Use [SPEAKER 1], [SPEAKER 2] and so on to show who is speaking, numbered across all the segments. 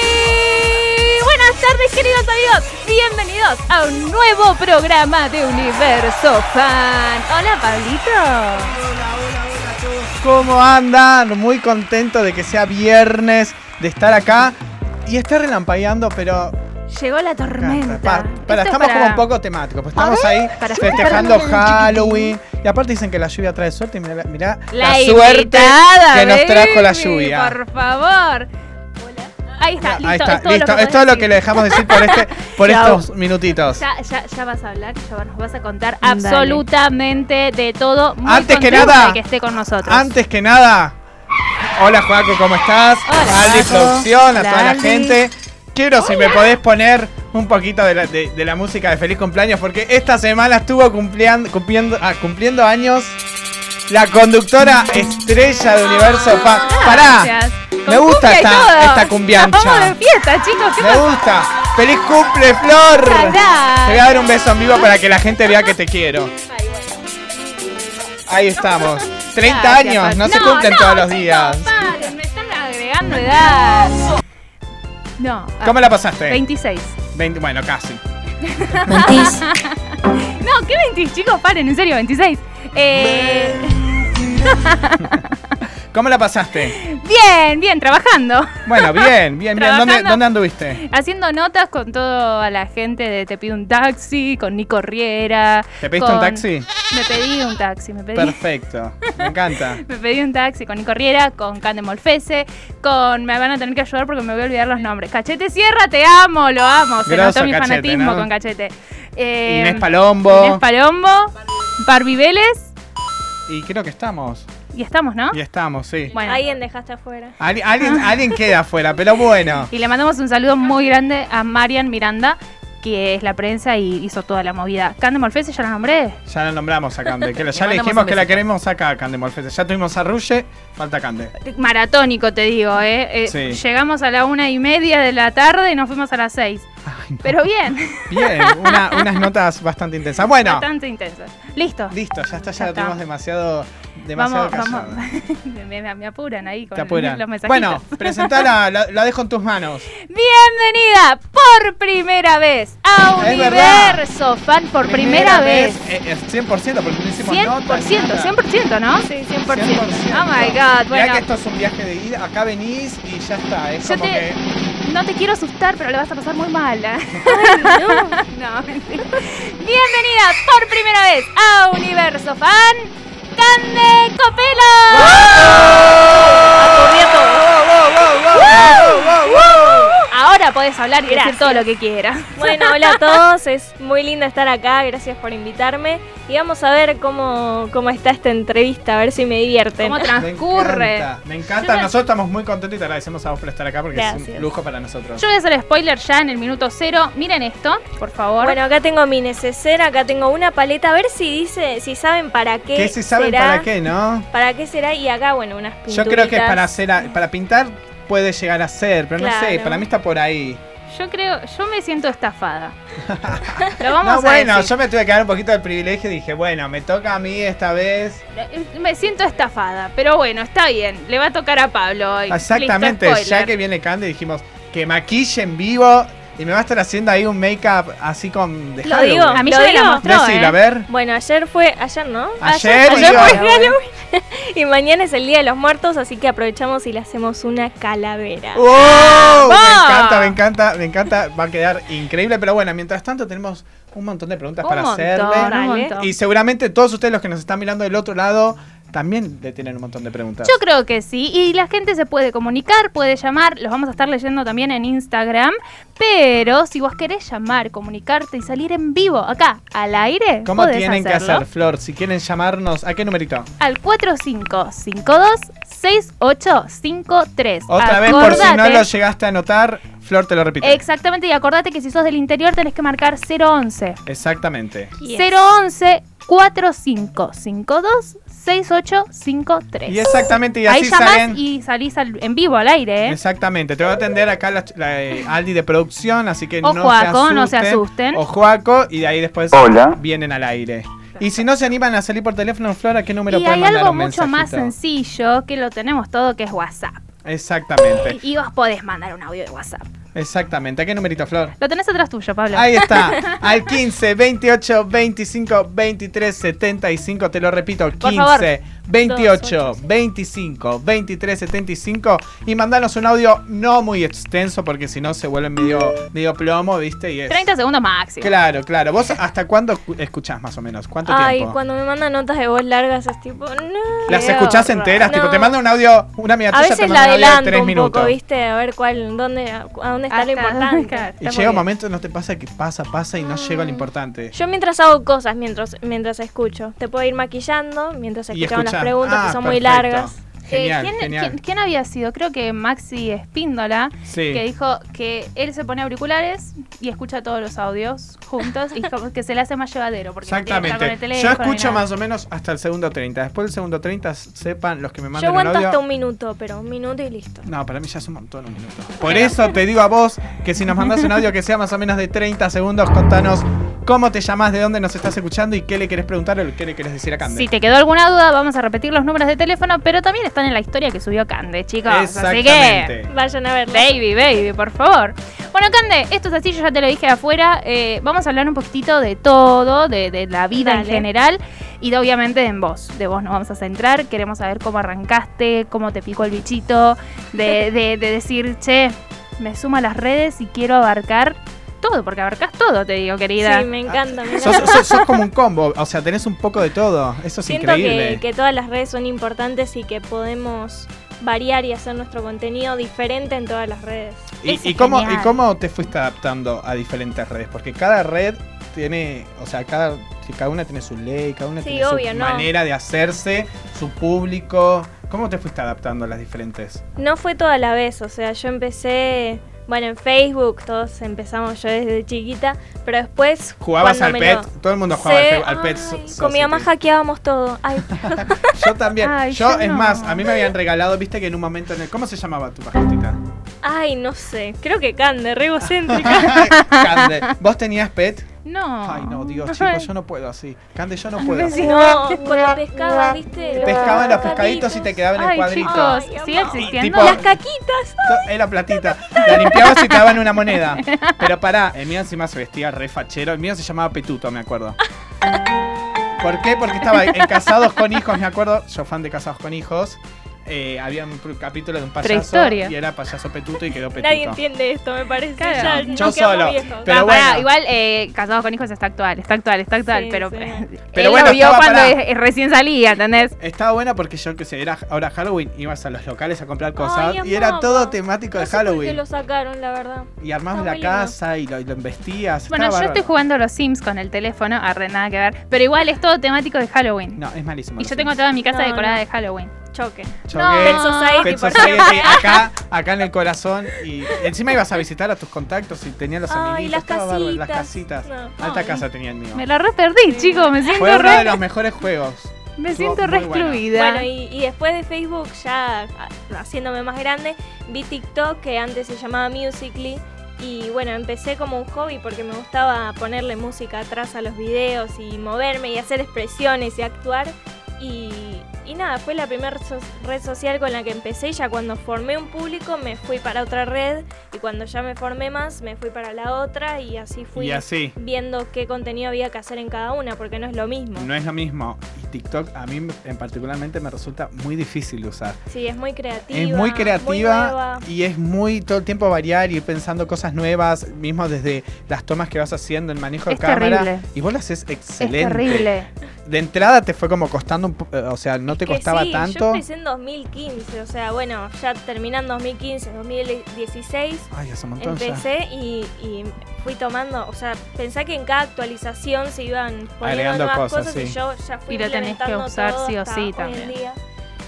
[SPEAKER 1] Muy buenas tardes, queridos amigos. Bienvenidos a un nuevo programa de Universo Fan. Hola, Pablito.
[SPEAKER 2] ¿Cómo andan? Muy contento de que sea viernes, de estar acá. Y está relampagueando, pero.
[SPEAKER 1] Llegó la tormenta.
[SPEAKER 2] Pa- para,
[SPEAKER 1] Esto es
[SPEAKER 2] estamos
[SPEAKER 1] para-
[SPEAKER 2] como un poco temáticos. pues
[SPEAKER 1] A
[SPEAKER 2] estamos
[SPEAKER 1] ver,
[SPEAKER 2] ahí
[SPEAKER 1] para-
[SPEAKER 2] festejando
[SPEAKER 3] para- para-
[SPEAKER 2] Halloween. Y aparte dicen que la lluvia trae suerte. Y mirá, la- mirá
[SPEAKER 1] La,
[SPEAKER 2] la, suerte
[SPEAKER 1] invitada,
[SPEAKER 2] que nos trajo la
[SPEAKER 1] baby,
[SPEAKER 2] lluvia.
[SPEAKER 1] Por favor. Ahí está, listo.
[SPEAKER 2] Ahí está,
[SPEAKER 1] es todo
[SPEAKER 2] listo.
[SPEAKER 1] Lo que
[SPEAKER 2] es todo lo que
[SPEAKER 1] podés
[SPEAKER 2] le dejamos decir por, este, por
[SPEAKER 1] Chau.
[SPEAKER 2] estos minutitos.
[SPEAKER 1] Ya, ya, ya vas a hablar, ya nos vas a contar
[SPEAKER 3] Dale.
[SPEAKER 1] absolutamente de todo. Muy
[SPEAKER 2] Antes que
[SPEAKER 1] contenta
[SPEAKER 2] nada,
[SPEAKER 1] de que esté con nosotros.
[SPEAKER 2] Antes que nada, hola Joaco, ¿cómo estás?
[SPEAKER 1] Hola,
[SPEAKER 2] Aldi
[SPEAKER 3] Joaco.
[SPEAKER 2] Producción, a
[SPEAKER 3] Hola,
[SPEAKER 2] toda la
[SPEAKER 3] Aldi.
[SPEAKER 2] gente. Quiero si me podés poner un poquito de la, de- de la música de feliz cumpleaños, porque esta semana estuvo cumpliendo, cumpliendo, ah, cumpliendo años la conductora estrella de Universo Fan.
[SPEAKER 1] Ah, Gracias.
[SPEAKER 2] Pará,
[SPEAKER 1] Con
[SPEAKER 2] me gusta
[SPEAKER 1] cumbia y todo.
[SPEAKER 2] esta, esta
[SPEAKER 1] Nos vamos de
[SPEAKER 2] cumbiancha.
[SPEAKER 1] fiesta, chicos. ¿Qué
[SPEAKER 2] Me
[SPEAKER 1] pasa?
[SPEAKER 2] gusta. ¡Feliz cumple, Flor!
[SPEAKER 1] Pará.
[SPEAKER 2] Te voy a dar un beso en vivo para que la gente vea que te quiero.
[SPEAKER 1] Ay, bueno.
[SPEAKER 2] Ahí estamos. 30
[SPEAKER 1] Gracias,
[SPEAKER 2] años,
[SPEAKER 1] Pati.
[SPEAKER 2] no, se cumplen
[SPEAKER 1] no,
[SPEAKER 2] todos los
[SPEAKER 1] chicos,
[SPEAKER 2] días.
[SPEAKER 1] paren, me están agregando edad. No. ah,
[SPEAKER 2] ¿Cómo la pasaste?
[SPEAKER 1] 26.
[SPEAKER 2] 20, bueno, casi.
[SPEAKER 3] Mentís.
[SPEAKER 1] No, ¿qué 20? Chicos, paren, en serio, 26. Eh,
[SPEAKER 2] ¿Cómo la pasaste?
[SPEAKER 1] bien, bien, trabajando.
[SPEAKER 2] Bueno, bien, bien, bien. ¿Dónde,
[SPEAKER 1] Trabajando.
[SPEAKER 2] dónde anduviste?
[SPEAKER 1] Haciendo notas con toda la gente de Te pido un taxi, con Nico Riera.
[SPEAKER 2] ¿Te pediste un
[SPEAKER 1] con-
[SPEAKER 2] taxi?
[SPEAKER 1] Me pedí un taxi, me pedí.
[SPEAKER 2] Perfecto. Me encanta.
[SPEAKER 1] Me pedí un taxi con Nico Riera, con Cande Molfese, con. Me van a tener que ayudar porque me voy a olvidar los nombres. Cachete Sierra, te amo, lo amo. Se
[SPEAKER 2] Grosso
[SPEAKER 1] notó mi
[SPEAKER 2] Cachete,
[SPEAKER 1] fanatismo
[SPEAKER 2] ¿no?
[SPEAKER 1] con Cachete. Eh,
[SPEAKER 2] Inés Palombo.
[SPEAKER 1] Inés Palombo, Barbie Vélez,
[SPEAKER 2] Y creo que estamos.
[SPEAKER 1] y estamos, ¿no?
[SPEAKER 2] Y estamos, sí.
[SPEAKER 1] Bueno,
[SPEAKER 3] Alguien dejaste afuera.
[SPEAKER 2] Ali- alguien, alguien queda afuera, pero bueno.
[SPEAKER 1] y le mandamos un saludo muy grande a Marian Miranda, que es la prensa y hizo toda la movida. Cande Molfese, ya la nombré.
[SPEAKER 2] Ya la nombramos a Cande. que la- ya
[SPEAKER 4] Le
[SPEAKER 2] le
[SPEAKER 4] mandamos
[SPEAKER 2] dijimos
[SPEAKER 4] un
[SPEAKER 2] que la
[SPEAKER 4] besito.
[SPEAKER 2] queremos acá a Cande Morfete. Ya tuvimos a Rulle, falta Cande.
[SPEAKER 1] Maratónico, te digo, ¿eh? Eh,
[SPEAKER 2] Sí.
[SPEAKER 1] Llegamos a la una y media de la tarde y nos fuimos a las seis.
[SPEAKER 2] Ay, no.
[SPEAKER 1] Pero bien,
[SPEAKER 2] Bien, una- unas notas bastante intensas. Bueno,
[SPEAKER 1] bastante intenso. Listo.
[SPEAKER 2] listo, ya está, ya
[SPEAKER 1] Ya
[SPEAKER 2] lo tenemos
[SPEAKER 1] está.
[SPEAKER 2] demasiado, demasiado callado.
[SPEAKER 1] me, me- me apuran ahí con
[SPEAKER 2] Te apuran.
[SPEAKER 1] los mensajitos.
[SPEAKER 2] Bueno, presentala, la, la dejo en tus manos.
[SPEAKER 1] Bienvenida por primera vez a
[SPEAKER 2] Es
[SPEAKER 1] Universo Fan por primera, vez.
[SPEAKER 2] eh, eh, 100%, porque no hicimos
[SPEAKER 1] 100%,
[SPEAKER 2] notas, nada.
[SPEAKER 1] 100%, ¿no?
[SPEAKER 3] Sí,
[SPEAKER 1] 100%. Oh my god,
[SPEAKER 2] Mirá
[SPEAKER 1] bueno.
[SPEAKER 2] que esto es un viaje de ida, acá venís y ya está. Es
[SPEAKER 1] Yo
[SPEAKER 2] como
[SPEAKER 1] te-
[SPEAKER 2] que.
[SPEAKER 1] No te quiero asustar, pero le vas a pasar muy mal. ¿eh? no, mentira. Bienvenida por primera vez a Universo Fan, Cande Copelo. Ahora podés hablar y decir
[SPEAKER 3] Gracias.
[SPEAKER 1] todo lo que quieras.
[SPEAKER 3] Bueno, hola a todos. Es muy linda estar acá. Gracias por invitarme. Y vamos a ver cómo, cómo está esta entrevista, a ver si me divierten.
[SPEAKER 1] ¿Cómo
[SPEAKER 2] Me
[SPEAKER 1] transcurre?
[SPEAKER 2] encanta, me encanta. Nosotros estamos muy contentos y te agradecemos a vos por estar acá porque es
[SPEAKER 3] Gracias.
[SPEAKER 2] un lujo para nosotros.
[SPEAKER 1] Yo voy a hacer spoiler ya en el minuto cero. Miren esto, por favor.
[SPEAKER 3] Bueno, acá tengo mi neceser, acá tengo una paleta, a ver si dice, si saben para qué.
[SPEAKER 2] ¿Qué se saben
[SPEAKER 3] será,
[SPEAKER 2] para qué, no?
[SPEAKER 3] Para qué será y acá, bueno, unas
[SPEAKER 2] Yo
[SPEAKER 3] pinturitas.
[SPEAKER 2] creo que es para hacer, a- para pintar puede llegar a ser, pero no sé,
[SPEAKER 3] Claro.
[SPEAKER 2] para mí está por ahí.
[SPEAKER 1] yo creo, yo me siento estafada. Lo vamos
[SPEAKER 2] no,
[SPEAKER 1] a
[SPEAKER 2] bueno,
[SPEAKER 1] decir.
[SPEAKER 2] yo me tuve que dar un poquito del privilegio y dije, bueno, me toca a mí esta vez.
[SPEAKER 1] Me siento estafada, pero bueno, está bien. Le va a tocar a Pablo hoy.
[SPEAKER 2] Exactamente,
[SPEAKER 1] Listo, spoiler.
[SPEAKER 2] ya que viene Cande dijimos que maquille en vivo y me va a estar haciendo ahí un make-up así con de
[SPEAKER 3] Lo
[SPEAKER 2] Halloween.
[SPEAKER 3] digo,
[SPEAKER 1] A mí
[SPEAKER 3] Lo
[SPEAKER 1] ya me la
[SPEAKER 3] digo.
[SPEAKER 1] mostró,
[SPEAKER 2] Decilo,
[SPEAKER 1] ¿eh?
[SPEAKER 2] a ver.
[SPEAKER 3] Bueno, ayer fue, ayer no.
[SPEAKER 2] Ayer,
[SPEAKER 3] ayer
[SPEAKER 2] digo,
[SPEAKER 3] fue Halloween. y mañana es el Día de los Muertos, así que aprovechamos y le hacemos una calavera.
[SPEAKER 2] ¡Wow!
[SPEAKER 1] ¡Va!
[SPEAKER 2] ¡Oh! Me encanta, me encanta, me encanta. Va a quedar increíble. Pero bueno, mientras tanto tenemos un montón de preguntas
[SPEAKER 1] Un
[SPEAKER 2] para
[SPEAKER 1] montón,
[SPEAKER 2] hacerle.
[SPEAKER 1] un
[SPEAKER 3] Dale.
[SPEAKER 1] montón.
[SPEAKER 2] Y seguramente todos ustedes los que nos están mirando del otro lado también le tienen un montón de preguntas.
[SPEAKER 1] Yo creo que sí. Y la gente se puede comunicar, puede llamar. Los vamos a estar leyendo también en Instagram. Pero si vos querés llamar, comunicarte y salir en vivo acá, al aire,
[SPEAKER 2] ¿Cómo
[SPEAKER 1] podés
[SPEAKER 2] tienen que
[SPEAKER 1] hacerlo.
[SPEAKER 2] hacer, Flor? Si quieren llamarnos, ¿a qué numerito?
[SPEAKER 1] Al 4552-6853.
[SPEAKER 2] Otra vez, por si no lo llegaste a anotar, Flor te lo repite.
[SPEAKER 1] Exactamente, y acordate que si sos del interior tenés que marcar 011.
[SPEAKER 2] Exactamente.
[SPEAKER 3] Yes.
[SPEAKER 1] 011 4552 6853.
[SPEAKER 2] Y exactamente, y
[SPEAKER 1] Ahí
[SPEAKER 2] así
[SPEAKER 1] llamás
[SPEAKER 2] salen.
[SPEAKER 1] Pues. y salís al- en vivo al aire, ¿eh?
[SPEAKER 2] Exactamente, te va a atender acá la, la, eh, Aldi de producción, así que
[SPEAKER 1] O
[SPEAKER 2] no,
[SPEAKER 1] Joaco,
[SPEAKER 2] se
[SPEAKER 1] no se asusten.
[SPEAKER 2] O Joaco, y de ahí después
[SPEAKER 4] Hola.
[SPEAKER 2] vienen al aire. Y si no se animan a salir por teléfono, Flora, ¿qué número
[SPEAKER 1] Y
[SPEAKER 2] pueden
[SPEAKER 1] hay
[SPEAKER 2] mandar
[SPEAKER 1] algo
[SPEAKER 2] un
[SPEAKER 1] mucho más
[SPEAKER 2] mensajito?
[SPEAKER 1] sencillo que lo tenemos todo, que es WhatsApp.
[SPEAKER 2] Exactamente,
[SPEAKER 1] Y vos podés mandar un audio de WhatsApp.
[SPEAKER 2] exactamente. ¿A qué numerito, Flor?
[SPEAKER 1] Lo tenés atrás tuyo, Pablo.
[SPEAKER 2] Ahí está, al 15, 28, 25, 23, 75, te lo repito,
[SPEAKER 1] Por favor.
[SPEAKER 2] 15, 28, 25, 23, 75 y mandanos un audio no muy extenso porque si no se vuelve medio, medio plomo, ¿viste? Y es...
[SPEAKER 1] 30 segundos máximo.
[SPEAKER 2] Claro, claro. ¿Vos hasta cuándo cu- escuchás más o menos? ¿Cuánto
[SPEAKER 3] Ay,
[SPEAKER 2] tiempo?
[SPEAKER 3] cuando me mandan notas de voz largas es tipo, no.
[SPEAKER 2] Las
[SPEAKER 3] qué
[SPEAKER 2] escuchás
[SPEAKER 3] horror.
[SPEAKER 2] enteras, tipo,
[SPEAKER 3] No.
[SPEAKER 2] te manda un audio, una amiga
[SPEAKER 3] A
[SPEAKER 2] tuya pues te
[SPEAKER 3] veces la
[SPEAKER 2] manda un audio de
[SPEAKER 3] adelanto
[SPEAKER 2] tres
[SPEAKER 3] un
[SPEAKER 2] minutos.
[SPEAKER 3] poco, ¿viste? A ver cuál, dónde, a dónde está
[SPEAKER 1] Hasta-
[SPEAKER 3] lo importante.
[SPEAKER 1] claro.
[SPEAKER 2] y
[SPEAKER 1] Está muy
[SPEAKER 2] llega un
[SPEAKER 1] bien.
[SPEAKER 2] momento, no te pasa que pasa, pasa y no llega lo importante.
[SPEAKER 3] Yo mientras hago cosas, mientras mientras escucho. Te puedo ir maquillando mientras
[SPEAKER 2] Y
[SPEAKER 3] escuchamos las
[SPEAKER 2] escuchá.
[SPEAKER 3] preguntas
[SPEAKER 2] Ah,
[SPEAKER 3] que son muy
[SPEAKER 2] perfecto.
[SPEAKER 3] largas.
[SPEAKER 1] Eh,
[SPEAKER 2] Genial,
[SPEAKER 1] ¿quién,
[SPEAKER 2] genial.
[SPEAKER 1] quién- quién había sido? Creo que Maxi Espíndola,
[SPEAKER 2] Sí.
[SPEAKER 1] que dijo que él se pone auriculares y escucha todos los audios juntos y como que se le hace más llevadero. Porque no tiene que estar con el
[SPEAKER 2] Exactamente. Yo
[SPEAKER 1] teléfono ni
[SPEAKER 2] escucho
[SPEAKER 1] nada.
[SPEAKER 2] más o menos hasta el segundo 30. Después del segundo 30, sepan los que me
[SPEAKER 3] Yo
[SPEAKER 2] mandan un
[SPEAKER 3] aguanto
[SPEAKER 2] audio.
[SPEAKER 3] hasta un minuto, pero un minuto y listo.
[SPEAKER 2] No, para mí ya es un montón un minuto. Por eso te digo a vos que si nos mandás un audio que sea más o menos de 30 segundos, contanos cómo te llamás, de dónde nos estás escuchando y qué le querés preguntar o qué le querés decir a Cande.
[SPEAKER 1] Si te quedó alguna duda, vamos a repetir los números de teléfono, pero también están en la historia que subió Cande, chicos. Así que.
[SPEAKER 2] Exactamente.
[SPEAKER 3] Vayan a verla.
[SPEAKER 1] Baby, baby, por favor. Bueno, Cande, esto es así, yo ya te lo dije afuera. eh, vamos a hablar un poquitito de todo, de, de la vida en
[SPEAKER 3] Dale.
[SPEAKER 1] general y de, obviamente en vos. De vos nos vamos a centrar. Queremos saber cómo arrancaste, cómo te picó el bichito, de, de- de decir, che, me sumo a las redes y quiero abarcar todo, porque abarcas todo, te digo, querida.
[SPEAKER 3] Sí, me encanta. me
[SPEAKER 2] Sos,
[SPEAKER 3] encanta.
[SPEAKER 2] sos- sos como un combo, o sea, tenés un poco de todo. Eso es
[SPEAKER 3] Siento
[SPEAKER 2] increíble.
[SPEAKER 3] que, que todas las redes son importantes y que podemos variar y hacer nuestro contenido diferente en todas las redes.
[SPEAKER 2] ¿Y,
[SPEAKER 1] Eso
[SPEAKER 2] y
[SPEAKER 1] es
[SPEAKER 2] cómo, ¿Y
[SPEAKER 1] genial.
[SPEAKER 2] cómo te fuiste adaptando a diferentes redes? Porque cada red tiene, o sea, cada, si cada una tiene su ley, cada una
[SPEAKER 3] Sí,
[SPEAKER 2] tiene
[SPEAKER 3] obvio,
[SPEAKER 2] su
[SPEAKER 3] no.
[SPEAKER 2] manera de hacerse, su público. ¿Cómo te fuiste adaptando a las diferentes?
[SPEAKER 3] No fue toda la vez, o sea, yo empecé, bueno, en Facebook, todos empezamos yo desde chiquita, pero después...
[SPEAKER 2] ¿Jugabas
[SPEAKER 3] cuando
[SPEAKER 2] al
[SPEAKER 3] me
[SPEAKER 2] PET?
[SPEAKER 3] lo-
[SPEAKER 2] Todo el mundo jugaba
[SPEAKER 3] Sí,
[SPEAKER 2] al fe- al,
[SPEAKER 3] ay,
[SPEAKER 2] PET. so-
[SPEAKER 3] Con mi mamá
[SPEAKER 2] Society.
[SPEAKER 3] hackeábamos todo. Ay,
[SPEAKER 2] Yo también.
[SPEAKER 1] Ay,
[SPEAKER 2] yo,
[SPEAKER 1] yo
[SPEAKER 2] es
[SPEAKER 1] no.
[SPEAKER 2] más, a mí me habían regalado, viste que en un momento en el. ¿Cómo se llamaba tu mascotita?
[SPEAKER 3] ay, no sé, creo que Cande, re egocéntrica.
[SPEAKER 2] Cande. ¿Vos tenías PET?
[SPEAKER 1] No.
[SPEAKER 2] Ay, no, Dios, chicos, yo no puedo así. Cande, yo no puedo
[SPEAKER 1] Me
[SPEAKER 2] así.
[SPEAKER 3] No, cuando pescaban, viste... Los
[SPEAKER 2] Pescaban los pescaditos y te quedaban en el
[SPEAKER 1] Ay,
[SPEAKER 2] cuadrito.
[SPEAKER 1] chicos,
[SPEAKER 3] Ay,
[SPEAKER 1] ¿sigue
[SPEAKER 3] amor.
[SPEAKER 1] existiendo?
[SPEAKER 2] Tipo-
[SPEAKER 3] Las caquitas.
[SPEAKER 2] To- Era platita. La limpiabas y te daban una moneda. Pero pará, el mío encima se vestía re fachero. El mío se llamaba Petuto, me acuerdo. ¿Por qué? Porque estaba en Casados con Hijos, me acuerdo. Yo fan de Casados con Hijos. Eh, había un pr- capítulo de un payaso
[SPEAKER 1] Prehistoria.
[SPEAKER 2] y era payaso Petuto y quedó Petuto.
[SPEAKER 3] Nadie entiende esto, me parece.
[SPEAKER 1] Claro.
[SPEAKER 3] Ya,
[SPEAKER 2] Yo
[SPEAKER 3] nos quedamos
[SPEAKER 2] solo.
[SPEAKER 3] viejos.
[SPEAKER 2] Pero
[SPEAKER 1] Ah, pará,
[SPEAKER 2] bueno.
[SPEAKER 1] igual eh, Casados con Hijos está actual, está actual, está actual,
[SPEAKER 3] Sí,
[SPEAKER 1] pero, eh,
[SPEAKER 3] sí.
[SPEAKER 2] Pero
[SPEAKER 1] él
[SPEAKER 2] bueno,
[SPEAKER 1] lo vio
[SPEAKER 2] estaba
[SPEAKER 1] cuando
[SPEAKER 2] pará.
[SPEAKER 1] es- es recién salía, ¿entendés?
[SPEAKER 2] Estaba buena porque yo que sé, era ahora Halloween, ibas a los locales a comprar cosas
[SPEAKER 3] Ay,
[SPEAKER 2] y era
[SPEAKER 3] amaba.
[SPEAKER 2] todo temático de
[SPEAKER 3] No sé por qué
[SPEAKER 2] Halloween.
[SPEAKER 3] lo sacaron, la verdad.
[SPEAKER 2] Y armabas
[SPEAKER 3] Está
[SPEAKER 2] la
[SPEAKER 3] muy lindo. este
[SPEAKER 2] casa y lo, y lo embestías.
[SPEAKER 1] Bueno,
[SPEAKER 2] estaba
[SPEAKER 1] yo estoy
[SPEAKER 2] bárbaro.
[SPEAKER 1] jugando a los Sims con el teléfono, arre, nada que ver, pero igual es todo temático de Halloween.
[SPEAKER 2] No, es malísimo.
[SPEAKER 1] y
[SPEAKER 2] lo
[SPEAKER 1] yo
[SPEAKER 2] siento.
[SPEAKER 1] tengo toda mi casa
[SPEAKER 3] No,
[SPEAKER 1] decorada
[SPEAKER 3] no.
[SPEAKER 1] de Halloween.
[SPEAKER 3] Choque.
[SPEAKER 2] Choqué.
[SPEAKER 3] Pet Society,
[SPEAKER 2] Pet
[SPEAKER 3] por
[SPEAKER 2] Society,
[SPEAKER 3] ejemplo.
[SPEAKER 2] acá, acá en el corazón. Y encima ibas a visitar a tus contactos y tenías los
[SPEAKER 3] Ay,
[SPEAKER 2] amiguitos.
[SPEAKER 3] las
[SPEAKER 2] estaba bárbaro, las
[SPEAKER 3] casitas.
[SPEAKER 2] casitas.
[SPEAKER 3] No.
[SPEAKER 2] Alta
[SPEAKER 3] Ay.
[SPEAKER 2] casa tenía el mío.
[SPEAKER 1] Me la re perdí,
[SPEAKER 3] Sí.
[SPEAKER 1] chicos, me
[SPEAKER 2] Fue
[SPEAKER 1] siento
[SPEAKER 2] uno de
[SPEAKER 1] re,
[SPEAKER 2] los mejores juegos.
[SPEAKER 1] me
[SPEAKER 2] estuvo
[SPEAKER 1] siento re
[SPEAKER 2] muy bueno.
[SPEAKER 1] excluida.
[SPEAKER 3] Bueno, y, y después de Facebook, ya ah, haciéndome más grande, vi TikTok, que antes se llamaba Musically. Y bueno, empecé como un hobby porque me gustaba ponerle música atrás a los videos y moverme y hacer expresiones y actuar. Y, y nada, fue la primera red social con la que empecé. Y ya cuando formé un público, me fui para otra red. Y cuando ya me formé más, me fui para la otra. Y así fui
[SPEAKER 2] Y así.
[SPEAKER 3] viendo qué contenido había que hacer en cada una, porque no es lo mismo.
[SPEAKER 2] No es lo mismo. Y TikTok a mí en particularmente me resulta muy difícil de usar.
[SPEAKER 3] Sí, es muy creativa.
[SPEAKER 2] Es muy creativa
[SPEAKER 3] nueva.
[SPEAKER 2] y es muy todo el tiempo variar, ir pensando cosas nuevas, mismo desde las tomas que vas haciendo, el manejo de
[SPEAKER 1] Es
[SPEAKER 2] cámara.
[SPEAKER 1] terrible.
[SPEAKER 2] Y vos lo haces
[SPEAKER 1] es
[SPEAKER 2] excelente.
[SPEAKER 1] terrible.
[SPEAKER 2] De entrada te fue como costando, un po- eh, o sea, no te
[SPEAKER 3] Que
[SPEAKER 2] costaba
[SPEAKER 3] sí, Yo
[SPEAKER 2] tanto.
[SPEAKER 3] empecé en 2015, o sea, bueno, ya terminando 2015, 2016,
[SPEAKER 2] Ay, hace un montón ya.
[SPEAKER 3] empecé y, y fui tomando, o sea, pensé que en cada actualización se iban poniendo
[SPEAKER 2] Agregando
[SPEAKER 3] nuevas
[SPEAKER 2] cosas,
[SPEAKER 3] cosas,
[SPEAKER 2] sí.
[SPEAKER 3] y yo ya fui
[SPEAKER 1] Y lo tenés que
[SPEAKER 3] implementando
[SPEAKER 1] usar
[SPEAKER 3] todo
[SPEAKER 1] sí o
[SPEAKER 3] hasta
[SPEAKER 1] sí
[SPEAKER 3] hoy en
[SPEAKER 1] también.
[SPEAKER 3] día.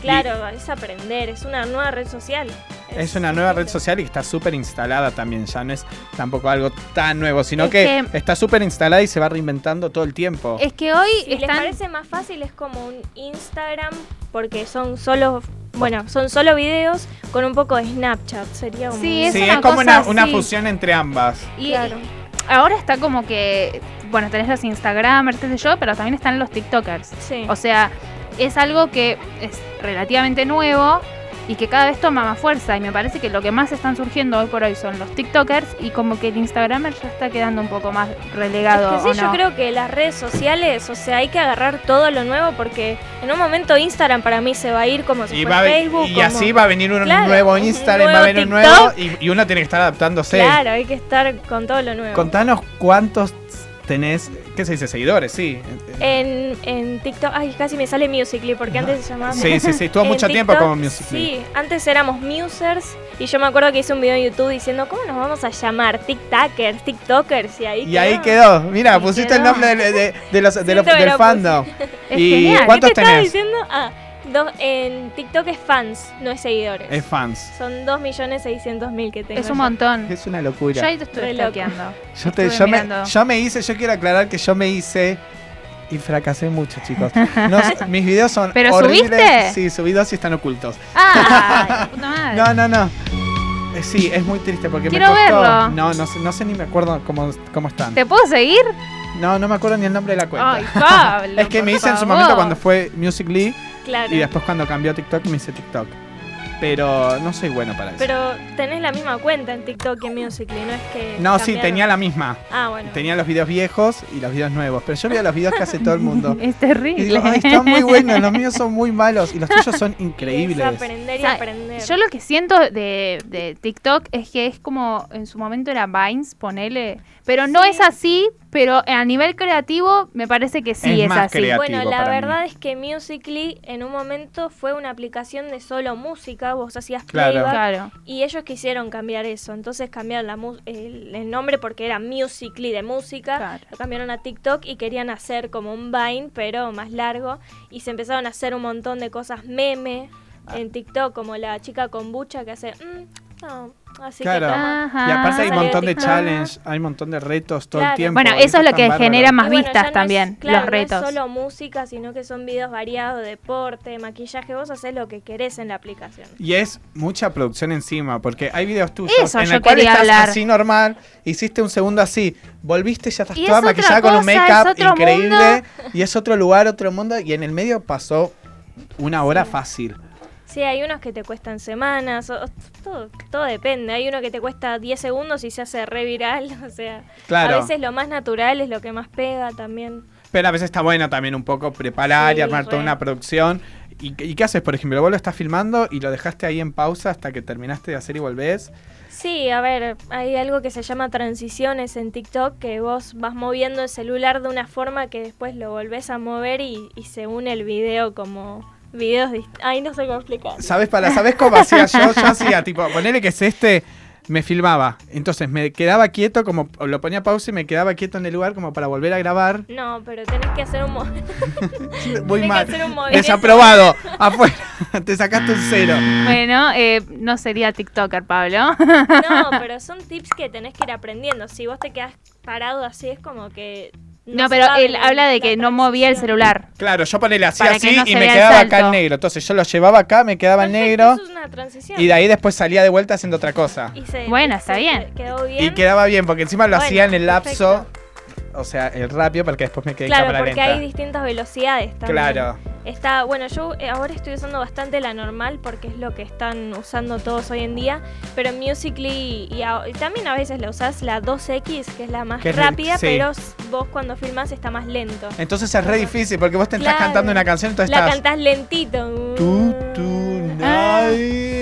[SPEAKER 3] Claro, es aprender, es una nueva red social.
[SPEAKER 2] Es una nueva red social y está súper instalada también, ya no es tampoco algo tan nuevo, sino
[SPEAKER 1] Es
[SPEAKER 2] que,
[SPEAKER 1] que-
[SPEAKER 2] está súper instalada y se va reinventando todo el tiempo.
[SPEAKER 1] Es que hoy
[SPEAKER 3] Si les
[SPEAKER 1] están...
[SPEAKER 3] parece más fácil es como un Instagram porque son solo bueno, son solo videos con un poco de Snapchat, sería como
[SPEAKER 1] Sí,
[SPEAKER 3] un-
[SPEAKER 1] es
[SPEAKER 2] sí,
[SPEAKER 1] una
[SPEAKER 2] es como
[SPEAKER 1] cosa
[SPEAKER 2] una, una
[SPEAKER 1] así.
[SPEAKER 2] fusión entre ambas.
[SPEAKER 1] y-
[SPEAKER 3] claro.
[SPEAKER 1] Ahora está como que, bueno, tenés los Instagramers, qué sé yo, pero también están los TikTokers.
[SPEAKER 3] Sí.
[SPEAKER 1] O sea, es algo que es relativamente nuevo y que cada vez toma más fuerza. Y me parece que lo que más están surgiendo hoy por hoy son los TikTokers y como que el Instagramer ya está quedando un poco más relegado.
[SPEAKER 3] Es que
[SPEAKER 1] ¿o
[SPEAKER 3] sí,
[SPEAKER 1] no?
[SPEAKER 3] yo creo que las redes sociales, o sea, hay que agarrar todo lo nuevo porque en un momento Instagram para mí se va a ir como si
[SPEAKER 2] Y,
[SPEAKER 3] fuera
[SPEAKER 2] va a ve-
[SPEAKER 3] Facebook.
[SPEAKER 2] y
[SPEAKER 3] como-
[SPEAKER 2] así va a venir un
[SPEAKER 3] Claro,
[SPEAKER 2] nuevo
[SPEAKER 3] un
[SPEAKER 2] Instagram, va a
[SPEAKER 3] nuevo
[SPEAKER 2] venir un nuevo
[SPEAKER 3] TikTok.
[SPEAKER 2] y, y uno tiene que estar adaptándose.
[SPEAKER 3] Claro, hay que estar con todo lo nuevo.
[SPEAKER 2] Contanos cuántos tenés, ¿qué se dice? Seguidores, sí.
[SPEAKER 3] En, en TikTok, ay, casi me sale Musically Eh, porque antes se llamaba.
[SPEAKER 2] Sí, sí, sí, estuvo
[SPEAKER 3] En
[SPEAKER 2] mucho tiempo
[SPEAKER 3] TikTok,
[SPEAKER 2] como Music. League.
[SPEAKER 3] Sí, antes éramos Musers y yo me acuerdo que hice un video en YouTube diciendo, ¿cómo nos vamos a llamar? TikTakers, TikTokers y ahí
[SPEAKER 2] Y ahí quedó, mira,
[SPEAKER 1] Y
[SPEAKER 2] pusiste
[SPEAKER 1] quedó.
[SPEAKER 2] el nombre de, de- de los, de los-
[SPEAKER 3] Siento que
[SPEAKER 2] del
[SPEAKER 3] lo
[SPEAKER 2] fandom.
[SPEAKER 1] Es
[SPEAKER 2] ¿Y
[SPEAKER 1] genial.
[SPEAKER 2] cuántos
[SPEAKER 3] ¿Qué te estaba
[SPEAKER 2] tenés?
[SPEAKER 3] diciendo? Ah, dos, en TikTok es fans, no es seguidores.
[SPEAKER 2] Es fans.
[SPEAKER 3] Son 2.600.000 que tengo.
[SPEAKER 1] Es un montón.
[SPEAKER 2] Es una
[SPEAKER 1] Yo
[SPEAKER 2] locura.
[SPEAKER 1] ahí te estoy
[SPEAKER 3] Re loco.
[SPEAKER 1] bloqueando.
[SPEAKER 2] Yo, te-
[SPEAKER 1] estuve
[SPEAKER 2] yo me,
[SPEAKER 1] mirando.
[SPEAKER 2] yo me hice, yo quiero aclarar que yo me hice y fracasé mucho, chicos. No sé, mis videos son
[SPEAKER 1] ¿Pero
[SPEAKER 2] horribles.
[SPEAKER 1] subiste?
[SPEAKER 2] Sí, subí dos y están ocultos.
[SPEAKER 1] ¡Ah! la puta madre.
[SPEAKER 2] No, no, no. Eh, Sí, es muy triste porque
[SPEAKER 1] Quiero
[SPEAKER 2] me costó.
[SPEAKER 1] verlo.
[SPEAKER 2] No, no sé, no sé ni me acuerdo cómo, cómo están.
[SPEAKER 1] ¿Te puedo seguir?
[SPEAKER 2] No, no me acuerdo ni el nombre de la cuenta.
[SPEAKER 1] Ay, Pablo.
[SPEAKER 2] es que me
[SPEAKER 1] por
[SPEAKER 2] hice en su
[SPEAKER 1] favor.
[SPEAKER 2] momento cuando fue Music League
[SPEAKER 3] Claro.
[SPEAKER 2] y después cuando cambió a TikTok me hice TikTok. Pero no soy bueno para eso.
[SPEAKER 3] Pero tenés la misma cuenta en TikTok y en Musical.ly, no es que...
[SPEAKER 2] no, sí,
[SPEAKER 3] cambiaron.
[SPEAKER 2] tenía la misma.
[SPEAKER 3] Ah, bueno.
[SPEAKER 2] Tenía los videos viejos y los videos nuevos. Pero yo veía los videos que hace todo el mundo.
[SPEAKER 1] Es
[SPEAKER 2] Y
[SPEAKER 1] terrible.
[SPEAKER 2] digo, ay, están muy buenos, los míos son muy malos y los tuyos son increíbles.
[SPEAKER 3] Es aprender y
[SPEAKER 1] O sea,
[SPEAKER 3] aprender.
[SPEAKER 1] Yo lo que siento de, de TikTok es que es como en su momento era Vines, ponele. Pero no
[SPEAKER 3] Sí.
[SPEAKER 1] es así, pero a nivel creativo me parece que sí
[SPEAKER 2] Es
[SPEAKER 1] es,
[SPEAKER 2] más
[SPEAKER 1] así.
[SPEAKER 2] creativo.
[SPEAKER 3] Bueno, la
[SPEAKER 2] para mí.
[SPEAKER 3] verdad es que Musically en un momento fue una aplicación de solo música, vos hacías
[SPEAKER 2] Claro.
[SPEAKER 3] playback
[SPEAKER 1] Claro.
[SPEAKER 3] y ellos quisieron cambiar eso, entonces cambiaron la mu- el, el nombre porque era Musically de música,
[SPEAKER 1] Claro.
[SPEAKER 3] lo cambiaron a TikTok y querían hacer como un Vine pero más largo y se empezaron a hacer un montón de cosas meme en TikTok como la chica con bucha que hace mm, no, así
[SPEAKER 2] Claro.
[SPEAKER 3] que toma.
[SPEAKER 1] Ajá.
[SPEAKER 2] Y aparte hay un
[SPEAKER 3] Salió
[SPEAKER 2] montón de
[SPEAKER 3] TikTok.
[SPEAKER 2] challenge, hay un montón de retos todo el
[SPEAKER 3] Ah, Claro.
[SPEAKER 2] tiempo.
[SPEAKER 1] Bueno,
[SPEAKER 2] y
[SPEAKER 1] eso es lo que
[SPEAKER 2] tan bárbaro.
[SPEAKER 1] genera más
[SPEAKER 3] Y bueno,
[SPEAKER 1] vistas
[SPEAKER 3] ya no es-
[SPEAKER 1] también,
[SPEAKER 3] claro,
[SPEAKER 1] los retos.
[SPEAKER 3] No es solo música, sino que son videos variados, deporte, maquillaje, vos haces lo que querés en la aplicación.
[SPEAKER 2] Y es mucha producción encima, porque hay videos tuyos
[SPEAKER 1] Eso
[SPEAKER 2] en
[SPEAKER 1] yo
[SPEAKER 2] el cual
[SPEAKER 1] quería
[SPEAKER 2] estás
[SPEAKER 1] hablar.
[SPEAKER 2] así normal, hiciste un segundo así, volviste y ya estás
[SPEAKER 1] Y
[SPEAKER 2] toda
[SPEAKER 1] es otra
[SPEAKER 2] maquillada con un
[SPEAKER 1] cosa, es
[SPEAKER 2] make-up
[SPEAKER 1] otro
[SPEAKER 2] increíble,
[SPEAKER 1] mundo.
[SPEAKER 2] y es otro lugar, otro mundo, y en el medio pasó una hora fácil.
[SPEAKER 3] Sí, hay unos que te cuestan semanas, o- todo, todo depende. Hay uno que te cuesta 10 segundos y se hace re viral, o sea,
[SPEAKER 2] Claro.
[SPEAKER 3] a veces lo más natural es lo que más pega también.
[SPEAKER 2] Pero a veces está bueno también un poco preparar y
[SPEAKER 3] Sí,
[SPEAKER 2] armar toda
[SPEAKER 3] re.
[SPEAKER 2] una producción. ¿Y, qué- y qué haces, por ejemplo? Vos lo estás filmando y lo dejaste ahí en pausa hasta que terminaste de hacer y volvés.
[SPEAKER 3] Sí, a ver, hay algo que se llama transiciones en TikTok, que vos vas moviendo el celular de una forma que después lo volvés a mover y, y se une el video como videos... dist- Ay, no sé cómo explicar.
[SPEAKER 2] ¿Sabes para sabes cómo hacía yo? Yo hacía, tipo, ponele que es este, me filmaba. Entonces me quedaba quieto, como lo ponía pausa y me quedaba quieto en el lugar como para volver a grabar.
[SPEAKER 3] No, pero tenés que hacer un... mo-
[SPEAKER 2] Muy
[SPEAKER 3] Tenés que
[SPEAKER 2] mal.
[SPEAKER 3] hacer un movimiento.
[SPEAKER 2] Desaprobado. Afuera. Te sacaste un cero.
[SPEAKER 1] Bueno, eh, no sería TikToker, Pablo.
[SPEAKER 3] No, pero son tips que tenés que ir aprendiendo. Si vos te quedás parado así es como que...
[SPEAKER 1] No,
[SPEAKER 3] se
[SPEAKER 1] pero
[SPEAKER 3] sabe
[SPEAKER 1] él
[SPEAKER 3] la-
[SPEAKER 1] habla de
[SPEAKER 3] la
[SPEAKER 1] que no movía el
[SPEAKER 3] transición.
[SPEAKER 1] celular.
[SPEAKER 2] Claro, yo ponele así,
[SPEAKER 1] Para que
[SPEAKER 2] así
[SPEAKER 1] no
[SPEAKER 2] y
[SPEAKER 1] se
[SPEAKER 2] me
[SPEAKER 1] vea el
[SPEAKER 2] quedaba acá en
[SPEAKER 1] salto.
[SPEAKER 2] negro. Entonces yo lo llevaba acá, me quedaba en
[SPEAKER 3] Perfecto,
[SPEAKER 2] negro.
[SPEAKER 3] eso es una transición.
[SPEAKER 2] Y de ahí después salía de vuelta haciendo otra cosa.
[SPEAKER 3] Y se-
[SPEAKER 1] Bueno, está
[SPEAKER 3] se
[SPEAKER 1] bien.
[SPEAKER 3] Quedó bien.
[SPEAKER 2] Y quedaba bien, porque encima lo
[SPEAKER 3] Bueno,
[SPEAKER 2] hacía en el lapso.
[SPEAKER 3] perfecto.
[SPEAKER 2] O sea, el rápido, porque después me quedé en
[SPEAKER 3] Claro,
[SPEAKER 2] cámara
[SPEAKER 3] porque
[SPEAKER 2] lenta.
[SPEAKER 3] hay distintas velocidades también.
[SPEAKER 2] Claro.
[SPEAKER 3] Está, bueno, yo eh, ahora estoy usando bastante la normal porque es lo que están usando todos hoy en día, pero en Musical.ly y, a- y también a veces la usás la 2X, que es la más
[SPEAKER 2] Que es-
[SPEAKER 3] rápida,
[SPEAKER 2] sí.
[SPEAKER 3] pero s- vos cuando filmás está más lento.
[SPEAKER 2] Entonces es re difícil, porque vos te estás
[SPEAKER 3] Claro.
[SPEAKER 2] cantando una canción, entonces
[SPEAKER 3] La
[SPEAKER 2] estás.
[SPEAKER 3] cantás lentito.
[SPEAKER 2] Tú, tú,
[SPEAKER 1] Ah.
[SPEAKER 2] nadie.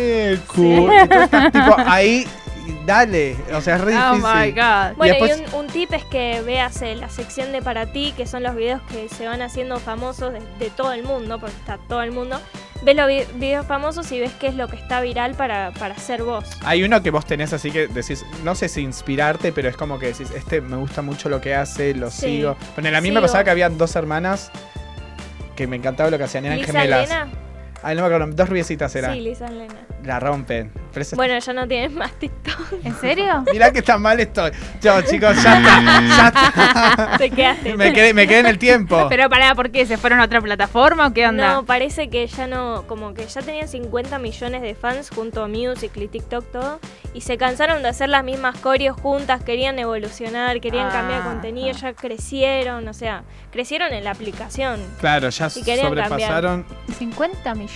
[SPEAKER 2] cu- y tú estás tipo ahí, y dale. O sea, es re
[SPEAKER 1] Oh
[SPEAKER 2] difícil.
[SPEAKER 1] my god.
[SPEAKER 3] Bueno, y,
[SPEAKER 2] después-
[SPEAKER 3] un, un tip es que veas eh, la sección de para ti, que son los videos que se van haciendo famosos de, de todo el mundo, porque está todo el mundo. Ves los vi- videos famosos y ves qué es lo que está viral para, para ser vos.
[SPEAKER 2] Hay uno que vos tenés así que decís, no sé si inspirarte, pero es como que decís, este me gusta mucho lo que hace, lo
[SPEAKER 3] Sí.
[SPEAKER 2] sigo. Bueno, a mí me
[SPEAKER 3] Sigo.
[SPEAKER 2] pasaba que habían dos hermanas que me encantaba lo que hacían, eran
[SPEAKER 3] Lisa
[SPEAKER 2] gemelas.
[SPEAKER 3] Lena.
[SPEAKER 2] Ay, no me acuerdo, dos rubiecitas eran.
[SPEAKER 3] Sí, Lisa Lena.
[SPEAKER 2] La rompen. Pero eso-
[SPEAKER 3] Bueno, ya no tienes más TikTok.
[SPEAKER 1] ¿En serio?
[SPEAKER 2] Mirá que tan mal estoy. Chao, chicos, ya está. Ya
[SPEAKER 3] Te quedaste.
[SPEAKER 2] está. Me quedé, me quedé en el tiempo.
[SPEAKER 1] Pero pará, ¿por qué? ¿Se fueron a otra plataforma o qué onda?
[SPEAKER 3] No, parece que ya no, como que ya tenían 50 millones de fans junto a Musical.ly, TikTok, todo, y se cansaron de hacer las mismas coreos juntas, querían evolucionar, querían
[SPEAKER 1] Ah,
[SPEAKER 3] cambiar contenido,
[SPEAKER 1] ah.
[SPEAKER 3] ya crecieron, o sea, crecieron en la aplicación.
[SPEAKER 2] Claro, ya
[SPEAKER 3] Y querían
[SPEAKER 2] sobrepasaron.
[SPEAKER 1] 50 millones.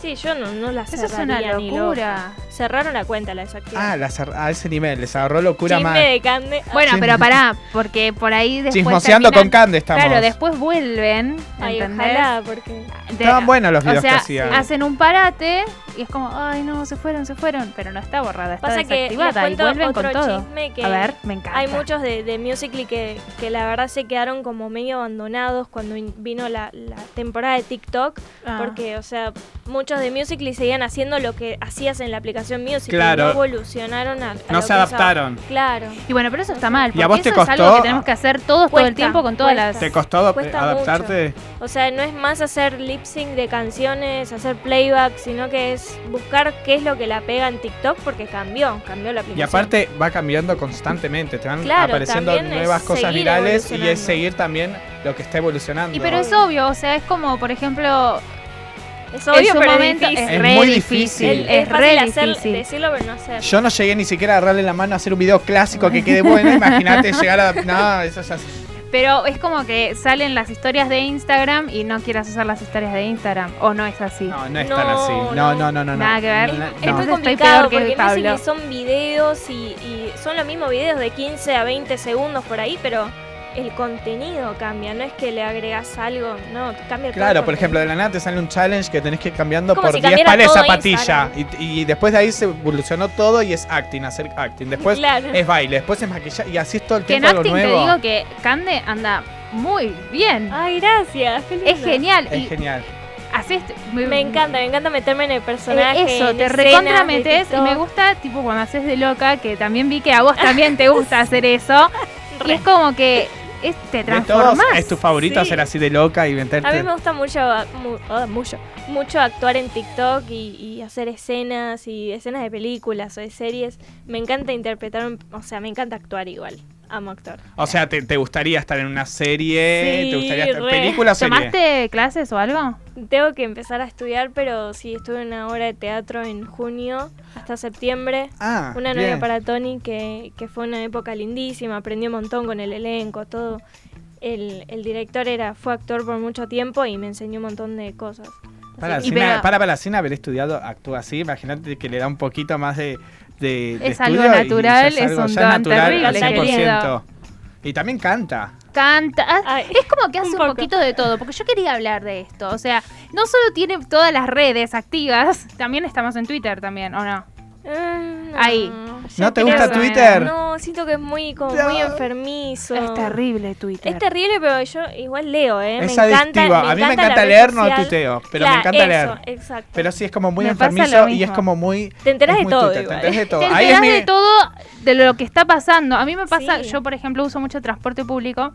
[SPEAKER 3] Sí, yo no, no la
[SPEAKER 1] Eso es
[SPEAKER 3] cerraría
[SPEAKER 1] una
[SPEAKER 3] ni
[SPEAKER 1] locura.
[SPEAKER 3] loco. Cerraron la cuenta, la desactivaron.
[SPEAKER 2] Ah, la cer- a ese nivel, les agarró locura
[SPEAKER 3] Chisme
[SPEAKER 2] más.
[SPEAKER 3] de Cande.
[SPEAKER 1] Bueno,
[SPEAKER 2] Chisme.
[SPEAKER 1] pero pará, porque por ahí después.
[SPEAKER 2] Chismoseando
[SPEAKER 1] terminan-
[SPEAKER 2] con Cande estamos.
[SPEAKER 1] Claro, después vuelven.
[SPEAKER 3] Ay,
[SPEAKER 1] ¿entendés?
[SPEAKER 3] ojalá, porque...
[SPEAKER 1] De-
[SPEAKER 2] Estaban buenos los videos
[SPEAKER 1] o sea,
[SPEAKER 2] que hacían.
[SPEAKER 1] hacen un parate y es como, ay no, se fueron, se fueron. Pero no está borrada, está
[SPEAKER 3] Pasa que les
[SPEAKER 1] desactivada y
[SPEAKER 3] cuento
[SPEAKER 1] vuelven
[SPEAKER 3] otro
[SPEAKER 1] con todo.
[SPEAKER 3] chisme que
[SPEAKER 1] A ver, me encanta.
[SPEAKER 3] Hay muchos de, de Musical.ly que, que la verdad se quedaron como medio abandonados cuando in- vino la, la temporada de TikTok,
[SPEAKER 1] Ah.
[SPEAKER 3] porque, o sea, muchos de Musical.ly seguían haciendo lo que hacías en la aplicación Musical.ly,
[SPEAKER 2] Claro.
[SPEAKER 3] no evolucionaron a, a
[SPEAKER 2] No
[SPEAKER 3] lo
[SPEAKER 2] se
[SPEAKER 3] que es ahora.
[SPEAKER 2] adaptaron.
[SPEAKER 3] Claro.
[SPEAKER 1] Y bueno, pero eso está mal.
[SPEAKER 2] ¿Y
[SPEAKER 1] Porque
[SPEAKER 2] a vos te
[SPEAKER 1] eso es algo
[SPEAKER 2] costó?
[SPEAKER 1] que tenemos que hacer todos todo el
[SPEAKER 3] Cuesta,
[SPEAKER 1] tiempo con todas las.
[SPEAKER 3] cuesta.
[SPEAKER 2] ¿Te costó eh,
[SPEAKER 3] Cuesta
[SPEAKER 2] adaptarte?
[SPEAKER 3] O sea, no es más hacer lip sync de canciones, hacer playback, sino que es buscar qué es lo que la pega en TikTok, porque cambió, cambió la aplicación.
[SPEAKER 2] Y aparte va cambiando constantemente, te van
[SPEAKER 3] Claro,
[SPEAKER 2] apareciendo
[SPEAKER 3] también es
[SPEAKER 2] nuevas cosas
[SPEAKER 3] seguir
[SPEAKER 2] virales y es
[SPEAKER 3] evolucionando.
[SPEAKER 2] seguir también lo que está evolucionando.
[SPEAKER 1] Y pero es obvio, o sea, es como, por ejemplo,
[SPEAKER 3] es obvio,
[SPEAKER 1] en su
[SPEAKER 3] pero es
[SPEAKER 1] momento
[SPEAKER 3] difícil.
[SPEAKER 1] es
[SPEAKER 2] Es
[SPEAKER 1] re
[SPEAKER 2] muy
[SPEAKER 1] difícil.
[SPEAKER 2] difícil.
[SPEAKER 1] Es,
[SPEAKER 3] Es
[SPEAKER 1] re
[SPEAKER 3] fácil hacer,
[SPEAKER 1] difícil.
[SPEAKER 3] decirlo, pero no hacer.
[SPEAKER 2] Yo no llegué ni siquiera a agarrarle la mano a hacer un video clásico que quede bueno, imagínate llegar a... No, eso ya se-
[SPEAKER 1] Pero es como que salen las historias de Instagram y no quieras usar las historias de Instagram. O no es así.
[SPEAKER 2] No, no es
[SPEAKER 3] No,
[SPEAKER 2] tan así. No, no,
[SPEAKER 3] no.
[SPEAKER 2] no, no. no.
[SPEAKER 1] Nada que ver.
[SPEAKER 2] No,
[SPEAKER 1] Es
[SPEAKER 3] Es
[SPEAKER 2] no.
[SPEAKER 1] Entonces
[SPEAKER 3] muy
[SPEAKER 1] estoy
[SPEAKER 3] complicado
[SPEAKER 1] peor que
[SPEAKER 3] porque
[SPEAKER 1] Pablo.
[SPEAKER 3] Musical.ly son videos y, y son los mismos videos de 15 a 20 segundos por ahí, pero el contenido cambia, no es que le agregas algo, no, cambia todo.
[SPEAKER 2] Claro,
[SPEAKER 3] el
[SPEAKER 2] por ejemplo, de
[SPEAKER 3] contenido.
[SPEAKER 2] la nada te sale un challenge que tenés que ir cambiando
[SPEAKER 3] Como
[SPEAKER 2] por
[SPEAKER 3] si
[SPEAKER 2] 10
[SPEAKER 3] cambiara
[SPEAKER 2] pares de
[SPEAKER 3] todo
[SPEAKER 2] zapatilla. Y, y después de ahí se evolucionó todo y es acting, hacer acting. Después
[SPEAKER 3] Claro.
[SPEAKER 2] es baile, después es maquillaje y así es todo el
[SPEAKER 1] Que en
[SPEAKER 2] tiempo algo
[SPEAKER 1] acting te
[SPEAKER 2] nuevo.
[SPEAKER 1] digo que Cande anda muy bien.
[SPEAKER 3] Ay, gracias. qué
[SPEAKER 1] es
[SPEAKER 3] Ah, lindo.
[SPEAKER 1] genial.
[SPEAKER 2] Es
[SPEAKER 1] y
[SPEAKER 2] genial.
[SPEAKER 1] haces-
[SPEAKER 3] Me encanta, me encanta meterme en el personaje.
[SPEAKER 1] Eh, Eso,
[SPEAKER 3] en
[SPEAKER 1] te
[SPEAKER 3] escenas
[SPEAKER 1] recontra
[SPEAKER 3] de
[SPEAKER 1] metes y
[SPEAKER 3] TikTok.
[SPEAKER 1] me gusta, tipo, cuando haces de loca, que también vi que a vos también te gusta hacer eso. Y es como que es- te
[SPEAKER 2] De todos,
[SPEAKER 1] transformás.
[SPEAKER 2] es tu favorito
[SPEAKER 3] Sí.
[SPEAKER 2] ser así de loca y meterte.
[SPEAKER 3] A mí me gusta mucho, mu- ah, mucho, mucho actuar en TikTok y, y hacer escenas y escenas de películas o de series. Me encanta interpretar, un- o sea, me encanta actuar igual. Amo actuar.
[SPEAKER 2] O sea, te, te gustaría estar en una serie,
[SPEAKER 3] Sí,
[SPEAKER 2] te gustaría estar en
[SPEAKER 3] re.
[SPEAKER 2] película o serie.
[SPEAKER 1] ¿Tomaste clases o algo?
[SPEAKER 3] Tengo que empezar a estudiar, pero sí, estuve en una obra de teatro en junio hasta septiembre.
[SPEAKER 2] Ah,
[SPEAKER 3] Una novia
[SPEAKER 2] bien.
[SPEAKER 3] para Tony que, que fue una época lindísima, aprendí un montón con el elenco, todo. El, el director era fue actor por mucho tiempo y me enseñó un montón de cosas. Así
[SPEAKER 2] Para,
[SPEAKER 3] que-
[SPEAKER 1] Y
[SPEAKER 2] sin a-
[SPEAKER 1] pero-
[SPEAKER 2] para, para, sin haber estudiado, actúa así. Imagínate que le da un poquito más de. de- de
[SPEAKER 1] Es algo
[SPEAKER 2] estudio y ya
[SPEAKER 1] natural, es
[SPEAKER 2] algo
[SPEAKER 1] un
[SPEAKER 2] ya
[SPEAKER 1] don
[SPEAKER 2] natural al
[SPEAKER 1] terrible,
[SPEAKER 2] 100%. Y también canta.
[SPEAKER 1] Canta. ah,
[SPEAKER 3] Ay,
[SPEAKER 1] Es como que hace
[SPEAKER 3] un
[SPEAKER 1] un,
[SPEAKER 3] poco.
[SPEAKER 1] poquito de todo, porque yo quería hablar de esto. O sea, no solo tiene todas las redes activas, también estamos en Twitter también, ¿o no?
[SPEAKER 3] Mm,
[SPEAKER 1] Ahí.
[SPEAKER 3] ya
[SPEAKER 2] ¿No te
[SPEAKER 3] creo
[SPEAKER 2] gusta
[SPEAKER 3] que-
[SPEAKER 2] Twitter?
[SPEAKER 3] No, siento que es muy como muy
[SPEAKER 2] No.
[SPEAKER 3] enfermizo.
[SPEAKER 1] Es terrible Twitter.
[SPEAKER 3] Es terrible, pero yo igual leo, ¿eh?
[SPEAKER 2] es
[SPEAKER 3] me encanta,
[SPEAKER 2] adictiva. a mí me
[SPEAKER 3] la
[SPEAKER 2] encanta
[SPEAKER 3] red
[SPEAKER 2] leer, no
[SPEAKER 3] social.
[SPEAKER 2] tuiteo. Pero me
[SPEAKER 3] Claro,
[SPEAKER 2] encanta
[SPEAKER 3] eso,
[SPEAKER 2] leer.
[SPEAKER 3] Exacto.
[SPEAKER 2] Pero sí, es como muy
[SPEAKER 1] eh, Me pasa lo
[SPEAKER 2] enfermizo y es
[SPEAKER 1] mismo.
[SPEAKER 2] como muy.
[SPEAKER 3] te enterás
[SPEAKER 2] es
[SPEAKER 3] de
[SPEAKER 2] muy
[SPEAKER 3] todo
[SPEAKER 2] Twitter,
[SPEAKER 3] igual.
[SPEAKER 2] Te enterás de todo.
[SPEAKER 1] Te
[SPEAKER 2] Ahí es
[SPEAKER 1] enterás
[SPEAKER 2] mi-
[SPEAKER 1] de todo de lo que está pasando. A mí me pasa,
[SPEAKER 3] Sí.
[SPEAKER 1] yo por ejemplo uso mucho transporte público,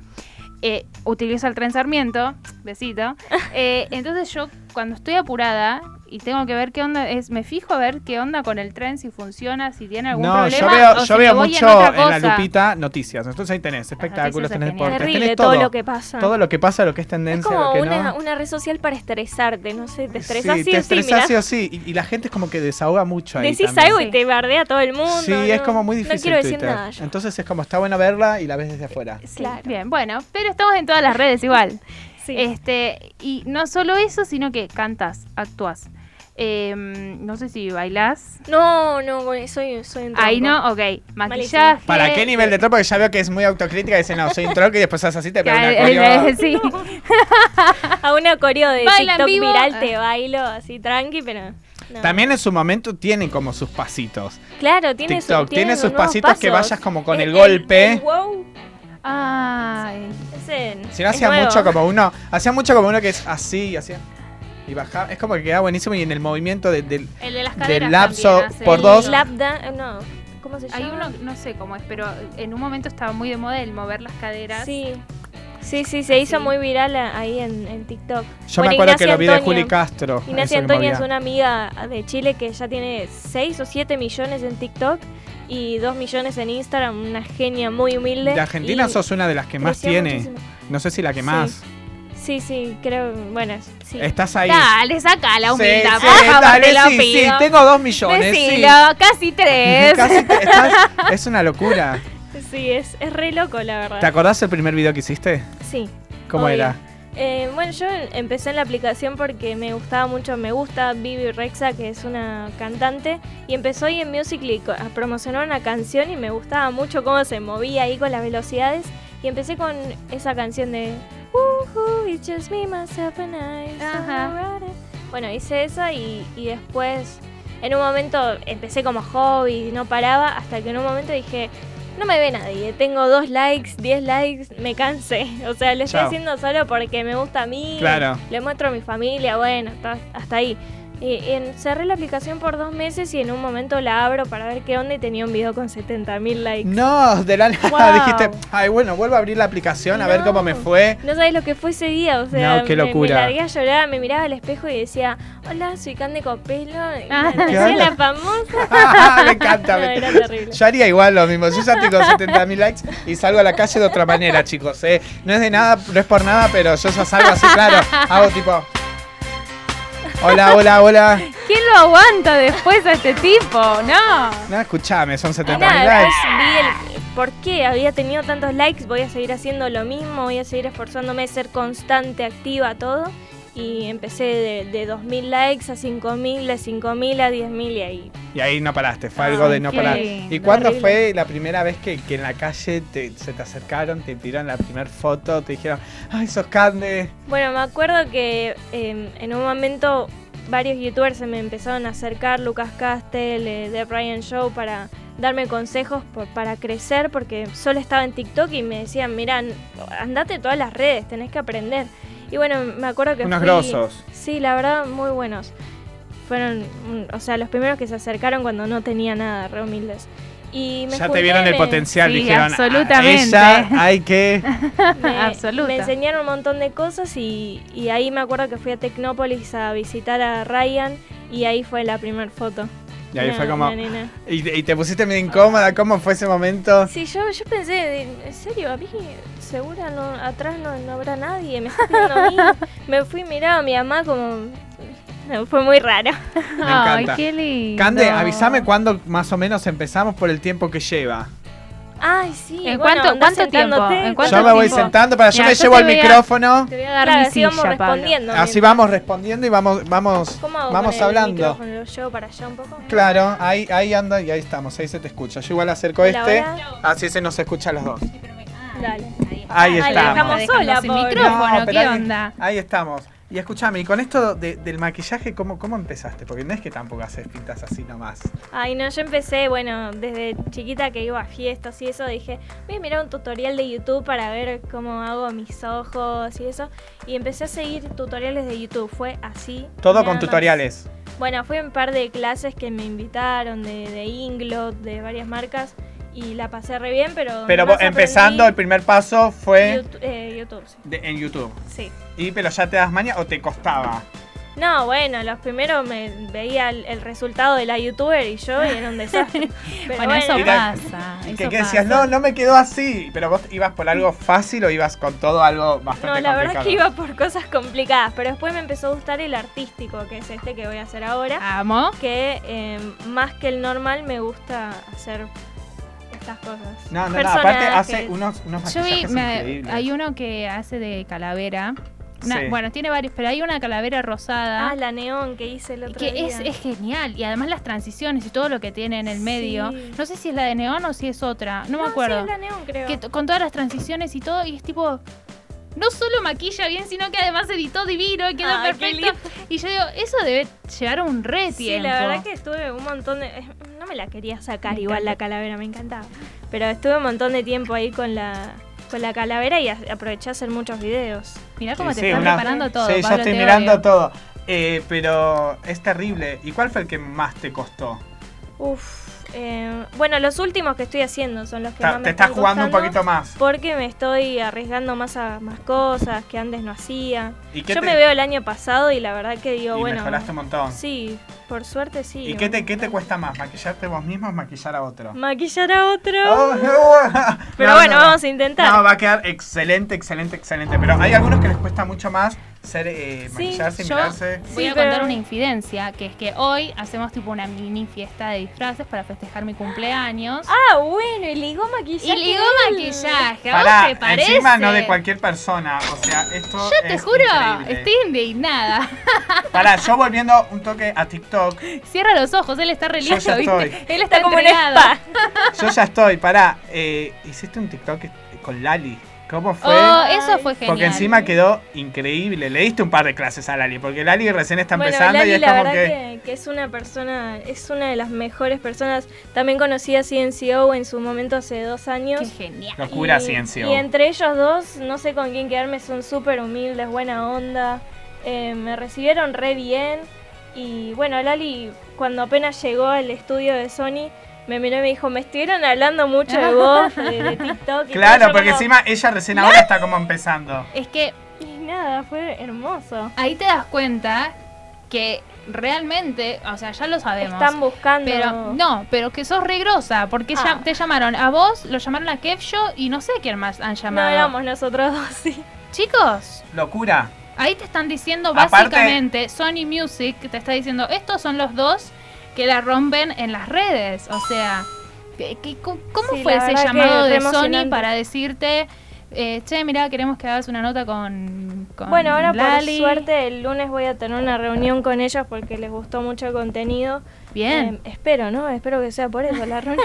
[SPEAKER 1] eh, utilizo el tren Sarmiento, besito. Eh, entonces yo cuando estoy apurada y tengo que ver qué onda, es, me fijo a ver qué onda con el tren, si funciona, si tiene algún
[SPEAKER 2] No, yo
[SPEAKER 1] problema.
[SPEAKER 2] veo,
[SPEAKER 1] o
[SPEAKER 2] yo
[SPEAKER 1] si
[SPEAKER 2] veo
[SPEAKER 1] me voy
[SPEAKER 2] mucho
[SPEAKER 1] otra
[SPEAKER 2] en, la
[SPEAKER 1] cosa.
[SPEAKER 2] lupita noticias. Entonces ahí tenés espectáculos,
[SPEAKER 1] noticias es
[SPEAKER 2] tenés
[SPEAKER 1] genial.
[SPEAKER 2] deportes,
[SPEAKER 3] terrible
[SPEAKER 2] tenés
[SPEAKER 3] todo,
[SPEAKER 2] todo.
[SPEAKER 3] lo que pasa.
[SPEAKER 2] Todo lo que pasa, lo que es
[SPEAKER 3] es
[SPEAKER 2] tendencia, lo
[SPEAKER 3] como
[SPEAKER 2] que
[SPEAKER 3] una,
[SPEAKER 2] no.
[SPEAKER 3] una red social para estresarte, no sé, te estresas
[SPEAKER 2] sí,
[SPEAKER 3] sí,
[SPEAKER 2] te
[SPEAKER 3] o sí,
[SPEAKER 2] estresás
[SPEAKER 3] mirá.
[SPEAKER 2] sí o sí. Y, y la gente es como que desahoga mucho ahí.
[SPEAKER 3] Decís
[SPEAKER 2] también.
[SPEAKER 3] algo
[SPEAKER 1] Sí.
[SPEAKER 3] y te bardea todo el mundo.
[SPEAKER 2] Sí, es
[SPEAKER 3] no-
[SPEAKER 2] como muy difícil.
[SPEAKER 3] No quiero decir
[SPEAKER 2] Twitter.
[SPEAKER 3] nada. yo.
[SPEAKER 2] Entonces es como está bueno verla y la ves desde afuera.
[SPEAKER 1] Sí,
[SPEAKER 3] Claro.
[SPEAKER 1] Bien, bueno, pero estamos en todas las redes igual.
[SPEAKER 3] Sí.
[SPEAKER 1] Este, y no solo eso, sino que cantas, actúas. Em, no sé si bailás.
[SPEAKER 3] No, no, güey, soy, soy un
[SPEAKER 1] Ahí
[SPEAKER 3] tronco.
[SPEAKER 1] no, ok. Maquillaje.
[SPEAKER 2] ¿Para qué nivel de tropa? Que ya veo que es muy autocrítica. Dice, no, soy un troll y después haces así te pega una
[SPEAKER 1] Ca-
[SPEAKER 2] coreo.
[SPEAKER 1] Sí.
[SPEAKER 3] A una coreo de
[SPEAKER 1] Baila en
[SPEAKER 3] TikTok
[SPEAKER 1] vivo.
[SPEAKER 3] viral te bailo así tranqui, pero. no.
[SPEAKER 2] También en su momento tienen como sus pasitos.
[SPEAKER 3] Claro, tiene, su-
[SPEAKER 2] TikTok tiene sus
[SPEAKER 3] nuevos
[SPEAKER 2] pasitos que
[SPEAKER 3] pasos.
[SPEAKER 2] vayas como con el golpe.
[SPEAKER 3] el wow,
[SPEAKER 1] Ay.
[SPEAKER 3] ese
[SPEAKER 2] Si no
[SPEAKER 3] es
[SPEAKER 2] hacía
[SPEAKER 3] nuevo.
[SPEAKER 2] mucho como uno, hacía mucho como uno que es así, y hacía y bajaba, es como que quedaba buenísimo y en el movimiento de- del
[SPEAKER 1] El de las
[SPEAKER 2] Del
[SPEAKER 1] caderas
[SPEAKER 2] lapso
[SPEAKER 1] también hace-
[SPEAKER 2] por
[SPEAKER 3] El
[SPEAKER 2] dos.
[SPEAKER 3] lap dan- no, ¿cómo se
[SPEAKER 1] Hay
[SPEAKER 3] llama?
[SPEAKER 1] uno, no sé cómo es, pero en un momento estaba muy de moda el mover las caderas.
[SPEAKER 3] Sí, Sí, sí,
[SPEAKER 1] Ah,
[SPEAKER 3] se hizo muy viral a- ahí en, en TikTok.
[SPEAKER 2] Yo
[SPEAKER 3] Bueno,
[SPEAKER 2] me acuerdo
[SPEAKER 3] Ignacio
[SPEAKER 2] que lo vi de
[SPEAKER 3] Antonio.
[SPEAKER 2] Juli Castro. eso que
[SPEAKER 3] Ignacia Antonia
[SPEAKER 2] movía.
[SPEAKER 3] es una amiga de Chile que ya tiene 6 o 7 millones en TikTok y 2 millones en Instagram, una genia muy humilde.
[SPEAKER 2] De Argentina
[SPEAKER 3] y
[SPEAKER 2] sos una de las que más
[SPEAKER 3] creció
[SPEAKER 2] tiene.
[SPEAKER 3] muchísimo.
[SPEAKER 2] No sé si la que
[SPEAKER 3] Sí.
[SPEAKER 2] más.
[SPEAKER 3] Sí, sí, creo, bueno, sí.
[SPEAKER 2] Estás ahí.
[SPEAKER 1] Dale, saca la
[SPEAKER 2] Sí,
[SPEAKER 1] humildad,
[SPEAKER 2] sí,
[SPEAKER 1] por favor,
[SPEAKER 2] dale,
[SPEAKER 1] te lo
[SPEAKER 2] sí, sí,
[SPEAKER 1] pido.
[SPEAKER 2] tengo dos millones. sí.
[SPEAKER 1] Decilo, casi tres.
[SPEAKER 2] Casi te- estás- es una locura.
[SPEAKER 3] Sí, es, es re loco, la verdad.
[SPEAKER 2] ¿Te acordás del primer video que hiciste?
[SPEAKER 3] Sí.
[SPEAKER 2] ¿Cómo
[SPEAKER 3] Obvio.
[SPEAKER 2] era?
[SPEAKER 3] Eh, bueno, yo empecé en la aplicación porque me gustaba mucho, me gusta Vivi Rexa, que es una cantante, y empezó ahí en Musical.ly co- a promocionar una canción y me gustaba mucho cómo se movía ahí con las velocidades, y empecé con esa canción de "Woohoo, it's just me, myself and I, so
[SPEAKER 1] Ajá.
[SPEAKER 3] I wrote it". Bueno, hice esa y, y después, en un momento, empecé como hobby, no paraba, hasta que en un momento dije... No me ve nadie, tengo dos likes, diez likes, me cansé. O sea, lo estoy
[SPEAKER 2] Chao.
[SPEAKER 3] haciendo solo porque me gusta a mí,
[SPEAKER 2] Claro.
[SPEAKER 3] le muestro a mi familia, bueno, ta- hasta ahí. Y, y en- cerré la aplicación por dos meses y en un momento la abro para ver qué onda y tenía un video con 70.000 likes.
[SPEAKER 2] No, de la nada
[SPEAKER 3] Wow.
[SPEAKER 2] dijiste, ay, bueno, vuelvo a abrir la aplicación a ver cómo me
[SPEAKER 3] No.
[SPEAKER 2] fue.
[SPEAKER 3] No sabés lo que fue ese día, o sea,
[SPEAKER 2] No, qué
[SPEAKER 3] me-
[SPEAKER 2] locura.
[SPEAKER 3] Me, largué a llorar, me miraba al espejo y decía, hola, soy Cande Copelo,
[SPEAKER 1] Ah.
[SPEAKER 3] soy
[SPEAKER 2] Claro.
[SPEAKER 3] la famosa.
[SPEAKER 2] Ah, me encanta.
[SPEAKER 3] No,
[SPEAKER 2] me-
[SPEAKER 3] era terrible.
[SPEAKER 2] Yo haría igual lo mismo. Yo ya tengo 70.000 likes y salgo a la calle de otra manera, chicos. eh. No es de nada, no es por nada, pero yo ya salgo así, claro. Hago tipo. Hola, hola, hola.
[SPEAKER 1] ¿Quién lo aguanta después a este tipo? No.
[SPEAKER 2] No, escuchame, son
[SPEAKER 3] Y
[SPEAKER 2] 70.000
[SPEAKER 3] Ah, nada,
[SPEAKER 2] likes.
[SPEAKER 3] después vi el por qué había tenido tantos likes, voy a seguir haciendo lo mismo, voy a seguir esforzándome, ser constante, activa, todo. Y empecé de, de 2.000 likes a 5.000, a 5.000, a 10.000 y ahí.
[SPEAKER 2] Y ahí no paraste, fue algo de no
[SPEAKER 1] qué
[SPEAKER 2] parar.
[SPEAKER 1] lindo,
[SPEAKER 2] ¿Y cuándo
[SPEAKER 3] horrible.
[SPEAKER 2] fue la primera vez que, que en la calle te- se te acercaron, te pidieron la primera foto, te dijeron, ay, sos Cande?
[SPEAKER 3] Bueno, me acuerdo que eh, en un momento varios youtubers se me empezaron a acercar, Lucas Castel, eh, The Brian Show, para darme consejos por- para crecer, porque solo estaba en TikTok y me decían, mirá, n- andate todas las redes, tenés que aprender. Y bueno, me acuerdo que...
[SPEAKER 2] Unos
[SPEAKER 3] fui-
[SPEAKER 2] grosos.
[SPEAKER 3] Sí, la verdad, muy buenos. Fueron, mm, o sea, los primeros que se acercaron cuando no tenía nada, re humildes. Y me
[SPEAKER 2] Ya
[SPEAKER 3] junté,
[SPEAKER 2] te vieron el
[SPEAKER 3] me-
[SPEAKER 2] potencial,
[SPEAKER 1] Sí,
[SPEAKER 2] dijeron. "Ah,
[SPEAKER 1] absolutamente".
[SPEAKER 2] Ella, hay que.
[SPEAKER 3] me,
[SPEAKER 1] Absoluta.
[SPEAKER 3] me enseñaron un montón de cosas y, y ahí me acuerdo que fui a Tecnópolis a visitar a Ryan y ahí fue la primera foto.
[SPEAKER 2] Y ahí
[SPEAKER 3] Una-
[SPEAKER 2] fue como.
[SPEAKER 3] una nena.
[SPEAKER 2] Y, y te pusiste medio incómoda, ¿cómo fue ese momento?
[SPEAKER 3] Sí, yo, yo pensé, de- en serio, a mí segura no, atrás no, no habrá nadie, me está pidiendo a mí. Me fui mirando a mi mamá como... no, fue muy raro.
[SPEAKER 2] Me encanta.
[SPEAKER 1] Ay, qué lindo.
[SPEAKER 2] Cande, avísame cuándo más o menos empezamos por el tiempo que lleva.
[SPEAKER 3] Ay, sí.
[SPEAKER 1] ¿En
[SPEAKER 3] bueno,
[SPEAKER 1] cuánto-
[SPEAKER 3] andá
[SPEAKER 1] cuánto tiempo?
[SPEAKER 3] sentándote.
[SPEAKER 1] ¿En cuánto
[SPEAKER 2] Yo me voy
[SPEAKER 1] tiempo?
[SPEAKER 2] sentando para yo
[SPEAKER 1] Mira,
[SPEAKER 2] me
[SPEAKER 1] yo
[SPEAKER 2] llevo
[SPEAKER 1] te
[SPEAKER 2] al
[SPEAKER 1] voy a-
[SPEAKER 2] micrófono.
[SPEAKER 1] Te voy a dar
[SPEAKER 3] Claro,
[SPEAKER 1] mi
[SPEAKER 3] así vamos
[SPEAKER 1] silla, Pablo.
[SPEAKER 3] respondiendo.
[SPEAKER 2] Así
[SPEAKER 3] mientras-
[SPEAKER 2] vamos respondiendo y vamos, vamos,
[SPEAKER 3] ¿Cómo hago
[SPEAKER 2] vamos
[SPEAKER 3] con el
[SPEAKER 2] hablando.
[SPEAKER 3] micrófono? ¿Lo llevo para allá un poco?
[SPEAKER 2] Claro, ahí, ahí anda y ahí estamos, ahí se te escucha. Yo igual acerco
[SPEAKER 3] Hola,
[SPEAKER 2] este,
[SPEAKER 3] hola.
[SPEAKER 2] así se nos escucha a los dos.
[SPEAKER 3] Dale.
[SPEAKER 2] Ahí
[SPEAKER 3] Ah, la
[SPEAKER 2] estamos.
[SPEAKER 3] dejamos sola,
[SPEAKER 1] sin
[SPEAKER 3] pobre.
[SPEAKER 1] micrófono,
[SPEAKER 2] No, pero
[SPEAKER 1] ¿qué
[SPEAKER 2] ahí-
[SPEAKER 1] onda?
[SPEAKER 2] Ahí estamos. Y escúchame, y con esto de- del maquillaje, ¿cómo, ¿cómo empezaste? Porque no es que tampoco haces pintas así nomás.
[SPEAKER 3] Ay, no, yo empecé, bueno, desde chiquita que iba a fiestas y eso, dije, voy a mirar un tutorial de YouTube para ver cómo hago mis ojos y eso. Y empecé a seguir tutoriales de YouTube, fue así.
[SPEAKER 2] Todo
[SPEAKER 3] nada
[SPEAKER 2] con
[SPEAKER 3] más.
[SPEAKER 2] tutoriales.
[SPEAKER 3] Bueno, fue un par de clases que me invitaron de, de Inglot, de varias marcas, y la pasé re bien, pero... donde
[SPEAKER 2] Pero
[SPEAKER 3] más
[SPEAKER 2] vos empezando, el
[SPEAKER 3] aprendí,
[SPEAKER 2] primer paso fue
[SPEAKER 3] YouTube, eh, YouTube, sí.
[SPEAKER 2] de- en YouTube.
[SPEAKER 3] sí.
[SPEAKER 2] ¿Y pero ya te das maña o te costaba?
[SPEAKER 3] No, bueno, los primeros me veía el, el resultado de la youtuber y yo y era un desastre. Pero
[SPEAKER 1] Bueno, eso
[SPEAKER 2] Y la-
[SPEAKER 1] pasa.
[SPEAKER 2] ¿Y
[SPEAKER 1] eso
[SPEAKER 2] que, que decías?
[SPEAKER 1] pasa.
[SPEAKER 2] No, no me quedó así. Pero vos ibas por algo fácil o ibas con todo algo
[SPEAKER 3] No,
[SPEAKER 2] bastante
[SPEAKER 3] la verdad es
[SPEAKER 2] complicado.
[SPEAKER 3] que iba por cosas complicadas, pero después me empezó a gustar el artístico, que es este que voy a hacer ahora,
[SPEAKER 1] Amo.
[SPEAKER 3] que eh, más que el normal me gusta hacer estas cosas.
[SPEAKER 2] No, no, no, aparte hace
[SPEAKER 3] Personajes.
[SPEAKER 2] unos, unos
[SPEAKER 1] Yo vi,
[SPEAKER 2] maquillajes
[SPEAKER 1] me-
[SPEAKER 2] increíbles.
[SPEAKER 1] hay uno que hace de calavera. Una-
[SPEAKER 2] Sí.
[SPEAKER 1] Bueno, tiene varios, pero hay una calavera rosada.
[SPEAKER 3] Ah, la neón que hice el otro
[SPEAKER 1] que
[SPEAKER 3] día.
[SPEAKER 1] es, es genial y además las transiciones y todo lo que tiene en el
[SPEAKER 3] Sí.
[SPEAKER 1] medio. No sé si es la de neón o si es otra, no, me acuerdo.
[SPEAKER 3] Ah, Sí, es la neón, creo.
[SPEAKER 1] que t- con todas las transiciones y todo y es tipo no solo maquilla bien, sino que además editó divino y quedó
[SPEAKER 3] Ah, qué
[SPEAKER 1] perfecto.
[SPEAKER 3] lindo.
[SPEAKER 1] Y yo digo, eso debe llegar a un re
[SPEAKER 3] Sí,
[SPEAKER 1] tiempo.
[SPEAKER 3] la verdad que estuve un montón de... es- No me la quería sacar
[SPEAKER 1] Me
[SPEAKER 3] igual la
[SPEAKER 1] encanta.
[SPEAKER 3] calavera, me encantaba. Pero estuve un montón de tiempo ahí con la, con la calavera y a- aproveché a hacer muchos videos.
[SPEAKER 1] Mirá cómo
[SPEAKER 2] Sí,
[SPEAKER 1] te
[SPEAKER 2] sí,
[SPEAKER 1] están
[SPEAKER 2] una-
[SPEAKER 1] preparando todo.
[SPEAKER 2] Sí, yo
[SPEAKER 1] Pablo,
[SPEAKER 2] estoy
[SPEAKER 1] te
[SPEAKER 2] mirando
[SPEAKER 1] odio.
[SPEAKER 2] todo. Eh, pero es terrible. ¿Y cuál fue el que más te costó?
[SPEAKER 3] Uf, Eh, bueno, los últimos que estoy haciendo son los que
[SPEAKER 2] Ta-
[SPEAKER 3] más me
[SPEAKER 2] te estás
[SPEAKER 3] están
[SPEAKER 2] jugando un
[SPEAKER 3] costando
[SPEAKER 2] poquito más.
[SPEAKER 3] Porque me estoy arriesgando más a más cosas que antes no hacía.
[SPEAKER 2] ¿Y qué
[SPEAKER 3] Yo
[SPEAKER 2] te-
[SPEAKER 3] me veo el año pasado y la verdad que digo,
[SPEAKER 2] y
[SPEAKER 3] bueno.
[SPEAKER 2] mejoraste un montón.
[SPEAKER 3] Sí, por suerte sí.
[SPEAKER 2] ¿Y qué te, qué te cuesta más? ¿Maquillarte vos mismo o maquillar a otro?
[SPEAKER 3] Maquillar a otro.
[SPEAKER 2] Oh, no.
[SPEAKER 3] Pero
[SPEAKER 2] No,
[SPEAKER 3] bueno,
[SPEAKER 2] no, no.
[SPEAKER 3] vamos a intentar.
[SPEAKER 2] No, va a quedar excelente, excelente, excelente. Pero hay algunos que les cuesta mucho más ser eh,
[SPEAKER 3] Sí,
[SPEAKER 2] maquillarse, y
[SPEAKER 3] yo-
[SPEAKER 2] mirarse.
[SPEAKER 1] Voy
[SPEAKER 3] Sí,
[SPEAKER 1] a
[SPEAKER 3] pero-
[SPEAKER 1] contar una infidencia, que es que hoy hacemos tipo una mini fiesta de disfraces para festejar mi cumpleaños.
[SPEAKER 3] Ah, bueno, y ligó maquillaje.
[SPEAKER 1] y le digo
[SPEAKER 3] de él.
[SPEAKER 1] maquillaje, ¿a vos
[SPEAKER 2] Pará,
[SPEAKER 1] te parece?
[SPEAKER 2] encima no de cualquier persona. O sea, esto.
[SPEAKER 1] Yo te
[SPEAKER 2] es
[SPEAKER 1] juro,
[SPEAKER 2] increíble.
[SPEAKER 1] estoy indignada.
[SPEAKER 2] Pará, yo volviendo un toque a TikTok.
[SPEAKER 1] Cierra los ojos, él está re
[SPEAKER 2] Yo
[SPEAKER 1] liso,
[SPEAKER 2] ya
[SPEAKER 1] ¿viste?
[SPEAKER 2] estoy.
[SPEAKER 1] Él está,
[SPEAKER 3] Está como un
[SPEAKER 1] entregado.
[SPEAKER 3] spa.
[SPEAKER 2] Yo ya estoy, pará. eh, Hiciste un TikTok con Lali. ¿Cómo fue?
[SPEAKER 1] Oh, eso fue genial.
[SPEAKER 2] Porque encima quedó increíble. Le diste un par de clases a Lali, porque Lali recién está
[SPEAKER 3] Bueno,
[SPEAKER 2] empezando
[SPEAKER 3] Lali,
[SPEAKER 2] y es
[SPEAKER 3] la
[SPEAKER 2] como
[SPEAKER 3] verdad
[SPEAKER 2] que.
[SPEAKER 3] que... que es una persona, es una de las mejores personas. También conocí a CNCO en su momento hace dos
[SPEAKER 1] Qué
[SPEAKER 3] años.
[SPEAKER 1] genial.
[SPEAKER 2] Locura
[SPEAKER 3] Y-
[SPEAKER 2] ciencia.
[SPEAKER 3] Y entre ellos dos, no sé con quién quedarme, son súper humildes, buena onda. eh, me recibieron re bien. Y bueno, Lali, cuando apenas llegó al estudio de Sony, me miró y me dijo, me estuvieron hablando mucho de vos, de, de TikTok. y
[SPEAKER 2] Claro,
[SPEAKER 3] todo". Yo
[SPEAKER 2] porque
[SPEAKER 3] como-
[SPEAKER 2] encima ella recién ahora está como empezando.
[SPEAKER 1] Es que
[SPEAKER 3] Y nada, fue hermoso.
[SPEAKER 1] ahí te das cuenta que realmente, o sea, ya lo sabemos.
[SPEAKER 3] Están buscando...
[SPEAKER 1] Pero no, pero que sos regrosa, porque
[SPEAKER 3] Ah.
[SPEAKER 1] ya- te llamaron a vos, lo llamaron a Kevshow y no sé quién más han
[SPEAKER 3] no
[SPEAKER 1] llamado.
[SPEAKER 3] éramos nosotros dos, sí.
[SPEAKER 1] Chicos,
[SPEAKER 2] Locura.
[SPEAKER 1] ahí te están diciendo
[SPEAKER 2] Aparte-
[SPEAKER 1] básicamente Sony Music te está diciendo, estos son los dos que la rompen en las redes, o sea, ¿qué- qué- cómo cómo
[SPEAKER 3] Sí,
[SPEAKER 1] fue
[SPEAKER 3] la
[SPEAKER 1] ese
[SPEAKER 3] verdad que
[SPEAKER 1] llamado
[SPEAKER 3] re
[SPEAKER 1] de Sony
[SPEAKER 3] emocionante.
[SPEAKER 1] para decirte eh, che, mira, queremos que hagas una nota con, con
[SPEAKER 3] Bueno, ahora
[SPEAKER 1] Lali"?
[SPEAKER 3] por suerte el lunes voy a tener una reunión con ellos porque les gustó mucho el contenido.
[SPEAKER 1] Bien.
[SPEAKER 3] Eh, espero, ¿no? Espero que sea por eso la reunión.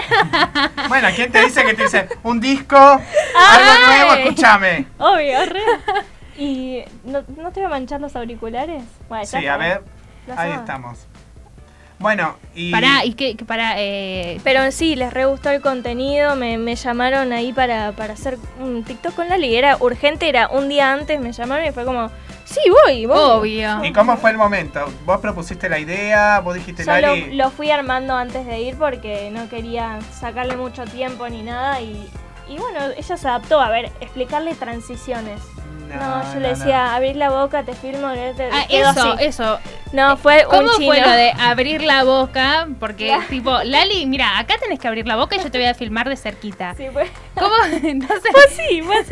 [SPEAKER 2] Bueno, ¿quién te dice que te dice un disco,
[SPEAKER 3] Ah,
[SPEAKER 2] algo nuevo, escúchame?
[SPEAKER 3] Obvio, re. Y ¿no, no te voy a manchar los auriculares. Bueno, ya
[SPEAKER 2] Sí,
[SPEAKER 3] está.
[SPEAKER 2] a ver,
[SPEAKER 3] Los
[SPEAKER 2] ahí
[SPEAKER 3] amo.
[SPEAKER 2] estamos. Bueno, y...
[SPEAKER 1] Pará, y que, que para eh,
[SPEAKER 3] eh, Pero sí, les re gustó el contenido, me, me llamaron ahí para, para hacer un TikTok con Lali. Era urgente, era un día antes, me llamaron y fue como, sí, voy, voy.
[SPEAKER 1] obvio.
[SPEAKER 2] ¿Y cómo fue el momento? ¿Vos propusiste la idea? ¿Vos dijiste,
[SPEAKER 3] Yo lo,
[SPEAKER 2] Este Lali?
[SPEAKER 3] lo fui armando antes de ir porque no quería sacarle mucho tiempo ni nada y, y bueno, ella se adaptó a ver, explicarle transiciones. No, yo le
[SPEAKER 2] no,
[SPEAKER 3] decía, abrir la boca, te filmo, te, te
[SPEAKER 1] Ah,
[SPEAKER 3] quedo
[SPEAKER 1] eso,
[SPEAKER 3] así".
[SPEAKER 1] eso.
[SPEAKER 3] No, eh, fue un
[SPEAKER 1] ¿Cómo
[SPEAKER 3] chino.
[SPEAKER 1] fue lo de abrir la boca? Porque, tipo, Lali, mira, acá tenés que abrir la boca y yo te voy a filmar de cerquita.
[SPEAKER 3] Sí, fue,
[SPEAKER 1] ¿Cómo? Entonces,
[SPEAKER 3] fue así, fue así.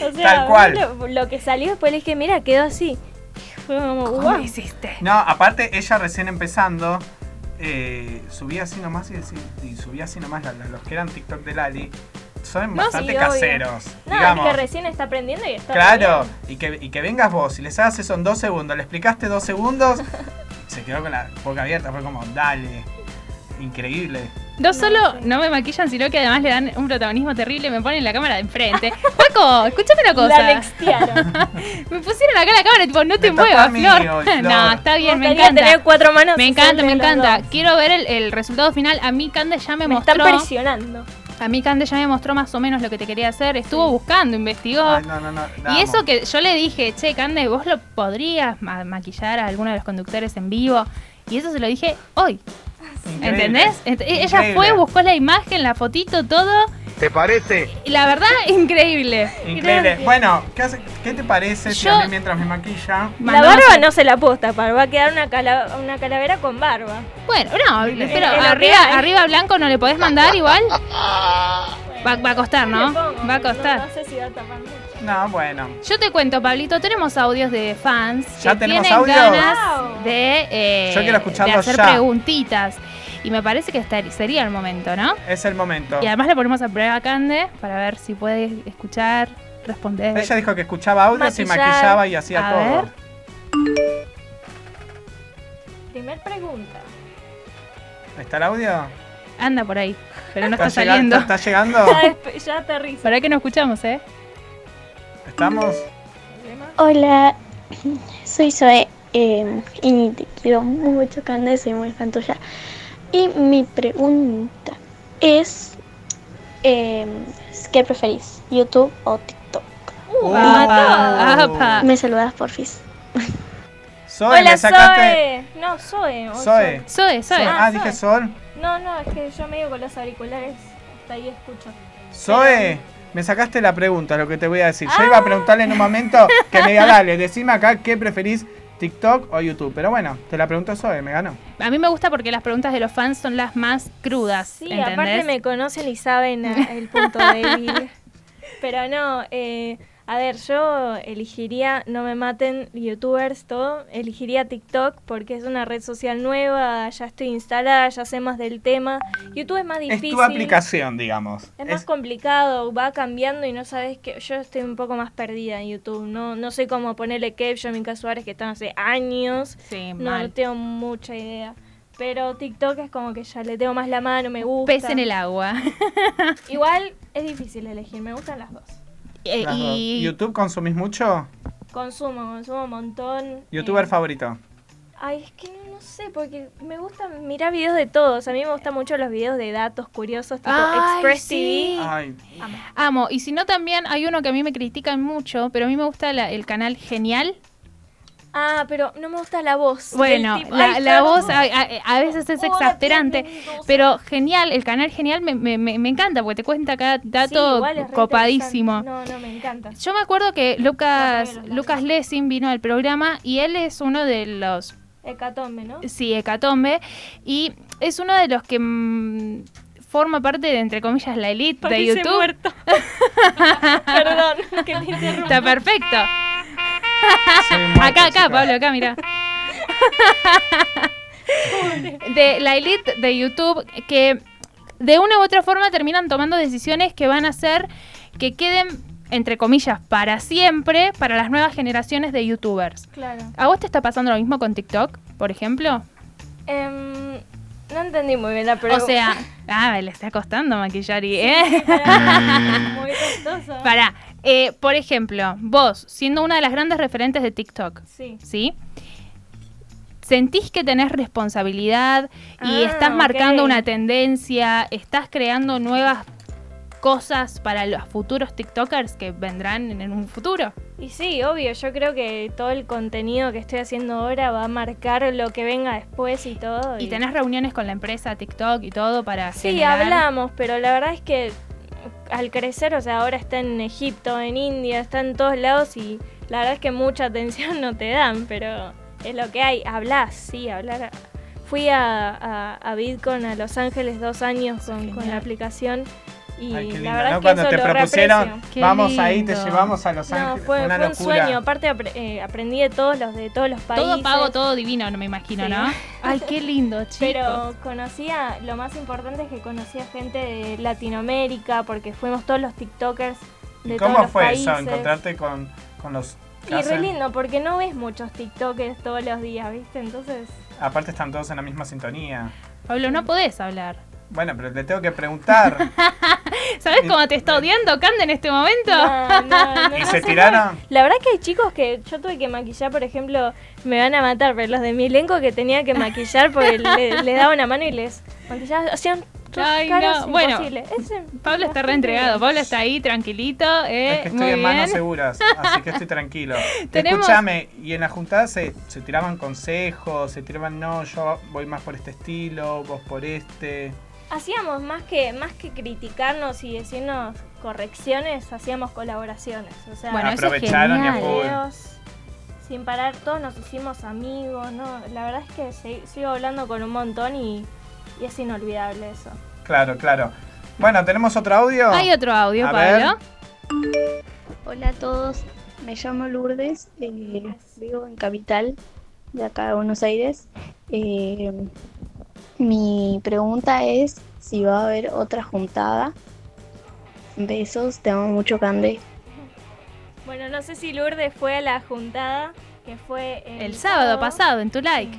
[SPEAKER 3] Pues O sea,
[SPEAKER 2] Tal cual.
[SPEAKER 3] Lo, lo que salió después le dije, mira, quedó así. Fue como,
[SPEAKER 1] ¿cómo
[SPEAKER 3] "Guau".
[SPEAKER 1] hiciste?
[SPEAKER 2] No, aparte, ella recién empezando, eh, subía así nomás y, decía- y subía así nomás la- la- los que eran TikTok de Lali. Son
[SPEAKER 3] No,
[SPEAKER 2] bastante
[SPEAKER 3] sí, obvio.
[SPEAKER 2] caseros,
[SPEAKER 3] No,
[SPEAKER 2] digamos.
[SPEAKER 3] es que recién está aprendiendo y está
[SPEAKER 2] Claro,
[SPEAKER 3] bien.
[SPEAKER 2] y que, y que vengas vos y les hagas eso en dos segundos, le explicaste dos segundos, se quedó con la boca abierta, fue como, dale, increíble.
[SPEAKER 1] No solo
[SPEAKER 3] sí.
[SPEAKER 1] no me maquillan, sino que además le dan un protagonismo terrible, me ponen la cámara de enfrente. Paco, escúchame una cosa.
[SPEAKER 3] La nextiaron.
[SPEAKER 1] Me pusieron acá la cámara, tipo, no te
[SPEAKER 2] Me
[SPEAKER 1] muevas,
[SPEAKER 2] tapás mi
[SPEAKER 1] Flor.
[SPEAKER 2] oído, Flor.
[SPEAKER 1] No, está bien, me
[SPEAKER 3] Gustaría
[SPEAKER 1] encanta.
[SPEAKER 3] tener cuatro manos.
[SPEAKER 1] Me
[SPEAKER 3] y
[SPEAKER 1] encanta,
[SPEAKER 3] hacerle
[SPEAKER 1] me
[SPEAKER 3] los
[SPEAKER 1] encanta.
[SPEAKER 3] dos.
[SPEAKER 1] Quiero ver el, el resultado final. A mí Cande ya me,
[SPEAKER 3] Me
[SPEAKER 1] mostró.
[SPEAKER 3] están presionando.
[SPEAKER 1] A mí Cande ya me mostró más o menos lo que te quería hacer. Estuvo buscando, investigó.
[SPEAKER 2] Ay, no, no, no, la
[SPEAKER 1] Y
[SPEAKER 2] amo.
[SPEAKER 1] eso que yo le dije, che, Cande, vos lo podrías ma- maquillar a alguno de los conductores en vivo. Y eso se lo dije hoy,
[SPEAKER 2] Increíble.
[SPEAKER 1] ¿entendés? Ent- e- Ella
[SPEAKER 2] Increíble.
[SPEAKER 1] fue, buscó la imagen, la fotito, todo.
[SPEAKER 4] ¿Te parece?
[SPEAKER 1] Y la verdad, increíble.
[SPEAKER 2] Increíble.
[SPEAKER 3] Gracias.
[SPEAKER 2] Bueno, ¿qué, hace- qué te parece si
[SPEAKER 1] Yo-
[SPEAKER 2] a mí mientras me maquilla?
[SPEAKER 3] La
[SPEAKER 1] Mandamos
[SPEAKER 3] barba
[SPEAKER 1] un-
[SPEAKER 3] no se la puedo tapar, va a quedar una, cala- una calavera con barba.
[SPEAKER 1] Bueno, no, pero
[SPEAKER 3] en lo
[SPEAKER 1] arriba,
[SPEAKER 3] que hay.
[SPEAKER 1] arriba blanco no le podés mandar igual. Va, va a costar,
[SPEAKER 3] Le
[SPEAKER 1] ¿no?
[SPEAKER 3] pongo,
[SPEAKER 1] Va a
[SPEAKER 3] no-
[SPEAKER 1] costar.
[SPEAKER 3] No, sé si va a tapar mucho.
[SPEAKER 2] No, bueno.
[SPEAKER 1] Yo te cuento, Pablito, tenemos audios de fans
[SPEAKER 2] ¿Ya
[SPEAKER 1] que
[SPEAKER 2] tenemos
[SPEAKER 1] tienen
[SPEAKER 2] audios?
[SPEAKER 1] ganas
[SPEAKER 3] Wow.
[SPEAKER 1] de, eh,
[SPEAKER 2] Yo quiero
[SPEAKER 1] de
[SPEAKER 2] escucharlos
[SPEAKER 1] hacer
[SPEAKER 2] ya.
[SPEAKER 1] preguntitas. Y me parece que estar- sería el momento, ¿no?
[SPEAKER 2] Es el momento.
[SPEAKER 1] Y además le ponemos a prueba a Cande para ver si puede escuchar, responder.
[SPEAKER 2] Ella dijo que escuchaba audios y
[SPEAKER 3] Maquillar.
[SPEAKER 2] maquillaba y hacía
[SPEAKER 1] A
[SPEAKER 2] todo.
[SPEAKER 1] ver.
[SPEAKER 3] Primer pregunta.
[SPEAKER 2] ¿Está el audio?
[SPEAKER 1] Anda por ahí, pero no está,
[SPEAKER 2] llega-
[SPEAKER 1] saliendo.
[SPEAKER 2] ¿Está llegando?
[SPEAKER 3] Ya, despe- ya aterriza.
[SPEAKER 1] ¿Para qué no escuchamos, eh?
[SPEAKER 2] ¿Estamos?
[SPEAKER 5] Hola, soy Zoe eh, y te quiero mucho, Candace, soy muy fan tuya. Y mi pregunta es, eh, ¿qué preferís, YouTube o TikTok?
[SPEAKER 2] Uh,
[SPEAKER 1] Apa, apa.
[SPEAKER 5] Me saludas, porfis.
[SPEAKER 2] Sol,
[SPEAKER 3] Hola,
[SPEAKER 2] me sacaste.
[SPEAKER 3] Zoe. No, Zoe. o
[SPEAKER 2] Zoe.
[SPEAKER 1] Soy, soy.
[SPEAKER 2] Ah, dije Sol.
[SPEAKER 3] No, No, no, es que yo medio con los auriculares hasta ahí escucho.
[SPEAKER 2] Zoe, me sacaste la pregunta, lo que te voy a decir. Yo iba a preguntarle en un momento que me diga, dale, decime acá qué preferís, TikTok o YouTube. Pero bueno, te la pregunto Zoe, me ganó.
[SPEAKER 1] A mí me gusta porque las preguntas de los fans son las más crudas.
[SPEAKER 3] Sí,
[SPEAKER 1] ¿entendés?
[SPEAKER 3] aparte me conocen y saben a- el punto débil. Pero no, eh, a ver, yo elegiría, no me maten youtubers, todo, elegiría TikTok porque es una red social nueva, ya estoy instalada, ya sé más del tema. YouTube es más difícil.
[SPEAKER 2] Es tu aplicación, digamos.
[SPEAKER 3] Es más
[SPEAKER 2] Es-
[SPEAKER 3] complicado, va cambiando y no sabes que yo estoy un poco más perdida en YouTube, no no soy como ponerle Kevin Minka Suárez que están hace años,
[SPEAKER 1] Sí,
[SPEAKER 3] no,
[SPEAKER 1] mal.
[SPEAKER 3] tengo mucha idea. Pero TikTok es como que ya le tengo más la mano, me gusta.
[SPEAKER 1] Pez en el agua.
[SPEAKER 3] Igual es difícil elegir, me gustan las dos.
[SPEAKER 1] Eh,
[SPEAKER 2] las dos.
[SPEAKER 1] y
[SPEAKER 2] ¿YouTube consumís mucho?
[SPEAKER 3] Consumo, consumo un montón.
[SPEAKER 2] ¿Youtuber
[SPEAKER 3] eh,
[SPEAKER 2] favorito?
[SPEAKER 3] Ay, es que no, no sé, porque me gusta mirar videos de todos. A mí me gustan mucho los videos de datos curiosos, tipo
[SPEAKER 1] Ay,
[SPEAKER 3] Express
[SPEAKER 1] sí.
[SPEAKER 2] Ay,
[SPEAKER 1] amo. Y si no, también hay uno que a mí me critican mucho, pero a mí me gusta la- el canal Genial.
[SPEAKER 3] TV. Ah, pero no me gusta la voz. del
[SPEAKER 1] Bueno,
[SPEAKER 3] tipo-
[SPEAKER 1] la,
[SPEAKER 3] Ay,
[SPEAKER 1] la
[SPEAKER 3] perdón.
[SPEAKER 1] voz ah, a, a- a veces es
[SPEAKER 3] Hola,
[SPEAKER 1] exasperante,
[SPEAKER 3] bienvenidos.
[SPEAKER 1] pero genial, el canal genial me, me- me- me encanta porque te cuenta cada
[SPEAKER 3] Sí,
[SPEAKER 1] dato
[SPEAKER 3] igual es re
[SPEAKER 1] copadísimo.
[SPEAKER 3] interesante. No, no, me encanta.
[SPEAKER 1] Yo me acuerdo que
[SPEAKER 3] No,
[SPEAKER 1] Lucas,
[SPEAKER 3] no, no, no.
[SPEAKER 1] Lucas Lessing vino al programa y él es uno de los
[SPEAKER 3] Hecatombe, ¿no?
[SPEAKER 1] Sí, Hecatombe. Y es uno de los que mm, forma parte de, entre comillas, la elite de
[SPEAKER 3] Parece
[SPEAKER 1] YouTube.
[SPEAKER 3] muerto. Perdón, que te interrumpa.
[SPEAKER 1] Está perfecto.
[SPEAKER 2] soy un muerto,
[SPEAKER 1] Acá, acá,
[SPEAKER 2] chica.
[SPEAKER 1] Pablo, acá, mira. De la elite de YouTube que de una u otra forma terminan tomando decisiones que van a hacer que queden, entre comillas, para siempre para las nuevas generaciones de YouTubers.
[SPEAKER 3] Claro.
[SPEAKER 1] ¿A vos te está pasando lo mismo con TikTok, por ejemplo?
[SPEAKER 3] Em, no entendí muy bien la pregunta.
[SPEAKER 1] o sea, ah, le está costando maquillar y... ¿eh?
[SPEAKER 3] muy costoso.
[SPEAKER 1] Pará. Eh, por ejemplo, vos, siendo una de las grandes referentes de TikTok,
[SPEAKER 3] Sí.
[SPEAKER 1] ¿sí? ¿Sentís que tenés responsabilidad y
[SPEAKER 3] Ah,
[SPEAKER 1] estás marcando
[SPEAKER 3] ok.
[SPEAKER 1] una tendencia? ¿Estás creando nuevas cosas para los futuros TikTokers que vendrán en un futuro?
[SPEAKER 3] Y sí, obvio, yo creo que todo el contenido que estoy haciendo ahora va a marcar lo que venga después y todo.
[SPEAKER 1] Y tenés reuniones con la empresa TikTok y todo para
[SPEAKER 3] Sí,
[SPEAKER 1] generar-
[SPEAKER 3] hablamos, pero la verdad es que al crecer, o sea, ahora está en Egipto, en India, está en todos lados y la verdad es que mucha atención no te dan, pero es lo que hay. Hablas, sí, hablar. Fui a, a, a VidCon a Los Ángeles dos años con, con la
[SPEAKER 1] Genial.
[SPEAKER 3] aplicación y
[SPEAKER 2] Ay, qué
[SPEAKER 3] la
[SPEAKER 2] lindo,
[SPEAKER 3] verdad
[SPEAKER 2] ¿no?
[SPEAKER 3] es que
[SPEAKER 2] Cuando
[SPEAKER 3] eso
[SPEAKER 2] te
[SPEAKER 3] lo
[SPEAKER 2] propusieron,
[SPEAKER 3] reaprecio.
[SPEAKER 1] Qué
[SPEAKER 2] vamos ahí, te
[SPEAKER 1] lindo.
[SPEAKER 2] llevamos a Los
[SPEAKER 3] No,
[SPEAKER 2] Ángeles.
[SPEAKER 3] fue,
[SPEAKER 2] una
[SPEAKER 3] fue un
[SPEAKER 2] locura.
[SPEAKER 3] sueño, aparte apre- eh, aprendí de todos los de todos los países.
[SPEAKER 1] Todo pago, todo divino, no me imagino,
[SPEAKER 3] Sí.
[SPEAKER 1] ¿no? Ay, qué lindo, chicos.
[SPEAKER 3] Pero conocía, lo más importante es que conocía gente de Latinoamérica, porque fuimos todos los TikTokers
[SPEAKER 2] ¿Y
[SPEAKER 3] de todos
[SPEAKER 2] ¿Cómo
[SPEAKER 3] los
[SPEAKER 2] fue
[SPEAKER 3] países.
[SPEAKER 2] eso? Encontrarte con, con los. que
[SPEAKER 3] Y re
[SPEAKER 2] hacen-
[SPEAKER 3] lindo, porque no ves muchos TikTokers todos los días, ¿viste? Entonces,
[SPEAKER 2] Aparte están todos en la misma sintonía.
[SPEAKER 1] Pablo, no podés hablar.
[SPEAKER 2] Bueno, pero te tengo que preguntar.
[SPEAKER 1] ¿Sabes
[SPEAKER 2] Eh,
[SPEAKER 1] cómo te está odiando Cande en este momento?
[SPEAKER 3] no, no, no,
[SPEAKER 2] ¿Y
[SPEAKER 3] no
[SPEAKER 2] se
[SPEAKER 3] sé.
[SPEAKER 2] tiraron?
[SPEAKER 3] La verdad que hay chicos que yo tuve que maquillar, por ejemplo, me van a matar, pero los de mi elenco que tenía que maquillar porque le, le daba una mano y les maquillaba, hacían
[SPEAKER 1] Ay,
[SPEAKER 3] caras
[SPEAKER 1] no, bueno.
[SPEAKER 3] imposibles. Ese-
[SPEAKER 1] Pablo está reentregado, Pablo está ahí tranquilito,
[SPEAKER 2] Es
[SPEAKER 1] eh,
[SPEAKER 2] que
[SPEAKER 1] muy
[SPEAKER 2] estoy en manos
[SPEAKER 1] bien.
[SPEAKER 2] seguras, así que estoy tranquilo.
[SPEAKER 1] Tenemos-
[SPEAKER 2] Escúchame, y en la juntada se, se tiraban consejos, se tiraban, no, yo voy más por este estilo, vos por este.
[SPEAKER 3] Hacíamos más que más que criticarnos y decirnos correcciones, hacíamos colaboraciones. O sea,
[SPEAKER 1] Bueno, eso es
[SPEAKER 2] Aprovecharon y a
[SPEAKER 1] genial. ¿eh?
[SPEAKER 2] full.
[SPEAKER 3] videos sin parar, todos nos hicimos amigos, ¿no? La verdad es que se- sigo hablando con un montón y, y es inolvidable eso.
[SPEAKER 2] Claro, claro. Bueno, ¿tenemos otro audio?
[SPEAKER 1] Hay otro audio,
[SPEAKER 2] A ver.
[SPEAKER 1] Pablo.
[SPEAKER 5] Hola a todos, me llamo Lourdes, eh, vivo en Capital, de acá de Buenos Aires. Eh, mi pregunta es si va a haber otra juntada. Besos, te amo mucho, Cande.
[SPEAKER 3] Bueno, no sé si Lourdes fue a la juntada que fue el,
[SPEAKER 1] El sábado pasado en tu like.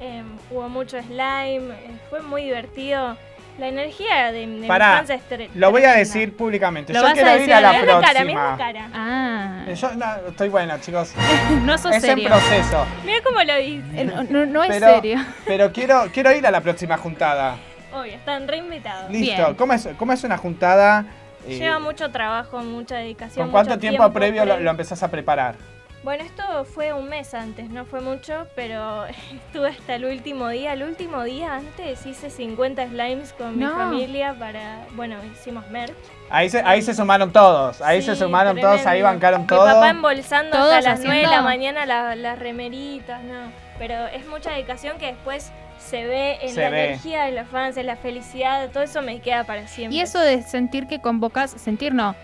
[SPEAKER 3] Eh, hubo mucho slime, eh, fue muy divertido. La energía de, de mi
[SPEAKER 2] Pará,
[SPEAKER 3] infancia es tre-
[SPEAKER 2] Lo voy a
[SPEAKER 3] tremenda.
[SPEAKER 2] decir públicamente.
[SPEAKER 1] Lo
[SPEAKER 2] Yo
[SPEAKER 1] vas a
[SPEAKER 2] quiero
[SPEAKER 1] decir
[SPEAKER 2] ir a
[SPEAKER 1] a la-
[SPEAKER 2] la
[SPEAKER 1] Es
[SPEAKER 3] Misma cara, misma
[SPEAKER 2] próxima.
[SPEAKER 3] cara.
[SPEAKER 1] Ah,
[SPEAKER 2] Yo no, estoy bueno, chicos.
[SPEAKER 1] no sos
[SPEAKER 2] Es en
[SPEAKER 1] serio.
[SPEAKER 2] proceso.
[SPEAKER 3] Mira cómo lo dice.
[SPEAKER 1] Eh, No, no- no es
[SPEAKER 2] Pero-
[SPEAKER 1] serio.
[SPEAKER 2] Pero quiero, quiero ir a la próxima juntada.
[SPEAKER 3] Obvio, están reinvitados.
[SPEAKER 2] Listo.
[SPEAKER 1] Bien.
[SPEAKER 2] ¿Cómo es, ¿Cómo es una juntada? Eh,
[SPEAKER 3] Lleva mucho trabajo, mucha dedicación.
[SPEAKER 2] ¿Con cuánto
[SPEAKER 3] mucho
[SPEAKER 2] tiempo, previo lo,
[SPEAKER 3] pre-
[SPEAKER 2] lo empezás a preparar?
[SPEAKER 3] Bueno, esto fue un mes antes, no fue mucho, pero estuve hasta el último día. El último día antes hice 50 slimes con
[SPEAKER 1] No.
[SPEAKER 3] mi familia para, bueno, hicimos merch.
[SPEAKER 2] Ahí se, ahí se sumaron todos, ahí se
[SPEAKER 3] Sí,
[SPEAKER 2] sumaron todos, ahí
[SPEAKER 3] tremendo.
[SPEAKER 2] bancaron
[SPEAKER 3] Mi
[SPEAKER 2] todos.
[SPEAKER 3] papá embolsando hasta
[SPEAKER 1] Todos
[SPEAKER 3] las 9 de la
[SPEAKER 1] haciendo-
[SPEAKER 3] mañana la- las remeritas, no. Pero es mucha dedicación que después se ve en
[SPEAKER 2] Se
[SPEAKER 3] la
[SPEAKER 2] ve.
[SPEAKER 3] energía de los fans, en la felicidad, todo eso me queda para siempre.
[SPEAKER 1] Y eso de sentir que convocas, sentir no,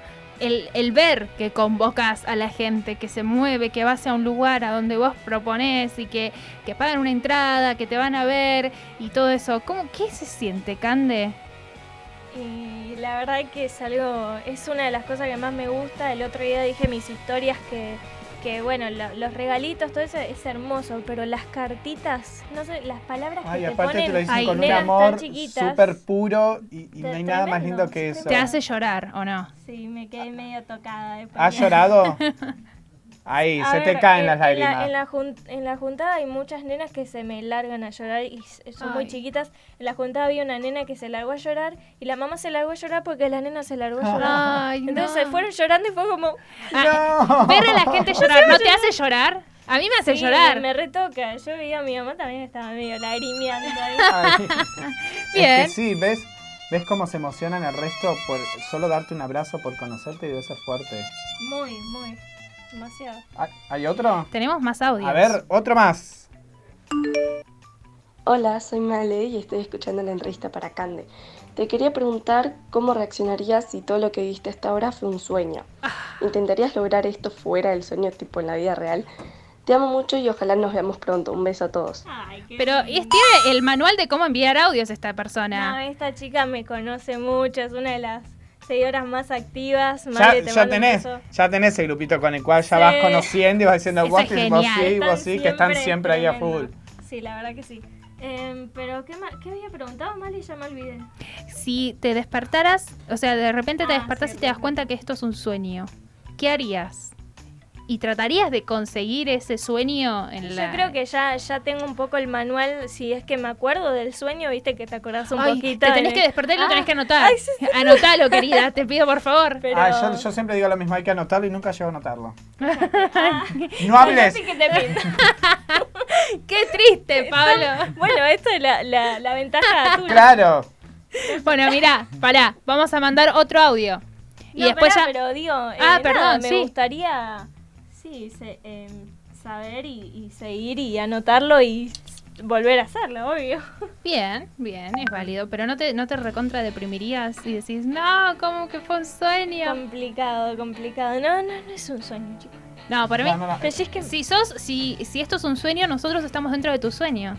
[SPEAKER 1] el, el ver que convocas a la gente, que se mueve, que vas a un lugar a donde vos propones y que, que pagan una entrada, que te van a ver y todo eso. ¿Cómo, ¿Qué se siente, Cande?
[SPEAKER 3] Y la verdad que es algo, es una de las cosas que más me gusta. El otro día dije mis historias que, que bueno, lo- los regalitos, todo eso es hermoso, pero las cartitas, no sé, las palabras
[SPEAKER 2] Ay,
[SPEAKER 3] que te
[SPEAKER 2] aparte
[SPEAKER 3] ponen
[SPEAKER 2] te lo dicen
[SPEAKER 1] ay,
[SPEAKER 2] con un
[SPEAKER 3] nenas tan
[SPEAKER 2] amor
[SPEAKER 3] chiquitas.
[SPEAKER 2] súper puro y, y no
[SPEAKER 3] Te-
[SPEAKER 2] hay nada más
[SPEAKER 3] tremendo,
[SPEAKER 2] lindo que
[SPEAKER 3] sí,
[SPEAKER 2] eso.
[SPEAKER 1] ¿Te hace llorar o no?
[SPEAKER 3] Sí, me quedé medio tocada. después.
[SPEAKER 2] ¿Has llorado? Ahí,
[SPEAKER 3] A
[SPEAKER 2] se
[SPEAKER 3] ver,
[SPEAKER 2] te caen
[SPEAKER 3] en-
[SPEAKER 2] las
[SPEAKER 3] en la-
[SPEAKER 2] lágrimas.
[SPEAKER 3] En la, jun- en la juntada hay muchas nenas que se me largan a llorar y s- eh, son muy
[SPEAKER 1] Ay.
[SPEAKER 3] chiquitas. En la juntada había una nena que se largó a llorar y la mamá se largó a llorar porque la nena se largó a llorar.
[SPEAKER 1] Ay, no.
[SPEAKER 3] Entonces se fueron llorando y fue como...
[SPEAKER 2] No.
[SPEAKER 1] Ah, Ver a la gente llorar, ¿no te hace llorar? A mí me hace
[SPEAKER 3] sí,
[SPEAKER 1] llorar.
[SPEAKER 3] Me retoca. Yo veía a mi mamá también estaba medio lagrimeando ahí.
[SPEAKER 2] Ay.
[SPEAKER 1] Bien.
[SPEAKER 2] Es que sí, ¿ves? ¿Ves cómo se emocionan el resto por solo darte un abrazo, por conocerte y debe ser fuerte?
[SPEAKER 3] Muy, muy. Demasiado.
[SPEAKER 2] ¿Hay- ¿Hay otro?
[SPEAKER 1] Tenemos más
[SPEAKER 3] Oh,
[SPEAKER 1] audio.
[SPEAKER 2] A ver, otro más.
[SPEAKER 4] Hola, soy Male y estoy escuchando la entrevista para Cande. Te quería preguntar cómo reaccionarías si todo lo que viste hasta ahora fue un sueño. ¿Intentarías lograr esto fuera del sueño, tipo en la vida real? Te amo mucho y ojalá nos veamos pronto. Un beso a todos.
[SPEAKER 3] Ay, qué
[SPEAKER 1] Pero es, tiene el manual de cómo enviar audios esta
[SPEAKER 3] No,
[SPEAKER 1] persona.
[SPEAKER 3] esta chica me conoce mucho. Es una de las seguidoras más activas.
[SPEAKER 2] Ya,
[SPEAKER 3] Male, te
[SPEAKER 2] ya
[SPEAKER 3] mando un
[SPEAKER 2] tenés,
[SPEAKER 3] beso.
[SPEAKER 2] ya tenés el grupito con el cual ya
[SPEAKER 3] Sí.
[SPEAKER 2] vas conociendo y vas diciendo
[SPEAKER 1] Eso
[SPEAKER 2] vos
[SPEAKER 1] es
[SPEAKER 2] sí, vos
[SPEAKER 1] genial.
[SPEAKER 2] sí, vos
[SPEAKER 3] Están
[SPEAKER 2] sí, que están
[SPEAKER 3] siempre
[SPEAKER 2] siempre ahí a full.
[SPEAKER 3] tremendo. Sí, la verdad que sí. Em, pero, ¿qué, ma- ¿qué había preguntado, Male? Ya me olvidé.
[SPEAKER 1] Si te despertaras, o sea, de repente te
[SPEAKER 3] Ah,
[SPEAKER 1] despertás y
[SPEAKER 3] cierto,
[SPEAKER 1] te das
[SPEAKER 3] cierto.
[SPEAKER 1] cuenta que esto es un sueño, ¿qué harías? ¿Y tratarías de conseguir ese sueño en la...
[SPEAKER 3] Yo creo que ya, ya tengo un poco el manual. Si es que me acuerdo del sueño, viste que te acordás un
[SPEAKER 1] Ay,
[SPEAKER 3] poquito.
[SPEAKER 1] Te tenés
[SPEAKER 3] de-
[SPEAKER 1] que despertar y lo
[SPEAKER 3] Ah,
[SPEAKER 1] tenés que anotar. Anotalo, querida, te pido por favor.
[SPEAKER 3] Pero...
[SPEAKER 2] Ah, yo, yo siempre digo lo mismo, hay que anotarlo y nunca llego a anotarlo. no hables.
[SPEAKER 3] Así que te pinto.
[SPEAKER 1] Qué triste, Pablo.
[SPEAKER 3] Bueno, esto es la, la, la ventaja tuya.
[SPEAKER 2] Claro.
[SPEAKER 1] Bueno, mirá, pará, vamos a mandar otro audio. Y
[SPEAKER 3] No,
[SPEAKER 1] después
[SPEAKER 3] pará,
[SPEAKER 1] ya...
[SPEAKER 3] pero digo, eh,
[SPEAKER 1] Ah,
[SPEAKER 3] nada,
[SPEAKER 1] perdón,
[SPEAKER 3] me
[SPEAKER 1] sí.
[SPEAKER 3] gustaría sí, se- em, saber y, y seguir y anotarlo y s- volver a hacerlo, obvio.
[SPEAKER 1] Bien, bien, es válido, pero no te, no te recontra deprimirías y decís, no, como que fue un sueño.
[SPEAKER 3] Complicado, complicado. No, no, no es un sueño, chicos.
[SPEAKER 1] No, para mí,
[SPEAKER 2] No, no, no.
[SPEAKER 3] Pero si es que
[SPEAKER 1] si sos, si, si esto es un sueño, nosotros estamos dentro de tu sueño.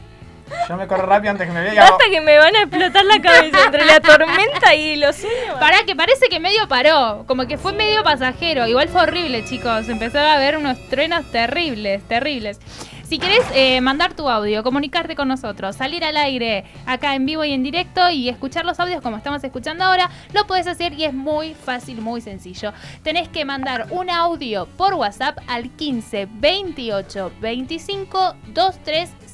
[SPEAKER 2] Yo me corro rápido antes que me vea y hago-
[SPEAKER 3] basta que me van a explotar la cabeza entre la tormenta y los sueños.
[SPEAKER 1] Pará, que parece que medio paró, como que fue medio pasajero. Igual fue horrible, chicos. Empezó a haber unos truenos terribles, terribles. Si querés eh, mandar tu audio, comunicarte con nosotros, salir al aire acá en vivo y en directo y escuchar los audios como estamos escuchando ahora, lo podés hacer y es muy fácil, muy sencillo. Tenés que mandar un audio por WhatsApp al 15 28 25 2375.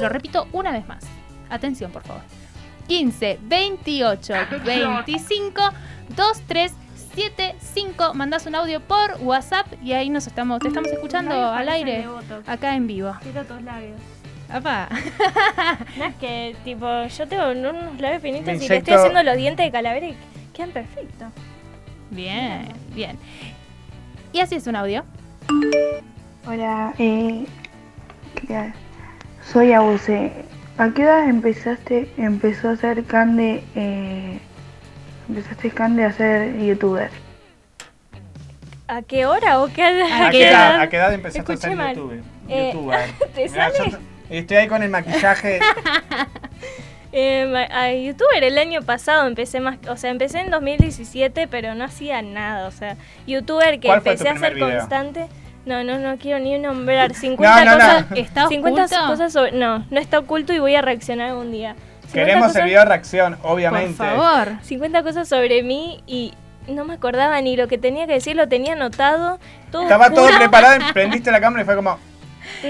[SPEAKER 1] Lo repito una vez más. Atención, por favor. 15 28 25 2375. Mandás un audio por WhatsApp y ahí nos estamos, te estamos escuchando al aire, acá en vivo.
[SPEAKER 3] Tiro tus labios.
[SPEAKER 1] Apa.
[SPEAKER 3] No es que, tipo, yo tengo unos labios finitos
[SPEAKER 2] Me
[SPEAKER 3] y le estoy
[SPEAKER 2] inyecto-
[SPEAKER 3] haciendo los dientes de calavera y quedan perfectos.
[SPEAKER 1] Bien, bien. Y así es un audio.
[SPEAKER 6] Hola, eh, quería- soy Abuse. ¿A qué edad empezaste, empezó a hacer Cande, eh, empezaste Cande a ser youtuber?
[SPEAKER 3] ¿A qué hora o qué
[SPEAKER 2] ¿A qué edad, a qué edad empezaste
[SPEAKER 3] Escuché
[SPEAKER 2] a ser
[SPEAKER 3] mal.
[SPEAKER 2] youtuber?
[SPEAKER 3] Eh,
[SPEAKER 2] youtuber.
[SPEAKER 3] ¿te
[SPEAKER 2] Mirá,
[SPEAKER 3] sale?
[SPEAKER 2] yo t- estoy ahí con el maquillaje.
[SPEAKER 3] Eh, a a youtuber el año pasado empecé más, o sea, empecé en 2017, pero no hacía nada, o sea, youtuber que
[SPEAKER 2] ¿Cuál fue tu
[SPEAKER 3] empecé a ser
[SPEAKER 2] primer video?
[SPEAKER 3] constante. No, no, no quiero ni nombrar 50
[SPEAKER 2] No, no, no.
[SPEAKER 3] cosas,
[SPEAKER 1] ¿Está
[SPEAKER 3] 50
[SPEAKER 1] oculto?
[SPEAKER 3] cosas sobre- no, no está oculto y voy a reaccionar algún día. 50
[SPEAKER 2] Queremos el
[SPEAKER 3] cosas-
[SPEAKER 2] video de reacción,
[SPEAKER 1] Por
[SPEAKER 2] obviamente.
[SPEAKER 1] favor.
[SPEAKER 3] 50 cosas sobre mí y no me acordaba ni lo que tenía que decir, lo tenía anotado, todo
[SPEAKER 2] Estaba todo
[SPEAKER 3] oscuro.
[SPEAKER 2] preparado, prendiste la cámara y fue como,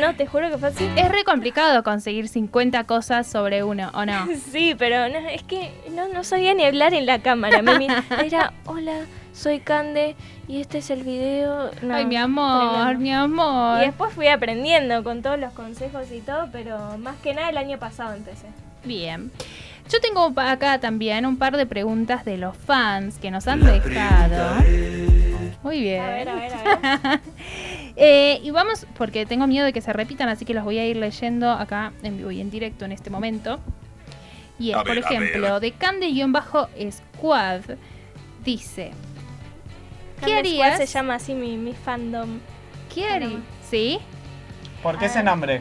[SPEAKER 3] No, te juro que fue así.
[SPEAKER 1] Es re complicado conseguir 50 cosas sobre uno, ¿o no?
[SPEAKER 3] Sí, pero no, es que no, no sabía ni hablar en la cámara. Me mi- era, hola, soy Cande y este es el video. No,
[SPEAKER 1] Ay, mi amor,
[SPEAKER 3] tremendo.
[SPEAKER 1] mi amor.
[SPEAKER 3] Y después fui aprendiendo con todos los consejos y todo, pero más que nada el año pasado empecé.
[SPEAKER 1] Bien. Yo tengo pa- acá también un par de preguntas de los fans que nos han dejado. Muy bien.
[SPEAKER 3] A ver, a ver, a ver.
[SPEAKER 1] Eh, y vamos, porque tengo miedo de que se repitan, así que los voy a ir leyendo acá en vivo y en directo en este momento. Y es,
[SPEAKER 7] A
[SPEAKER 1] por
[SPEAKER 7] ver, a
[SPEAKER 1] ejemplo, de Cande-Squad dice: ¿Qué
[SPEAKER 3] Candace Ward
[SPEAKER 1] harías?
[SPEAKER 3] Se llama así mi, mi fandom.
[SPEAKER 1] ¿Qué harí- ¿Sí?
[SPEAKER 2] ¿Por qué ese nombre?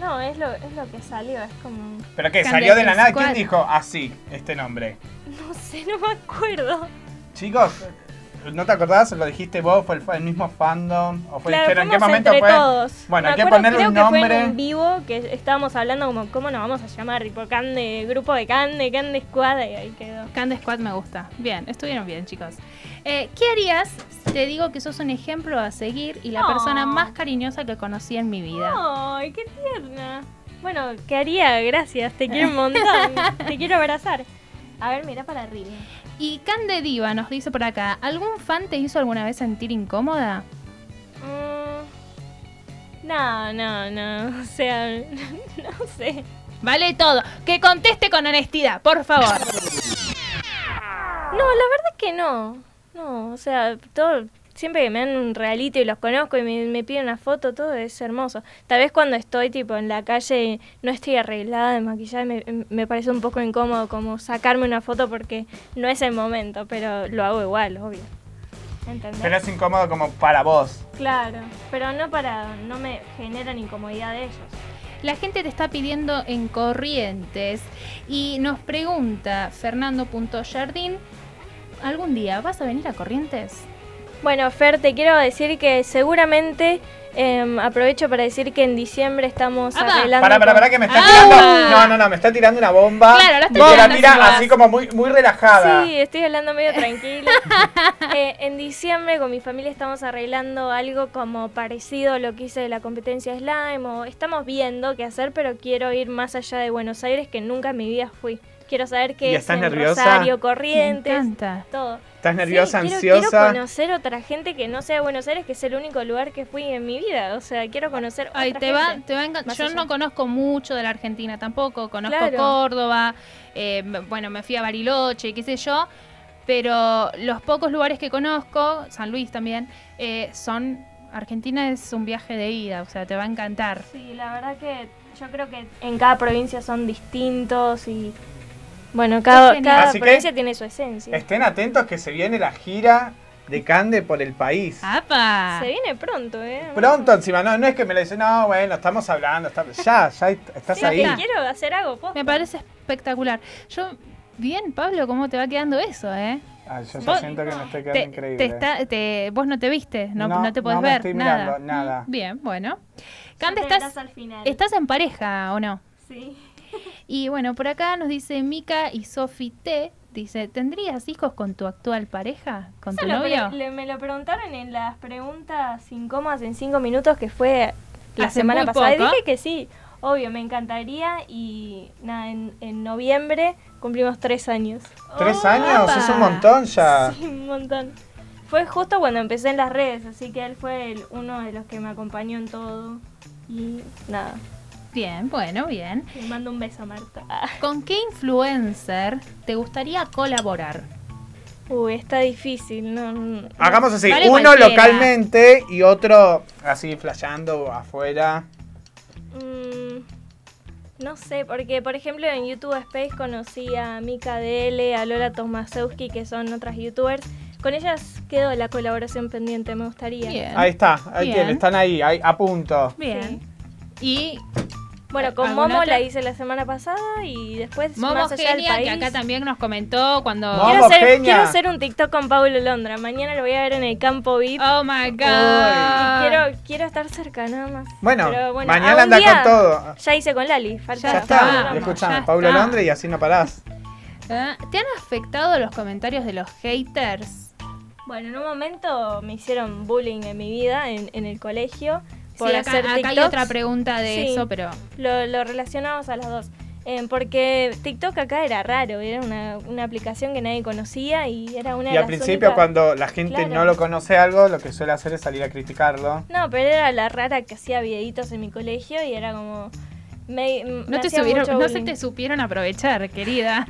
[SPEAKER 3] No, es lo, es lo que salió, es como...
[SPEAKER 2] ¿Pero qué?
[SPEAKER 1] Cambia
[SPEAKER 2] ¿Salió de
[SPEAKER 1] el
[SPEAKER 2] la nada?
[SPEAKER 1] squad.
[SPEAKER 2] ¿Quién dijo así este nombre?
[SPEAKER 3] No sé, no me acuerdo.
[SPEAKER 2] Chicos, ¿no te acordás? ¿Lo dijiste vos? ¿Fue el, fue el mismo fandom? ¿O fue,
[SPEAKER 3] Claro,
[SPEAKER 2] pero en qué
[SPEAKER 3] fuimos
[SPEAKER 2] momento
[SPEAKER 3] entre
[SPEAKER 2] fue?
[SPEAKER 3] todos.
[SPEAKER 2] Bueno,
[SPEAKER 3] Me
[SPEAKER 2] hay que
[SPEAKER 3] acuerdo,
[SPEAKER 2] ponerle
[SPEAKER 3] creo
[SPEAKER 2] un
[SPEAKER 3] que fue en
[SPEAKER 2] nombre.
[SPEAKER 3] un vivo que estábamos hablando como, ¿cómo nos vamos a llamar? Tipo, Cande, grupo de Cande, Cande Squad, y ahí quedó.
[SPEAKER 1] Cande Squad me gusta. Bien, estuvieron bien, chicos. Eh, ¿Qué harías si te digo que sos un ejemplo a seguir y la
[SPEAKER 3] Oh.
[SPEAKER 1] persona más cariñosa que conocí en mi vida?
[SPEAKER 3] ¡Ay, qué tierna! Bueno, ¿qué haría? Gracias, te quiero un montón. te quiero abrazar. A ver, mira para arriba.
[SPEAKER 1] Y Cande Diva nos dice por acá: ¿algún fan te hizo alguna vez sentir incómoda?
[SPEAKER 3] Mm, No, no, no. O sea, no sé.
[SPEAKER 1] Vale todo. Que conteste con honestidad, por favor.
[SPEAKER 3] No, la verdad que no. No, o sea, todo, siempre que me dan un regalito y los conozco y me, me piden una foto, todo es hermoso. Tal vez cuando estoy tipo en la calle y no estoy arreglada de maquillaje, me, me parece un poco incómodo como sacarme una foto porque no es el momento, pero lo hago igual, obvio. ¿Entendés?
[SPEAKER 2] Pero es incómodo como para vos.
[SPEAKER 3] Claro, pero no para, no me generan incomodidad de ellos.
[SPEAKER 1] La gente te está pidiendo en corrientes y nos pregunta Fernando.jardín, ¿algún día vas a venir a corrientes?
[SPEAKER 3] Bueno, Fer, te quiero decir que seguramente em, aprovecho para decir que en diciembre estamos
[SPEAKER 1] Ah, va.
[SPEAKER 3] arreglando.
[SPEAKER 2] Para, para,
[SPEAKER 3] con-
[SPEAKER 2] para que me está
[SPEAKER 1] Ah.
[SPEAKER 2] tirando. No, no, no, me está tirando una bomba.
[SPEAKER 1] Claro, la está
[SPEAKER 2] Y me
[SPEAKER 1] tirando
[SPEAKER 2] la tira
[SPEAKER 1] así nomás.
[SPEAKER 2] así como muy, muy relajada.
[SPEAKER 3] Sí, estoy hablando medio tranquila. Eh, en diciembre con mi familia estamos arreglando algo como parecido a lo que hice de la competencia slime o estamos viendo qué hacer, pero quiero ir más allá de Buenos Aires que nunca en mi vida fui. Quiero saber qué
[SPEAKER 2] ¿Y
[SPEAKER 3] es
[SPEAKER 2] estás
[SPEAKER 3] en
[SPEAKER 2] nerviosa?
[SPEAKER 3] Rosario,
[SPEAKER 1] Me
[SPEAKER 3] Corrientes,
[SPEAKER 1] encanta.
[SPEAKER 3] todo.
[SPEAKER 2] ¿Estás nerviosa,
[SPEAKER 3] Sí, quiero-
[SPEAKER 2] ansiosa?
[SPEAKER 3] Quiero conocer otra gente que no sea de Buenos Aires, que es el único lugar que fui en mi vida. O sea, quiero conocer
[SPEAKER 1] Ay,
[SPEAKER 3] otra
[SPEAKER 1] te va,
[SPEAKER 3] gente.
[SPEAKER 1] te va a encantar.
[SPEAKER 3] Más
[SPEAKER 1] Yo
[SPEAKER 3] allá.
[SPEAKER 1] no conozco mucho de la Argentina tampoco. Conozco
[SPEAKER 3] Claro.
[SPEAKER 1] Córdoba, eh, m- bueno, me fui a Bariloche, qué sé yo. Pero los pocos lugares que conozco, San Luis también, eh, son. Argentina es un viaje de ida, o sea, te va a encantar.
[SPEAKER 3] Sí, la verdad que yo creo que en cada provincia son distintos y bueno, cada,
[SPEAKER 1] genial.
[SPEAKER 3] cada
[SPEAKER 2] Así que-
[SPEAKER 3] provincia tiene su esencia.
[SPEAKER 2] Estén atentos que se viene la gira de Cande por el país.
[SPEAKER 1] Ah. ¡Apa!
[SPEAKER 3] Se viene pronto, ¿eh?
[SPEAKER 2] Ah. Pronto encima, no, no es que me la dicen, no, bueno, estamos hablando, está- ya, ya estás
[SPEAKER 3] Sí,
[SPEAKER 2] ahí.
[SPEAKER 3] que quiero hacer algo, posta.
[SPEAKER 1] Me parece espectacular. Yo, bien, Pablo, ¿cómo te va quedando eso, eh?
[SPEAKER 2] Ah, yo ya
[SPEAKER 1] Vos-
[SPEAKER 2] siento que me estoy quedando
[SPEAKER 1] Te,
[SPEAKER 2] increíble.
[SPEAKER 1] te está- te- vos no te viste, no,
[SPEAKER 2] No,
[SPEAKER 1] no te podés
[SPEAKER 2] no me
[SPEAKER 1] ver.
[SPEAKER 2] estoy
[SPEAKER 1] nada.
[SPEAKER 2] mirando, nada.
[SPEAKER 1] Mm, Bien, bueno.
[SPEAKER 3] Ya
[SPEAKER 1] Cande,
[SPEAKER 3] te
[SPEAKER 1] estás,
[SPEAKER 3] verás al final.
[SPEAKER 1] estás en pareja o no?
[SPEAKER 3] Sí.
[SPEAKER 1] Y bueno, por acá nos dice Mika y Sofi T. Dice, ¿tendrías hijos con tu actual pareja? ¿Con tu
[SPEAKER 3] Eso lo pre-
[SPEAKER 1] novio?
[SPEAKER 3] le- me lo preguntaron en las preguntas sin comas en cinco minutos que fue la
[SPEAKER 1] Hace
[SPEAKER 3] semana
[SPEAKER 1] muy
[SPEAKER 3] pasada. Y
[SPEAKER 1] poco.
[SPEAKER 3] dije que sí, obvio, me encantaría y nada, en, en noviembre cumplimos tres años.
[SPEAKER 2] ¿Tres años?
[SPEAKER 1] ¡Opa!
[SPEAKER 2] Es un montón ya.
[SPEAKER 3] Sí, un montón. Fue justo cuando empecé en las redes, así que él fue el- uno de los que me acompañó en todo. Y nada,
[SPEAKER 1] Bien, bueno, bien.
[SPEAKER 3] le mando un beso a Marta. Ah.
[SPEAKER 1] ¿Con qué influencer te gustaría colaborar?
[SPEAKER 3] Uy, está difícil, no, no.
[SPEAKER 2] Hagamos así,
[SPEAKER 1] Vale
[SPEAKER 2] uno
[SPEAKER 1] cualquiera.
[SPEAKER 2] localmente y otro así flasheando afuera.
[SPEAKER 3] Mm, no sé, porque por ejemplo en YouTube Space conocí a Mika DL, a Lola Tomasewski, que son otras youtubers. Con ellas quedó la colaboración pendiente, me gustaría.
[SPEAKER 1] Bien.
[SPEAKER 2] Ahí está, ahí
[SPEAKER 1] Bien.
[SPEAKER 2] tienen, están ahí, ahí, a punto.
[SPEAKER 1] Bien. Y
[SPEAKER 3] Bueno, con
[SPEAKER 1] ¿Alguna
[SPEAKER 3] Momo
[SPEAKER 1] otra?
[SPEAKER 3] la hice la semana pasada y después
[SPEAKER 1] Momo
[SPEAKER 3] más allá del
[SPEAKER 1] Genia,
[SPEAKER 3] país.
[SPEAKER 1] que acá también nos comentó cuando...
[SPEAKER 2] Momo
[SPEAKER 3] Quiero hacer,
[SPEAKER 2] Genia.
[SPEAKER 3] quiero hacer un TikTok con Paulo Londra. Mañana lo voy a ver en el campo VIP.
[SPEAKER 1] Oh my god. Ah.
[SPEAKER 3] Quiero, quiero estar cerca, nada más.
[SPEAKER 2] Bueno,
[SPEAKER 3] Pero bueno, a un
[SPEAKER 2] mañana anda
[SPEAKER 3] día-
[SPEAKER 2] con todo.
[SPEAKER 3] Ya hice con Lali, falta.
[SPEAKER 2] Ya,
[SPEAKER 1] Ya
[SPEAKER 2] está,
[SPEAKER 1] está,
[SPEAKER 2] y escuchame,
[SPEAKER 1] ya
[SPEAKER 2] Pablo
[SPEAKER 1] está.
[SPEAKER 2] Londres y así no parás.
[SPEAKER 1] Ah, ¿Te han afectado los comentarios de los haters?
[SPEAKER 3] Bueno, en un momento me hicieron bullying en mi vida, en, en el colegio, por
[SPEAKER 1] Sí, acá,
[SPEAKER 3] hacer
[SPEAKER 1] acá hay
[SPEAKER 3] TikToks.
[SPEAKER 1] otra pregunta de
[SPEAKER 3] Sí.
[SPEAKER 1] eso, pero
[SPEAKER 3] Lo, lo relacionamos a las dos. Eh, porque TikTok acá era raro, era una, una aplicación que nadie conocía y era una
[SPEAKER 2] Y
[SPEAKER 3] de
[SPEAKER 2] al
[SPEAKER 3] las
[SPEAKER 2] principio
[SPEAKER 3] únicas-
[SPEAKER 2] cuando la gente
[SPEAKER 3] Claro.
[SPEAKER 2] no lo conoce algo, lo que suele hacer es salir a criticarlo.
[SPEAKER 3] No, pero era la rara que hacía videitos en mi colegio y era como... me- m- me
[SPEAKER 1] No, te
[SPEAKER 3] hacía
[SPEAKER 1] subieron,
[SPEAKER 3] mucho
[SPEAKER 1] no se
[SPEAKER 3] bullying.
[SPEAKER 1] te supieron aprovechar, querida.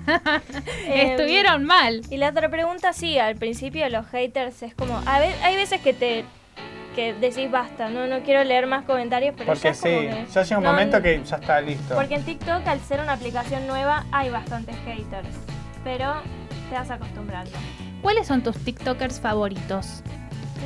[SPEAKER 3] Em,
[SPEAKER 1] Estuvieron mal.
[SPEAKER 3] Y la otra pregunta, sí, al principio los haters es como... A ver, hay veces que te que decís basta, no no quiero leer más comentarios, pero ya
[SPEAKER 2] Porque
[SPEAKER 3] es como
[SPEAKER 2] sí,
[SPEAKER 3] que-
[SPEAKER 2] ya llega un
[SPEAKER 3] no,
[SPEAKER 2] momento
[SPEAKER 3] n-
[SPEAKER 2] que ya está listo.
[SPEAKER 3] Porque en TikTok, al ser una aplicación nueva, hay bastantes haters. Pero te vas acostumbrando.
[SPEAKER 1] ¿Cuáles son tus TikTokers favoritos?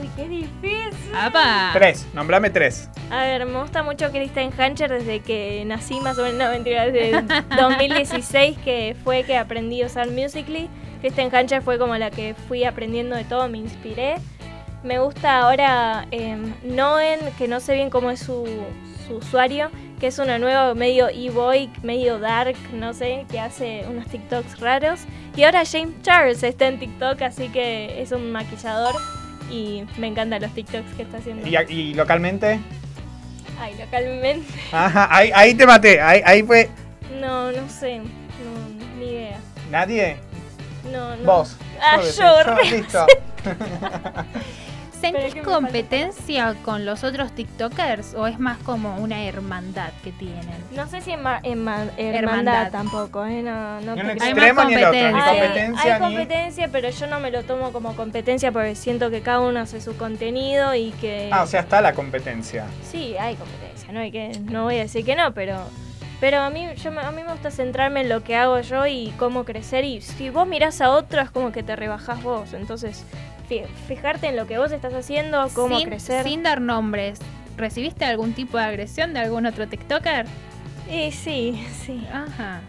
[SPEAKER 3] Uy, qué difícil.
[SPEAKER 1] ¡Apa!
[SPEAKER 2] Tres, nombrame tres.
[SPEAKER 3] A ver, me gusta mucho Kristen Hancher desde que nací, más o menos, no, mentira, desde 2016, que fue que aprendí a usar Musical.ly. Kristen Hancher fue como la que fui aprendiendo de todo, me inspiré. Me gusta ahora em, Noen, que no sé bien cómo es su, su usuario, que es una nueva medio e-boy, medio dark, no sé, que hace unos TikToks raros. Y ahora James Charles está en TikTok, así que es un maquillador y me encantan los TikToks que está haciendo.
[SPEAKER 2] ¿Y, a- y localmente?
[SPEAKER 3] Ay, localmente.
[SPEAKER 2] Ajá, ahí, ahí te maté, ahí, ahí fue...
[SPEAKER 3] No, no sé. No, ni idea.
[SPEAKER 2] ¿Nadie?
[SPEAKER 3] No, no.
[SPEAKER 2] Vos.
[SPEAKER 3] Ah,
[SPEAKER 2] Yo,
[SPEAKER 3] yo,
[SPEAKER 2] yo,
[SPEAKER 3] re-
[SPEAKER 2] Listo.
[SPEAKER 1] ¿Sentís
[SPEAKER 3] Pero que me
[SPEAKER 1] competencia con los otros TikTokers o es más como una hermandad que tienen?
[SPEAKER 3] No sé si en ma- en ma- hermandad,
[SPEAKER 1] Hermandad.
[SPEAKER 3] tampoco, ¿eh? No, no
[SPEAKER 2] Ni
[SPEAKER 3] te
[SPEAKER 2] un
[SPEAKER 3] creo.
[SPEAKER 1] Hay más
[SPEAKER 2] extremo ni el otro. Ni
[SPEAKER 1] competencia.
[SPEAKER 3] Hay-
[SPEAKER 2] competencia
[SPEAKER 3] hay
[SPEAKER 2] ni... Ah,
[SPEAKER 3] competencia, pero yo no me lo tomo como competencia porque siento que cada uno hace su contenido y que...
[SPEAKER 2] Ah, o sea, está la competencia.
[SPEAKER 3] Sí, hay competencia, no hay que no voy a decir que no, pero pero a mí yo me- a mí me gusta centrarme en lo que hago yo y cómo crecer y si vos mirás a otros es como que te rebajás vos, entonces fi- fijarte en lo que vos estás haciendo, cómo
[SPEAKER 1] sin,
[SPEAKER 3] crecer.
[SPEAKER 1] sin dar nombres, ¿recibiste algún tipo de agresión de algún otro TikToker?
[SPEAKER 3] Y sí, sí.
[SPEAKER 1] Ajá.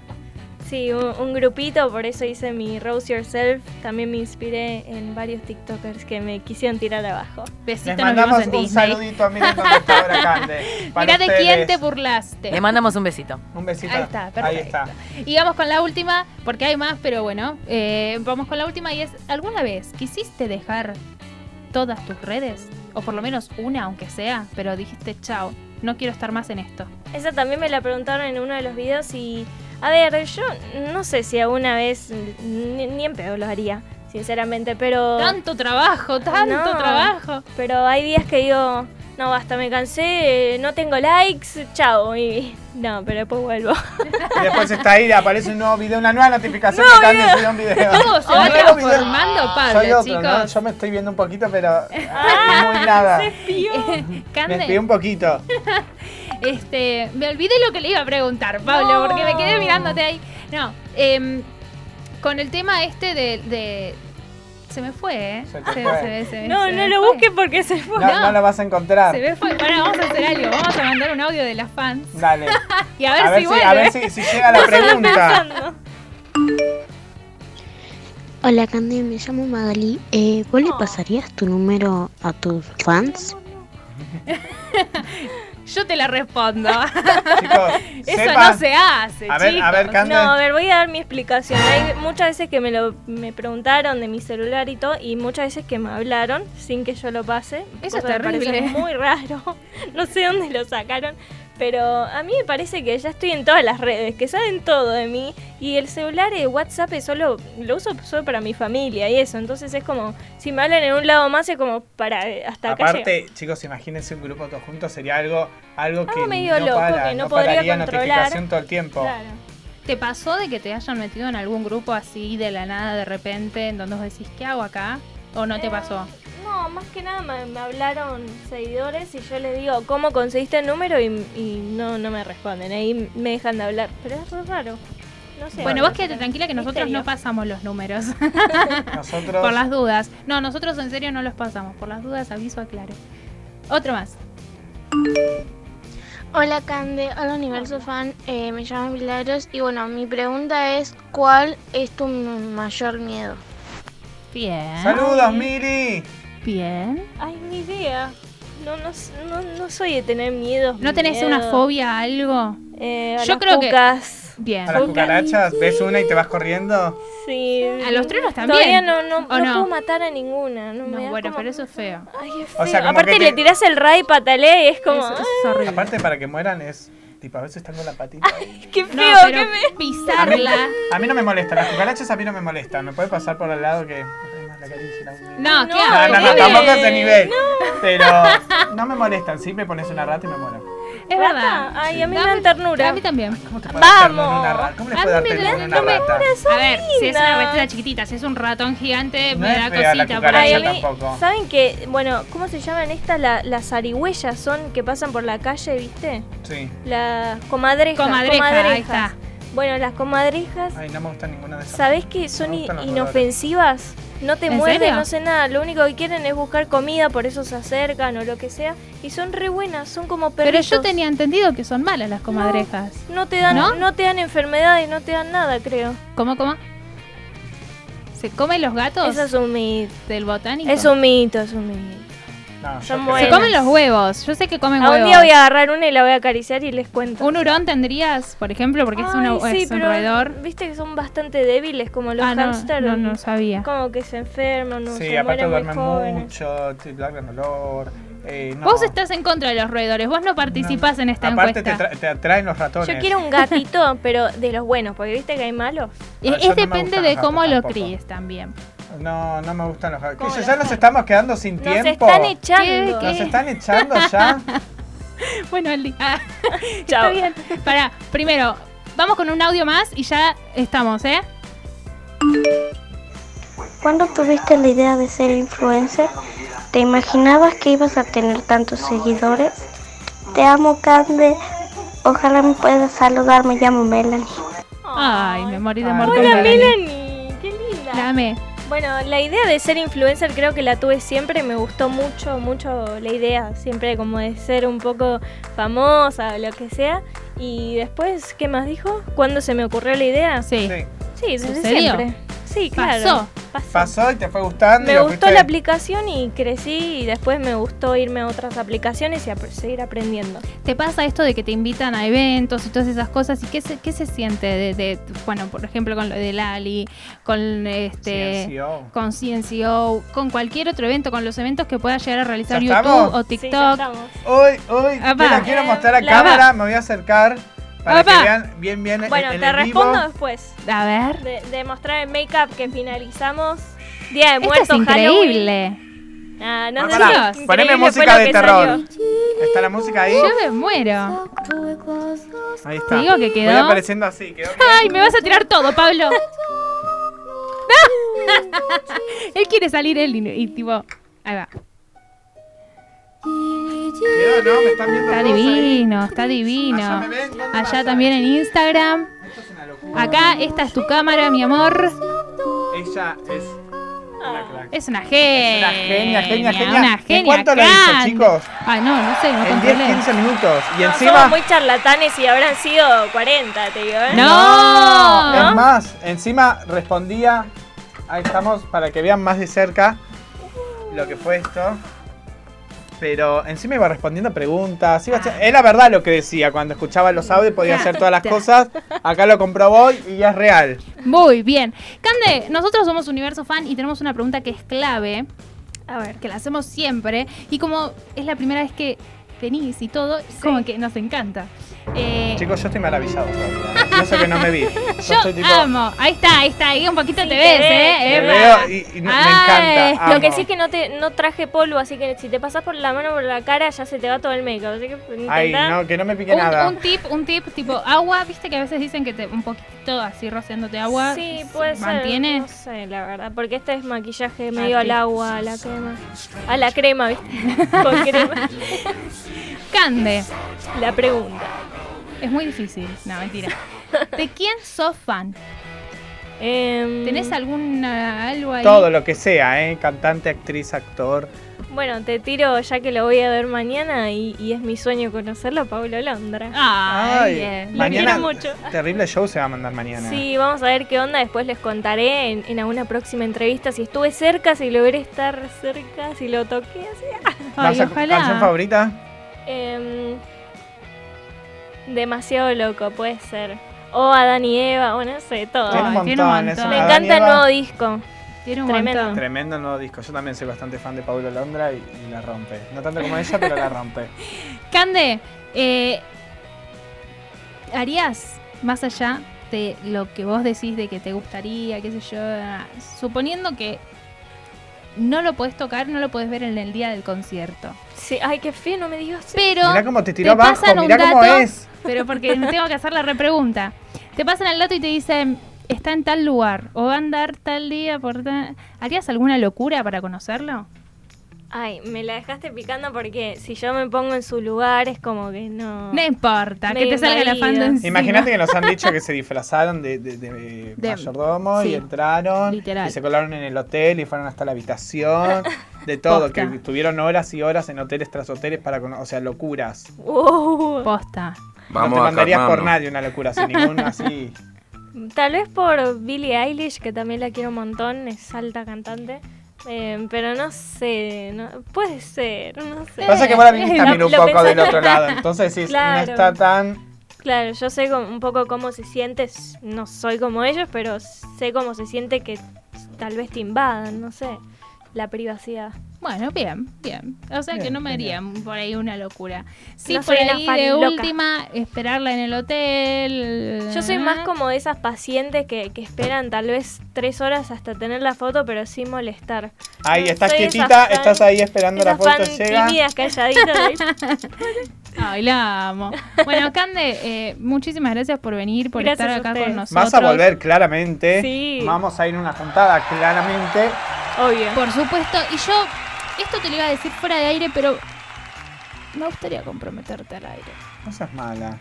[SPEAKER 3] Sí, un, un grupito, por eso hice mi Rose Yourself. También me inspiré en varios TikTokers que me quisieron tirar abajo.
[SPEAKER 1] Besito,
[SPEAKER 2] Les
[SPEAKER 1] nos vemos
[SPEAKER 2] mandamos
[SPEAKER 1] en
[SPEAKER 2] un
[SPEAKER 1] Disney.
[SPEAKER 2] saludito a Miren dónde está Dora Cande. Para
[SPEAKER 1] Mirá de quién te
[SPEAKER 2] ustedes.
[SPEAKER 1] burlaste.
[SPEAKER 7] Le mandamos un besito.
[SPEAKER 2] Un besito.
[SPEAKER 1] Ahí está,
[SPEAKER 2] Ahí
[SPEAKER 1] perfecto.
[SPEAKER 2] está.
[SPEAKER 1] Y vamos con la última, porque hay más, pero bueno, eh, vamos con la última y es, ¿alguna vez quisiste dejar todas tus redes? O por lo menos una, aunque sea, pero dijiste, chao, no quiero estar más en esto.
[SPEAKER 3] Esa también me la preguntaron en uno de los videos y... A ver, yo no sé si alguna vez ni, ni en pedo lo haría, sinceramente, pero...
[SPEAKER 1] Tanto trabajo, tanto
[SPEAKER 3] Oh. Ah, No.
[SPEAKER 1] trabajo.
[SPEAKER 3] Pero hay días que digo, no, basta, me cansé, eh, no tengo likes, chao. Y, no, pero después vuelvo.
[SPEAKER 2] Y después está ahí, aparece un nuevo video, una nueva notificación que Cande subió un video.
[SPEAKER 3] Oh,
[SPEAKER 1] Todo se va
[SPEAKER 2] Un nuevo video.
[SPEAKER 1] transformando,
[SPEAKER 2] Soy
[SPEAKER 1] Pablo,
[SPEAKER 2] otro, ¿no?
[SPEAKER 1] chicos.
[SPEAKER 2] Yo me estoy viendo un poquito, pero ah, muy nada. Me
[SPEAKER 1] Cande,
[SPEAKER 2] espié un poquito.
[SPEAKER 1] Este, me olvidé lo que le iba a preguntar, Pablo,
[SPEAKER 3] No.
[SPEAKER 1] porque me quedé mirándote ahí. No, em, con el tema este de... de- se me fue, ¿eh?
[SPEAKER 2] Se te
[SPEAKER 1] se,
[SPEAKER 2] fue.
[SPEAKER 1] se me- se me-
[SPEAKER 3] No,
[SPEAKER 1] se
[SPEAKER 3] no
[SPEAKER 1] me
[SPEAKER 3] lo
[SPEAKER 1] fue.
[SPEAKER 3] busques porque se fue.
[SPEAKER 2] No, no lo vas a encontrar.
[SPEAKER 1] Se me fue. Bueno, vamos a hacer algo. Vamos a mandar un audio de las fans.
[SPEAKER 2] Dale.
[SPEAKER 1] Y a ver, si vuelve.
[SPEAKER 2] a ver si, si llega la pregunta.
[SPEAKER 3] Pensando.
[SPEAKER 5] Hola Candy, me llamo Magali. Eh, ¿Vos
[SPEAKER 8] Oh.
[SPEAKER 5] le pasarías tu número a tus fans?
[SPEAKER 1] Yo te la respondo.
[SPEAKER 2] Chicos,
[SPEAKER 1] Eso
[SPEAKER 2] sepan-
[SPEAKER 1] no se hace,
[SPEAKER 2] A ver,
[SPEAKER 1] chicos.
[SPEAKER 2] a ver, Cande.
[SPEAKER 3] No, a ver, voy a dar mi explicación. Hay muchas veces que me lo me preguntaron de mi celular y todo, y muchas veces que me hablaron sin que yo lo pase.
[SPEAKER 1] Eso es
[SPEAKER 3] cosa que me parece
[SPEAKER 1] terrible.
[SPEAKER 3] muy raro. No sé dónde lo sacaron. Pero a mí me parece que ya estoy en todas las redes, que saben todo de mí. Y el celular, el WhatsApp, es solo, lo uso solo para mi familia y eso. Entonces es como, si me hablan en un lado más, es como para eh, hasta acá. llego.
[SPEAKER 2] Aparte, chicos, imagínense un grupo todos juntos, sería algo, algo que
[SPEAKER 3] Algo medio
[SPEAKER 2] no,
[SPEAKER 3] loco,
[SPEAKER 2] para,
[SPEAKER 3] que no
[SPEAKER 2] no
[SPEAKER 3] podría
[SPEAKER 2] pararía
[SPEAKER 3] controlar.
[SPEAKER 2] notificación todo el tiempo.
[SPEAKER 3] Claro.
[SPEAKER 1] ¿Te pasó de que te hayan metido en algún grupo así de la nada de repente en donde vos decís, ¿qué hago acá? ¿O no te
[SPEAKER 3] Eh,
[SPEAKER 1] pasó?
[SPEAKER 3] No, más que nada me, me hablaron seguidores y yo les digo, ¿cómo conseguiste el número? Y, y no, no me responden, ahí me dejan de hablar. Pero es re raro. No sé.
[SPEAKER 1] Bueno, vos quédate tranquila que nosotros
[SPEAKER 3] Misterio.
[SPEAKER 1] no pasamos los números,
[SPEAKER 2] Nosotros,
[SPEAKER 1] por las dudas. No, nosotros en serio no los pasamos, por las dudas aviso aclaro. Otro más.
[SPEAKER 8] Hola Cande, hola Universo Fan, eh, me llamo Milagros y bueno, mi pregunta es ¿cuál es tu mayor miedo?
[SPEAKER 1] Bien.
[SPEAKER 2] saludos, Miri.
[SPEAKER 1] Bien.
[SPEAKER 3] Ay, ni idea. No, no, s- no, no soy de tener miedo. eh,
[SPEAKER 1] ¿No tenés una fobia a algo? Yo
[SPEAKER 3] Yo
[SPEAKER 1] creo
[SPEAKER 3] creo
[SPEAKER 1] que-
[SPEAKER 3] que.
[SPEAKER 1] Bien.
[SPEAKER 2] A las
[SPEAKER 3] Nunca.
[SPEAKER 2] cucarachas, ves una y te vas corriendo.
[SPEAKER 3] Sí.
[SPEAKER 1] A los truenos también.
[SPEAKER 3] Todavía no, no,
[SPEAKER 1] ¿O
[SPEAKER 3] no
[SPEAKER 1] no?
[SPEAKER 3] puedo matar a ninguna. No, me
[SPEAKER 1] No,
[SPEAKER 3] da
[SPEAKER 1] bueno,
[SPEAKER 3] como-
[SPEAKER 1] pero eso es feo.
[SPEAKER 3] Ay, es
[SPEAKER 2] O sea,
[SPEAKER 3] feo.
[SPEAKER 2] como
[SPEAKER 3] Aparte
[SPEAKER 2] que te-
[SPEAKER 3] le tirás el ray patalé y es como.
[SPEAKER 1] Eso- eso es horrible.
[SPEAKER 2] Aparte, para que mueran es Tipo, a veces están con la patita.
[SPEAKER 3] Qué
[SPEAKER 1] No,
[SPEAKER 3] feo,
[SPEAKER 1] pero
[SPEAKER 3] qué me...
[SPEAKER 2] A mí,
[SPEAKER 1] pisarla.
[SPEAKER 2] a mí no me molesta, las cucarachas a mí no me molestan. Me puede pasar por al lado que. la acaricio, la humillo.
[SPEAKER 1] No,
[SPEAKER 3] No,
[SPEAKER 1] ¿qué
[SPEAKER 2] No,
[SPEAKER 1] hago?
[SPEAKER 2] no, no,
[SPEAKER 1] ¿Qué?
[SPEAKER 2] tampoco ese nivel. Pero no me molestan, sí me pones una rata y me muero.
[SPEAKER 1] Es verdad.
[SPEAKER 3] Ay, a mí
[SPEAKER 1] Dame-
[SPEAKER 3] me dan ternura.
[SPEAKER 1] A mí también.
[SPEAKER 2] ¿Cómo te puede dar ternura
[SPEAKER 3] Vamos.
[SPEAKER 2] una rata? ¿Cómo le
[SPEAKER 1] A
[SPEAKER 2] puede dar
[SPEAKER 1] mí me
[SPEAKER 2] ternura
[SPEAKER 1] da-
[SPEAKER 2] una
[SPEAKER 1] no me-
[SPEAKER 2] rata?
[SPEAKER 1] A ver, si es una
[SPEAKER 3] linda.
[SPEAKER 1] ratita chiquitita, si es un ratón gigante,
[SPEAKER 2] No
[SPEAKER 1] me
[SPEAKER 2] es
[SPEAKER 1] da
[SPEAKER 2] fea la
[SPEAKER 1] cosita. por
[SPEAKER 2] cucaracha
[SPEAKER 1] ahí.
[SPEAKER 3] Ay, a
[SPEAKER 2] yo
[SPEAKER 3] mí-
[SPEAKER 2] tampoco.
[SPEAKER 3] ¿Saben que, bueno, cómo se llaman estas? La- las arihuellas son que pasan por la calle, ¿viste?
[SPEAKER 2] Sí.
[SPEAKER 3] Las comadrejas.
[SPEAKER 1] Comadreja,
[SPEAKER 3] comadrejas.
[SPEAKER 1] ahí está.
[SPEAKER 3] Bueno, las comadrejas,
[SPEAKER 2] Ay, no me gusta ninguna de esas.
[SPEAKER 3] ¿sabés que son
[SPEAKER 2] Me
[SPEAKER 3] i-
[SPEAKER 2] gustan los
[SPEAKER 3] inofensivas? No te
[SPEAKER 1] ¿En
[SPEAKER 3] muerden,
[SPEAKER 1] serio?
[SPEAKER 3] no hacen nada. Lo único que quieren es buscar comida, por eso se acercan o lo que sea. Y son re buenas, son como
[SPEAKER 1] Pero
[SPEAKER 3] perritos.
[SPEAKER 1] yo tenía entendido que son malas las comadrejas.
[SPEAKER 3] No te dan,
[SPEAKER 1] ¿No?
[SPEAKER 3] ¿No? te dan enfermedades, no te dan nada, creo.
[SPEAKER 1] ¿Cómo, cómo? ¿Se comen los gatos
[SPEAKER 3] Eso es un mito.
[SPEAKER 1] del botánico?
[SPEAKER 3] Es un mito, es un mito.
[SPEAKER 2] No, yo
[SPEAKER 3] Son
[SPEAKER 1] Se
[SPEAKER 2] creo-
[SPEAKER 3] buenas.
[SPEAKER 1] comen los huevos. Yo sé que comen
[SPEAKER 3] A
[SPEAKER 1] huevos.
[SPEAKER 3] un día voy a agarrar una y la voy a acariciar y les cuento.
[SPEAKER 1] ¿Un hurón tendrías, por ejemplo? Porque es, una,
[SPEAKER 3] Ay, sí,
[SPEAKER 1] es un
[SPEAKER 3] pero
[SPEAKER 1] roedor.
[SPEAKER 3] Viste que son bastante débiles, como los
[SPEAKER 1] ah, no,
[SPEAKER 3] hamsters.
[SPEAKER 1] no, no sabía.
[SPEAKER 3] Como que se enferman, no
[SPEAKER 2] Sí,
[SPEAKER 3] se
[SPEAKER 2] aparte
[SPEAKER 3] mueren muy
[SPEAKER 2] duermen
[SPEAKER 3] jóvenes.
[SPEAKER 2] mucho, te largan dolor. Eh, no.
[SPEAKER 1] Vos estás en contra de los roedores. Vos no participás en esta
[SPEAKER 2] Aparte te,
[SPEAKER 1] encuesta.
[SPEAKER 2] tra- te atraen los ratones.
[SPEAKER 3] Yo quiero un gatito, pero de los buenos, porque viste que hay malos.
[SPEAKER 1] Es,
[SPEAKER 2] Ah,
[SPEAKER 1] es
[SPEAKER 2] yo no me
[SPEAKER 1] depende
[SPEAKER 2] gustan
[SPEAKER 1] de
[SPEAKER 2] los
[SPEAKER 1] cómo
[SPEAKER 2] gatos
[SPEAKER 1] lo
[SPEAKER 2] tampoco.
[SPEAKER 1] críes también.
[SPEAKER 2] No, no me gustan los gatos.
[SPEAKER 3] ¿Cómo
[SPEAKER 2] Que
[SPEAKER 3] los
[SPEAKER 2] Ya nos
[SPEAKER 3] gatos?
[SPEAKER 2] estamos quedando sin
[SPEAKER 3] Nos
[SPEAKER 2] tiempo.
[SPEAKER 3] están echando.
[SPEAKER 1] ¿Qué?
[SPEAKER 2] Nos están echando ya.
[SPEAKER 1] Bueno, Aldi. Ah, está
[SPEAKER 3] Chao.
[SPEAKER 1] bien. Para, primero, vamos con un audio más y ya estamos, ¿eh?
[SPEAKER 5] ¿Cuándo tuviste la idea de ser influencer? ¿Te imaginabas que ibas a tener tantos seguidores? Te amo, Cande. Ojalá me puedas saludar. Me llamo Melanie.
[SPEAKER 1] Ay, me morí de
[SPEAKER 2] Ay.
[SPEAKER 1] amor con
[SPEAKER 3] Hola,
[SPEAKER 1] Melanie.
[SPEAKER 3] Melanie. Qué linda.
[SPEAKER 1] La amé.
[SPEAKER 3] Bueno, la idea de ser influencer creo que la tuve siempre, me gustó mucho, mucho la idea, siempre como de ser un poco famosa o lo que sea. Y después, ¿qué más dijo? ¿Cuándo se me ocurrió la idea?
[SPEAKER 1] Sí.
[SPEAKER 2] Sí.
[SPEAKER 3] Sí, desde
[SPEAKER 1] ¿Sucedió?
[SPEAKER 3] siempre. Sí, claro.
[SPEAKER 1] Pasó.
[SPEAKER 3] Pasó.
[SPEAKER 2] Pasó y te fue gustando. y
[SPEAKER 3] Me
[SPEAKER 2] lo
[SPEAKER 3] gustó
[SPEAKER 2] fuiste-
[SPEAKER 3] la aplicación y crecí y después me gustó irme a otras aplicaciones y ap- seguir aprendiendo.
[SPEAKER 1] ¿Te pasa esto de que te invitan a eventos y todas esas cosas? ¿Y qué se, qué se siente de, de- bueno, por ejemplo, con lo de Lali, con este...
[SPEAKER 3] oh.
[SPEAKER 2] CNCO.
[SPEAKER 1] con CNCO, con cualquier otro evento, con los eventos que pueda llegar a realizar
[SPEAKER 2] ¿Ya
[SPEAKER 1] YouTube
[SPEAKER 2] estamos?
[SPEAKER 1] o
[SPEAKER 3] Sí, ya
[SPEAKER 1] TikTok.
[SPEAKER 3] estamos.
[SPEAKER 2] Hoy, hoy,
[SPEAKER 1] Apa.
[SPEAKER 2] mira, quiero
[SPEAKER 3] Eh,
[SPEAKER 2] mostrar a
[SPEAKER 3] la-
[SPEAKER 2] cámara, me voy a acercar para
[SPEAKER 1] Apa.
[SPEAKER 2] que vean bien, bien el-
[SPEAKER 3] Bueno,
[SPEAKER 2] el
[SPEAKER 3] te
[SPEAKER 2] en vivo. Ah,
[SPEAKER 3] respondo después
[SPEAKER 1] a ver,
[SPEAKER 3] de, de mostrar el make-up que finalizamos. Día de
[SPEAKER 1] esto es
[SPEAKER 3] muertos, Halloween.
[SPEAKER 1] increíble.
[SPEAKER 3] Ah,
[SPEAKER 2] Ah,
[SPEAKER 3] no sé
[SPEAKER 2] pará,
[SPEAKER 3] si es increíble,
[SPEAKER 2] poneme
[SPEAKER 3] fue
[SPEAKER 2] música
[SPEAKER 3] lo
[SPEAKER 2] de
[SPEAKER 3] que
[SPEAKER 2] terror.
[SPEAKER 3] salió.
[SPEAKER 2] Está la música ahí.
[SPEAKER 1] Yo me muero.
[SPEAKER 2] Ahí
[SPEAKER 1] Te
[SPEAKER 2] está.
[SPEAKER 1] digo que
[SPEAKER 2] Voy
[SPEAKER 1] quedó.
[SPEAKER 2] apareciendo así. quedó bien.
[SPEAKER 1] Ay, me vas a tirar todo, Pablo. él quiere salir él y, y tipo. Ahí va.
[SPEAKER 2] Quedó, ¿no? Me están viendo
[SPEAKER 1] Está
[SPEAKER 2] todos ahí.
[SPEAKER 1] divino, está
[SPEAKER 2] Allá
[SPEAKER 1] divino.
[SPEAKER 2] me ven, ¿dónde
[SPEAKER 1] Allá
[SPEAKER 2] pasa?
[SPEAKER 1] también en Instagram.
[SPEAKER 2] Esto es una locura.
[SPEAKER 1] Acá, esta es tu cámara, mi amor.
[SPEAKER 2] Ella es
[SPEAKER 3] Ah.
[SPEAKER 2] una crack.
[SPEAKER 1] Es una genia.
[SPEAKER 2] Una genia, genia, genia.
[SPEAKER 1] Una
[SPEAKER 2] ¿En
[SPEAKER 1] genia.
[SPEAKER 2] cuánto lo hizo,
[SPEAKER 1] canta.
[SPEAKER 2] chicos?
[SPEAKER 1] Ay, no, no sé, no
[SPEAKER 2] En
[SPEAKER 1] controlé.
[SPEAKER 2] 10, 15 minutos. Y
[SPEAKER 3] No,
[SPEAKER 2] encima.
[SPEAKER 3] somos muy charlatanes y habrán sido 40, te digo. ¿eh?
[SPEAKER 1] No.
[SPEAKER 2] Es más, encima respondía. Ahí estamos para que vean más de cerca lo que fue esto. Pero encima iba respondiendo preguntas. iba
[SPEAKER 1] Ah.
[SPEAKER 2] haciendo- es la verdad lo que decía. Cuando escuchaba los audios podía hacer todas las cosas. Acá lo comprobó hoy y ya es real.
[SPEAKER 1] Muy bien. Cande, nosotros somos Universo Fan y tenemos una pregunta que es clave,
[SPEAKER 3] A ver.
[SPEAKER 1] que la hacemos siempre. Y como es la primera vez que venís y todo, como que nos encanta. Eh,
[SPEAKER 2] Chicos, yo estoy maravillado todavía. Yo sé que no me vi. Yo
[SPEAKER 1] yo
[SPEAKER 2] estoy tipo.
[SPEAKER 1] amo. Ahí está, ahí está. Ahí un poquito
[SPEAKER 3] Sí,
[SPEAKER 1] te
[SPEAKER 3] te
[SPEAKER 1] ves,
[SPEAKER 3] ves,
[SPEAKER 1] ¿eh?
[SPEAKER 3] te
[SPEAKER 2] me
[SPEAKER 1] Es
[SPEAKER 2] veo
[SPEAKER 1] verdad.
[SPEAKER 2] y, y no- me
[SPEAKER 1] Ay,
[SPEAKER 2] encanta.
[SPEAKER 3] Lo que
[SPEAKER 2] amo.
[SPEAKER 3] sí que no te no traje polvo, así que si te pasas por la mano por la cara ya se te va todo el make-up. Así que intentá.
[SPEAKER 2] Ay, no, que no me pique
[SPEAKER 1] Un,
[SPEAKER 2] nada.
[SPEAKER 1] un tip, un tip, tipo agua, viste que a veces dicen que te, un poquito así rociándote agua.
[SPEAKER 3] Sí,
[SPEAKER 1] se
[SPEAKER 3] puede ser.
[SPEAKER 1] Mantiene.
[SPEAKER 3] No sé, la verdad. Porque este es maquillaje medio al agua, a la crema. A la crema, ¿viste? Con crema.
[SPEAKER 1] Cande.
[SPEAKER 3] La pregunta.
[SPEAKER 1] Es muy difícil. No, mentira. ¿De quién sos fan?
[SPEAKER 3] Em,
[SPEAKER 1] ¿Tenés alguna algo ahí?
[SPEAKER 2] Todo lo que sea, ¿eh? Cantante, actriz, actor.
[SPEAKER 3] Bueno, te tiro ya que lo voy a ver mañana y, y es mi sueño conocerlo a Pablo Londra.
[SPEAKER 1] Ah, Ay, bien.
[SPEAKER 2] mañana.
[SPEAKER 3] Lo quiero mucho.
[SPEAKER 2] Terrible show se va a mandar mañana.
[SPEAKER 3] Sí, vamos a ver qué onda. Después les contaré en, en alguna próxima entrevista si estuve cerca, si logré estar cerca, si lo toqué. Así.
[SPEAKER 1] Ay,
[SPEAKER 2] ¿Vas a- ¿Canción
[SPEAKER 1] ojalá.
[SPEAKER 2] favorita?
[SPEAKER 3] Em, demasiado loco, puede ser. O Adán y Eva, o no sé, todo.
[SPEAKER 2] Tiene un
[SPEAKER 1] Ay,
[SPEAKER 2] montón.
[SPEAKER 1] tiene un montón.
[SPEAKER 2] es
[SPEAKER 1] Me
[SPEAKER 2] una
[SPEAKER 3] Me
[SPEAKER 2] Adán y
[SPEAKER 3] encanta el
[SPEAKER 2] Eva.
[SPEAKER 3] nuevo disco.
[SPEAKER 1] Tiene un
[SPEAKER 3] Tremendo.
[SPEAKER 1] montón.
[SPEAKER 2] Tremendo el nuevo disco. Yo también soy bastante fan de Paulo Londra y, y la rompe. No tanto como ella, pero la rompe.
[SPEAKER 1] Cande, eh, harías más allá de lo que vos decís de que te gustaría, qué sé yo, suponiendo que no lo podés tocar, no lo podés ver en el día del concierto.
[SPEAKER 3] Sí, ay, qué feo, no me digas.
[SPEAKER 1] Pero
[SPEAKER 2] Mirá cómo te tiró
[SPEAKER 1] te
[SPEAKER 2] abajo,
[SPEAKER 1] pasan un
[SPEAKER 2] mirá cómo
[SPEAKER 1] dato.
[SPEAKER 2] es.
[SPEAKER 1] Pero porque me tengo que hacer la repregunta. Te pasan el dato y te dicen, está en tal lugar, o va a andar tal día por tal... ¿Harías alguna locura para conocerlo?
[SPEAKER 3] Ay, me la dejaste picando porque si yo me pongo en su lugar es como que no.
[SPEAKER 1] No importa,
[SPEAKER 3] Me
[SPEAKER 1] que te salga la
[SPEAKER 3] invadido.
[SPEAKER 1] fanda encima.
[SPEAKER 2] Imagínate que nos han dicho que se disfrazaron de, de- de
[SPEAKER 1] De-
[SPEAKER 2] mayordomo
[SPEAKER 1] sí.
[SPEAKER 2] y entraron
[SPEAKER 1] Literal.
[SPEAKER 2] y se colaron en el hotel y fueron hasta la habitación, de todo, que
[SPEAKER 1] Posta.
[SPEAKER 2] estuvieron horas y horas en hoteles tras hoteles para cono- o sea, locuras.
[SPEAKER 3] Wow.
[SPEAKER 1] Posta.
[SPEAKER 2] no
[SPEAKER 7] Vamos
[SPEAKER 2] te
[SPEAKER 7] a
[SPEAKER 2] mandarías por
[SPEAKER 7] calmarnos.
[SPEAKER 2] nadie una locura, sin ningún así.
[SPEAKER 3] Tal vez por Billie Eilish, que también la quiero un montón, es alta cantante. Eh, pero no sé, no- puede ser, no sé.
[SPEAKER 2] Pasa que ahora
[SPEAKER 1] Eh,
[SPEAKER 2] viniste también
[SPEAKER 3] lo-
[SPEAKER 2] un
[SPEAKER 3] lo
[SPEAKER 2] poco del
[SPEAKER 3] pensé.
[SPEAKER 2] otro lado, entonces decís,
[SPEAKER 3] Claro.
[SPEAKER 2] no está tan...
[SPEAKER 3] Claro, yo sé como- un poco cómo se siente, s- no soy como ellos, pero sé cómo se siente que tal vez te invadan, no sé, la privacidad.
[SPEAKER 1] Bueno, bien, bien. O sea que
[SPEAKER 2] Bien,
[SPEAKER 1] no me haría por ahí una locura. Sí,
[SPEAKER 3] No
[SPEAKER 1] por
[SPEAKER 3] soy una
[SPEAKER 1] ahí
[SPEAKER 3] fan
[SPEAKER 1] de
[SPEAKER 3] loca.
[SPEAKER 1] última, esperarla en el hotel. ¿eh?
[SPEAKER 3] Yo soy más como de esas pacientes que, que esperan tal vez tres horas hasta tener la foto, pero sin molestar.
[SPEAKER 2] Ahí,
[SPEAKER 3] No,
[SPEAKER 2] estás
[SPEAKER 3] soy esa
[SPEAKER 2] quietita,
[SPEAKER 3] fan-
[SPEAKER 2] estás ahí esperando la
[SPEAKER 3] Esas
[SPEAKER 2] foto,
[SPEAKER 3] fan
[SPEAKER 2] llega.
[SPEAKER 3] tímidas, calladitas. ¿viste?
[SPEAKER 1] Ay, la amo. Bueno, Cande, eh, muchísimas gracias por venir, por
[SPEAKER 3] Gracias
[SPEAKER 1] estar
[SPEAKER 3] a
[SPEAKER 1] acá
[SPEAKER 3] ustedes.
[SPEAKER 1] con nosotros.
[SPEAKER 2] Vas a volver, claramente.
[SPEAKER 3] Sí.
[SPEAKER 2] Vamos a ir a una juntada, claramente.
[SPEAKER 3] Obvio.
[SPEAKER 1] Por supuesto. Y yo, esto te lo iba a decir fuera de aire, pero me gustaría comprometerte al aire.
[SPEAKER 2] No seas mala.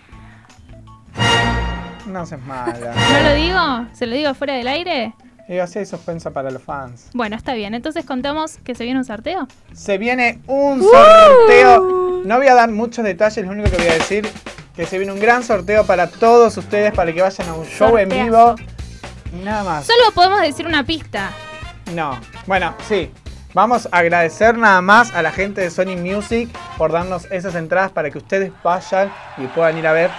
[SPEAKER 2] No seas mala.
[SPEAKER 1] ¿No lo digo? ¿Se lo digo fuera del aire?
[SPEAKER 2] Y así hay suspensa para los fans.
[SPEAKER 1] Bueno, está bien. Entonces contamos que se viene un sorteo.
[SPEAKER 2] Se viene un sorteo. No voy a dar muchos detalles, lo único que voy a decir que se viene un gran sorteo para todos ustedes para que vayan a un show en vivo.
[SPEAKER 3] Sorteazo.
[SPEAKER 2] Nada más.
[SPEAKER 1] Solo podemos decir una pista.
[SPEAKER 2] No. Bueno, sí. Vamos a agradecer nada más a la gente de Sony Music por darnos esas entradas para que ustedes vayan y puedan ir a ver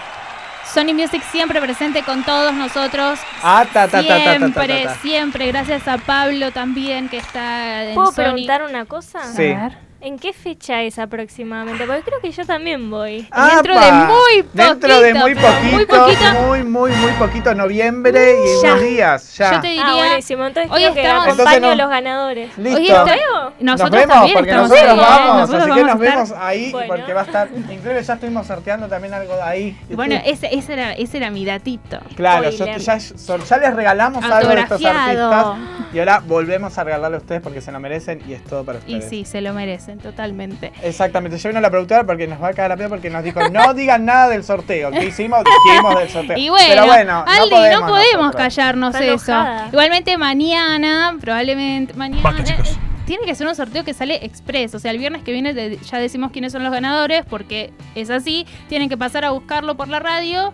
[SPEAKER 1] Sony Music siempre presente con todos nosotros.
[SPEAKER 2] a Ah, ta ta ta ta ta, ta, ta,
[SPEAKER 1] siempre,
[SPEAKER 2] ta.
[SPEAKER 1] siempre. Gracias a Pablo también que está en
[SPEAKER 3] ¿Puedo
[SPEAKER 1] Sony.
[SPEAKER 3] preguntar una cosa?
[SPEAKER 2] Sí.
[SPEAKER 1] A ver.
[SPEAKER 3] ¿En qué fecha es aproximadamente? Porque creo que yo también voy.
[SPEAKER 1] Dentro
[SPEAKER 2] ¡Apa!
[SPEAKER 1] de muy
[SPEAKER 2] Dentro de
[SPEAKER 1] poquito,
[SPEAKER 2] muy
[SPEAKER 1] pero muy
[SPEAKER 2] poquito, muy
[SPEAKER 1] poquito.
[SPEAKER 2] muy, muy, poquito, noviembre y
[SPEAKER 1] Ya.
[SPEAKER 2] unos días, ya.
[SPEAKER 1] Yo te diría,
[SPEAKER 3] Ah, buenísimo. Entonces
[SPEAKER 1] Hoy
[SPEAKER 3] creo que
[SPEAKER 1] estamos-
[SPEAKER 3] acompaño
[SPEAKER 2] Entonces no.
[SPEAKER 3] a los ganadores.
[SPEAKER 1] hoy
[SPEAKER 2] Listo.
[SPEAKER 1] está- nosotros
[SPEAKER 2] nos vemos,
[SPEAKER 1] también
[SPEAKER 2] porque
[SPEAKER 1] estamos
[SPEAKER 2] nosotros
[SPEAKER 1] ahí, ¿eh?
[SPEAKER 2] vamos,
[SPEAKER 1] Nosotros
[SPEAKER 2] así que nos
[SPEAKER 1] vamos a estar-
[SPEAKER 2] vemos ahí,
[SPEAKER 3] Bueno.
[SPEAKER 2] porque va a estar, inclusive ya estuvimos sorteando también algo de ahí.
[SPEAKER 1] Bueno, ese, ese era, ese era mi datito.
[SPEAKER 2] Claro, yo,
[SPEAKER 3] spoiler.
[SPEAKER 2] ya, ya les regalamos algo de estos
[SPEAKER 1] Autografiado.
[SPEAKER 2] artistas y ahora volvemos a regalarle a ustedes porque se lo merecen y es todo para
[SPEAKER 1] Y
[SPEAKER 2] ustedes.
[SPEAKER 1] sí, se lo merecen, totalmente.
[SPEAKER 2] Exactamente, yo vino la productora porque nos va a cagar la peor porque nos dijo, no digan nada del sorteo. ¿Qué hicimos? Dijimos del sorteo.
[SPEAKER 1] Y bueno,
[SPEAKER 2] Pero bueno, no
[SPEAKER 1] Ali,
[SPEAKER 2] podemos, nosotros.
[SPEAKER 1] callarnos
[SPEAKER 3] Está
[SPEAKER 1] eso.
[SPEAKER 3] enojada.
[SPEAKER 1] Igualmente mañana, probablemente mañana...
[SPEAKER 9] Basta, chicos.
[SPEAKER 1] eh, Tiene que ser un sorteo que sale express, o sea, el viernes que viene de- ya decimos quiénes son los ganadores, porque es así, tienen que pasar a buscarlo por la radio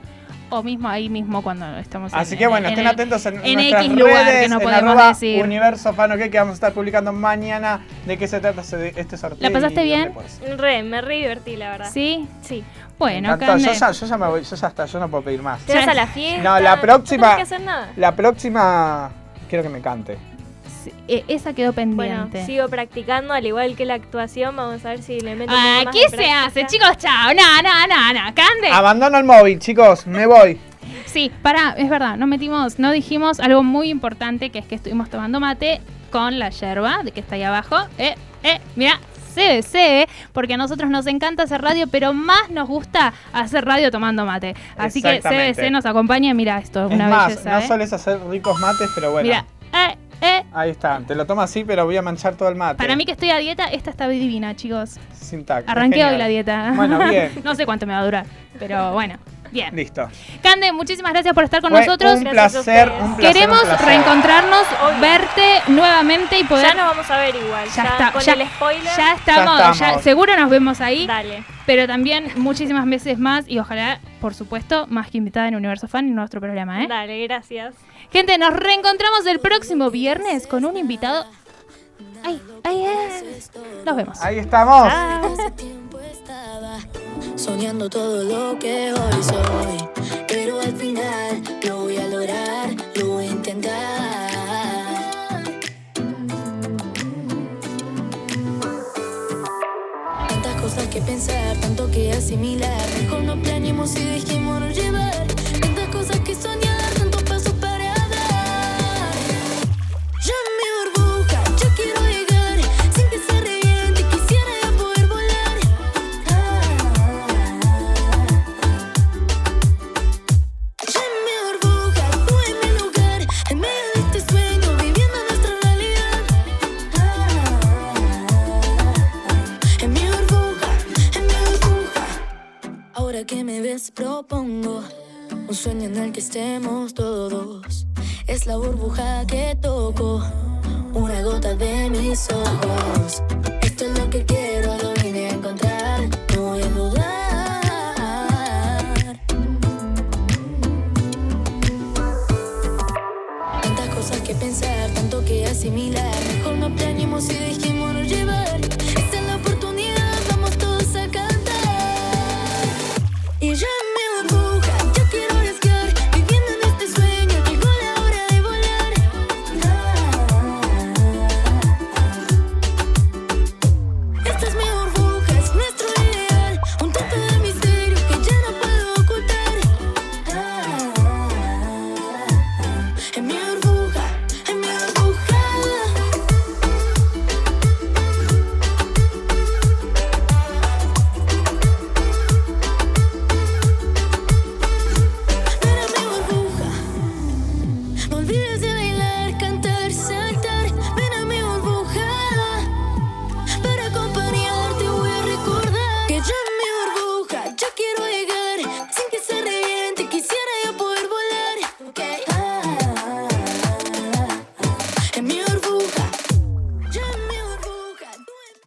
[SPEAKER 1] o mismo ahí mismo cuando estamos en-
[SPEAKER 2] Así que
[SPEAKER 1] en-
[SPEAKER 2] bueno,
[SPEAKER 1] en
[SPEAKER 2] estén
[SPEAKER 1] el-
[SPEAKER 2] atentos en,
[SPEAKER 1] en
[SPEAKER 2] nuestras
[SPEAKER 1] X lugar que
[SPEAKER 2] redes,
[SPEAKER 1] no
[SPEAKER 2] en
[SPEAKER 1] podemos
[SPEAKER 2] arroba
[SPEAKER 1] decir.
[SPEAKER 2] Universo Fano que, que vamos a estar publicando mañana de qué se trata ese- este sorteo.
[SPEAKER 1] ¿La pasaste
[SPEAKER 2] y
[SPEAKER 1] bien?
[SPEAKER 2] dónde puede ser.
[SPEAKER 3] Re, me re divertí, la verdad.
[SPEAKER 1] Sí,
[SPEAKER 3] Sí.
[SPEAKER 2] Me
[SPEAKER 1] bueno,
[SPEAKER 2] encantó. yo,
[SPEAKER 1] Cande.
[SPEAKER 2] ya, yo ya me voy, yo ya está, yo no puedo pedir más.
[SPEAKER 3] ¿Te
[SPEAKER 1] Ya.
[SPEAKER 3] vas a la fiesta?
[SPEAKER 2] No, la próxima-
[SPEAKER 3] No tenés que hacer nada.
[SPEAKER 2] La próxima quiero que me cante.
[SPEAKER 1] Sí, eh, esa quedó
[SPEAKER 3] Bueno,
[SPEAKER 1] pendiente.
[SPEAKER 3] sigo practicando, al igual que la actuación, vamos a ver si le meto un
[SPEAKER 1] Ah,
[SPEAKER 3] poco más
[SPEAKER 1] ¿Qué
[SPEAKER 3] de
[SPEAKER 1] se hace,
[SPEAKER 3] práctica.
[SPEAKER 1] chicos? Chao, no, no, no, no. Cande.
[SPEAKER 2] Abandono el móvil, chicos, me voy.
[SPEAKER 1] Sí, para, es verdad, no metimos, no dijimos algo muy importante que es que estuvimos tomando mate con la yerba de que está ahí abajo. Eh, eh, mira, CBC, porque a nosotros nos encanta hacer radio, pero más nos gusta hacer radio tomando mate. Así que
[SPEAKER 2] Exactamente.
[SPEAKER 1] CBC nos acompaña, mira esto,
[SPEAKER 2] es
[SPEAKER 1] una
[SPEAKER 2] más,
[SPEAKER 1] belleza.
[SPEAKER 2] no
[SPEAKER 1] eh.
[SPEAKER 2] soles hacer ricos mates, pero bueno.
[SPEAKER 1] Mira, eh, eh.
[SPEAKER 2] Ahí está, te lo tomo así, pero voy a manchar todo el mate.
[SPEAKER 1] Para mí que estoy a dieta, esta está divina, chicos.
[SPEAKER 2] Sin tac.
[SPEAKER 1] Arranqué
[SPEAKER 2] Genial.
[SPEAKER 1] hoy la dieta.
[SPEAKER 2] Bueno, bien.
[SPEAKER 1] no sé cuánto me va a durar, pero bueno, bien.
[SPEAKER 2] Listo.
[SPEAKER 1] Cande, muchísimas gracias por estar con
[SPEAKER 2] Fue
[SPEAKER 1] nosotros.
[SPEAKER 2] Un
[SPEAKER 3] Gracias a
[SPEAKER 2] placer,
[SPEAKER 3] ustedes.
[SPEAKER 2] un placer.
[SPEAKER 1] Queremos
[SPEAKER 2] un placer.
[SPEAKER 1] reencontrarnos,
[SPEAKER 3] Obvio.
[SPEAKER 1] verte nuevamente y poder.
[SPEAKER 3] Ya nos vamos a ver igual.
[SPEAKER 1] Ya
[SPEAKER 3] Ya,
[SPEAKER 1] está,
[SPEAKER 3] Con
[SPEAKER 1] ya-
[SPEAKER 3] el spoiler.
[SPEAKER 1] ya estamos, ya
[SPEAKER 2] Ya estamos.
[SPEAKER 1] seguro nos vemos ahí,
[SPEAKER 3] Dale.
[SPEAKER 1] pero también muchísimas veces más y ojalá, por supuesto, más que invitada en Universo Fan en nuestro programa, ¿eh?
[SPEAKER 3] Dale, gracias.
[SPEAKER 1] Gente, nos reencontramos el próximo viernes con un invitado. Ay, ay, ay. Nos vemos.
[SPEAKER 2] Ahí estamos.
[SPEAKER 10] Hace tiempo estaba soñando todo lo que hoy soy, pero al final lo voy a lograr, lo voy a intentar. Tantas cosas que
[SPEAKER 5] que pensar, tanto que asimilar. Mejor no planeemos y dejémonos llevar. Tantas cosas que soñar, tantos pasos para dar. Ya mi burbuja, yo quiero llegar. Sin que se reviente, quisiera ya poder volar. Ah. Ya en mi burbuja, tú en mi lugar, en medio de este sueño, viviendo nuestra realidad. Ah, en mi burbuja, en mi burbuja. Ahora que me ves propongo un sueño en el que estemos todos. Es la burbuja que toco, una gota de mis ojos. Esto es lo que quiero Ah,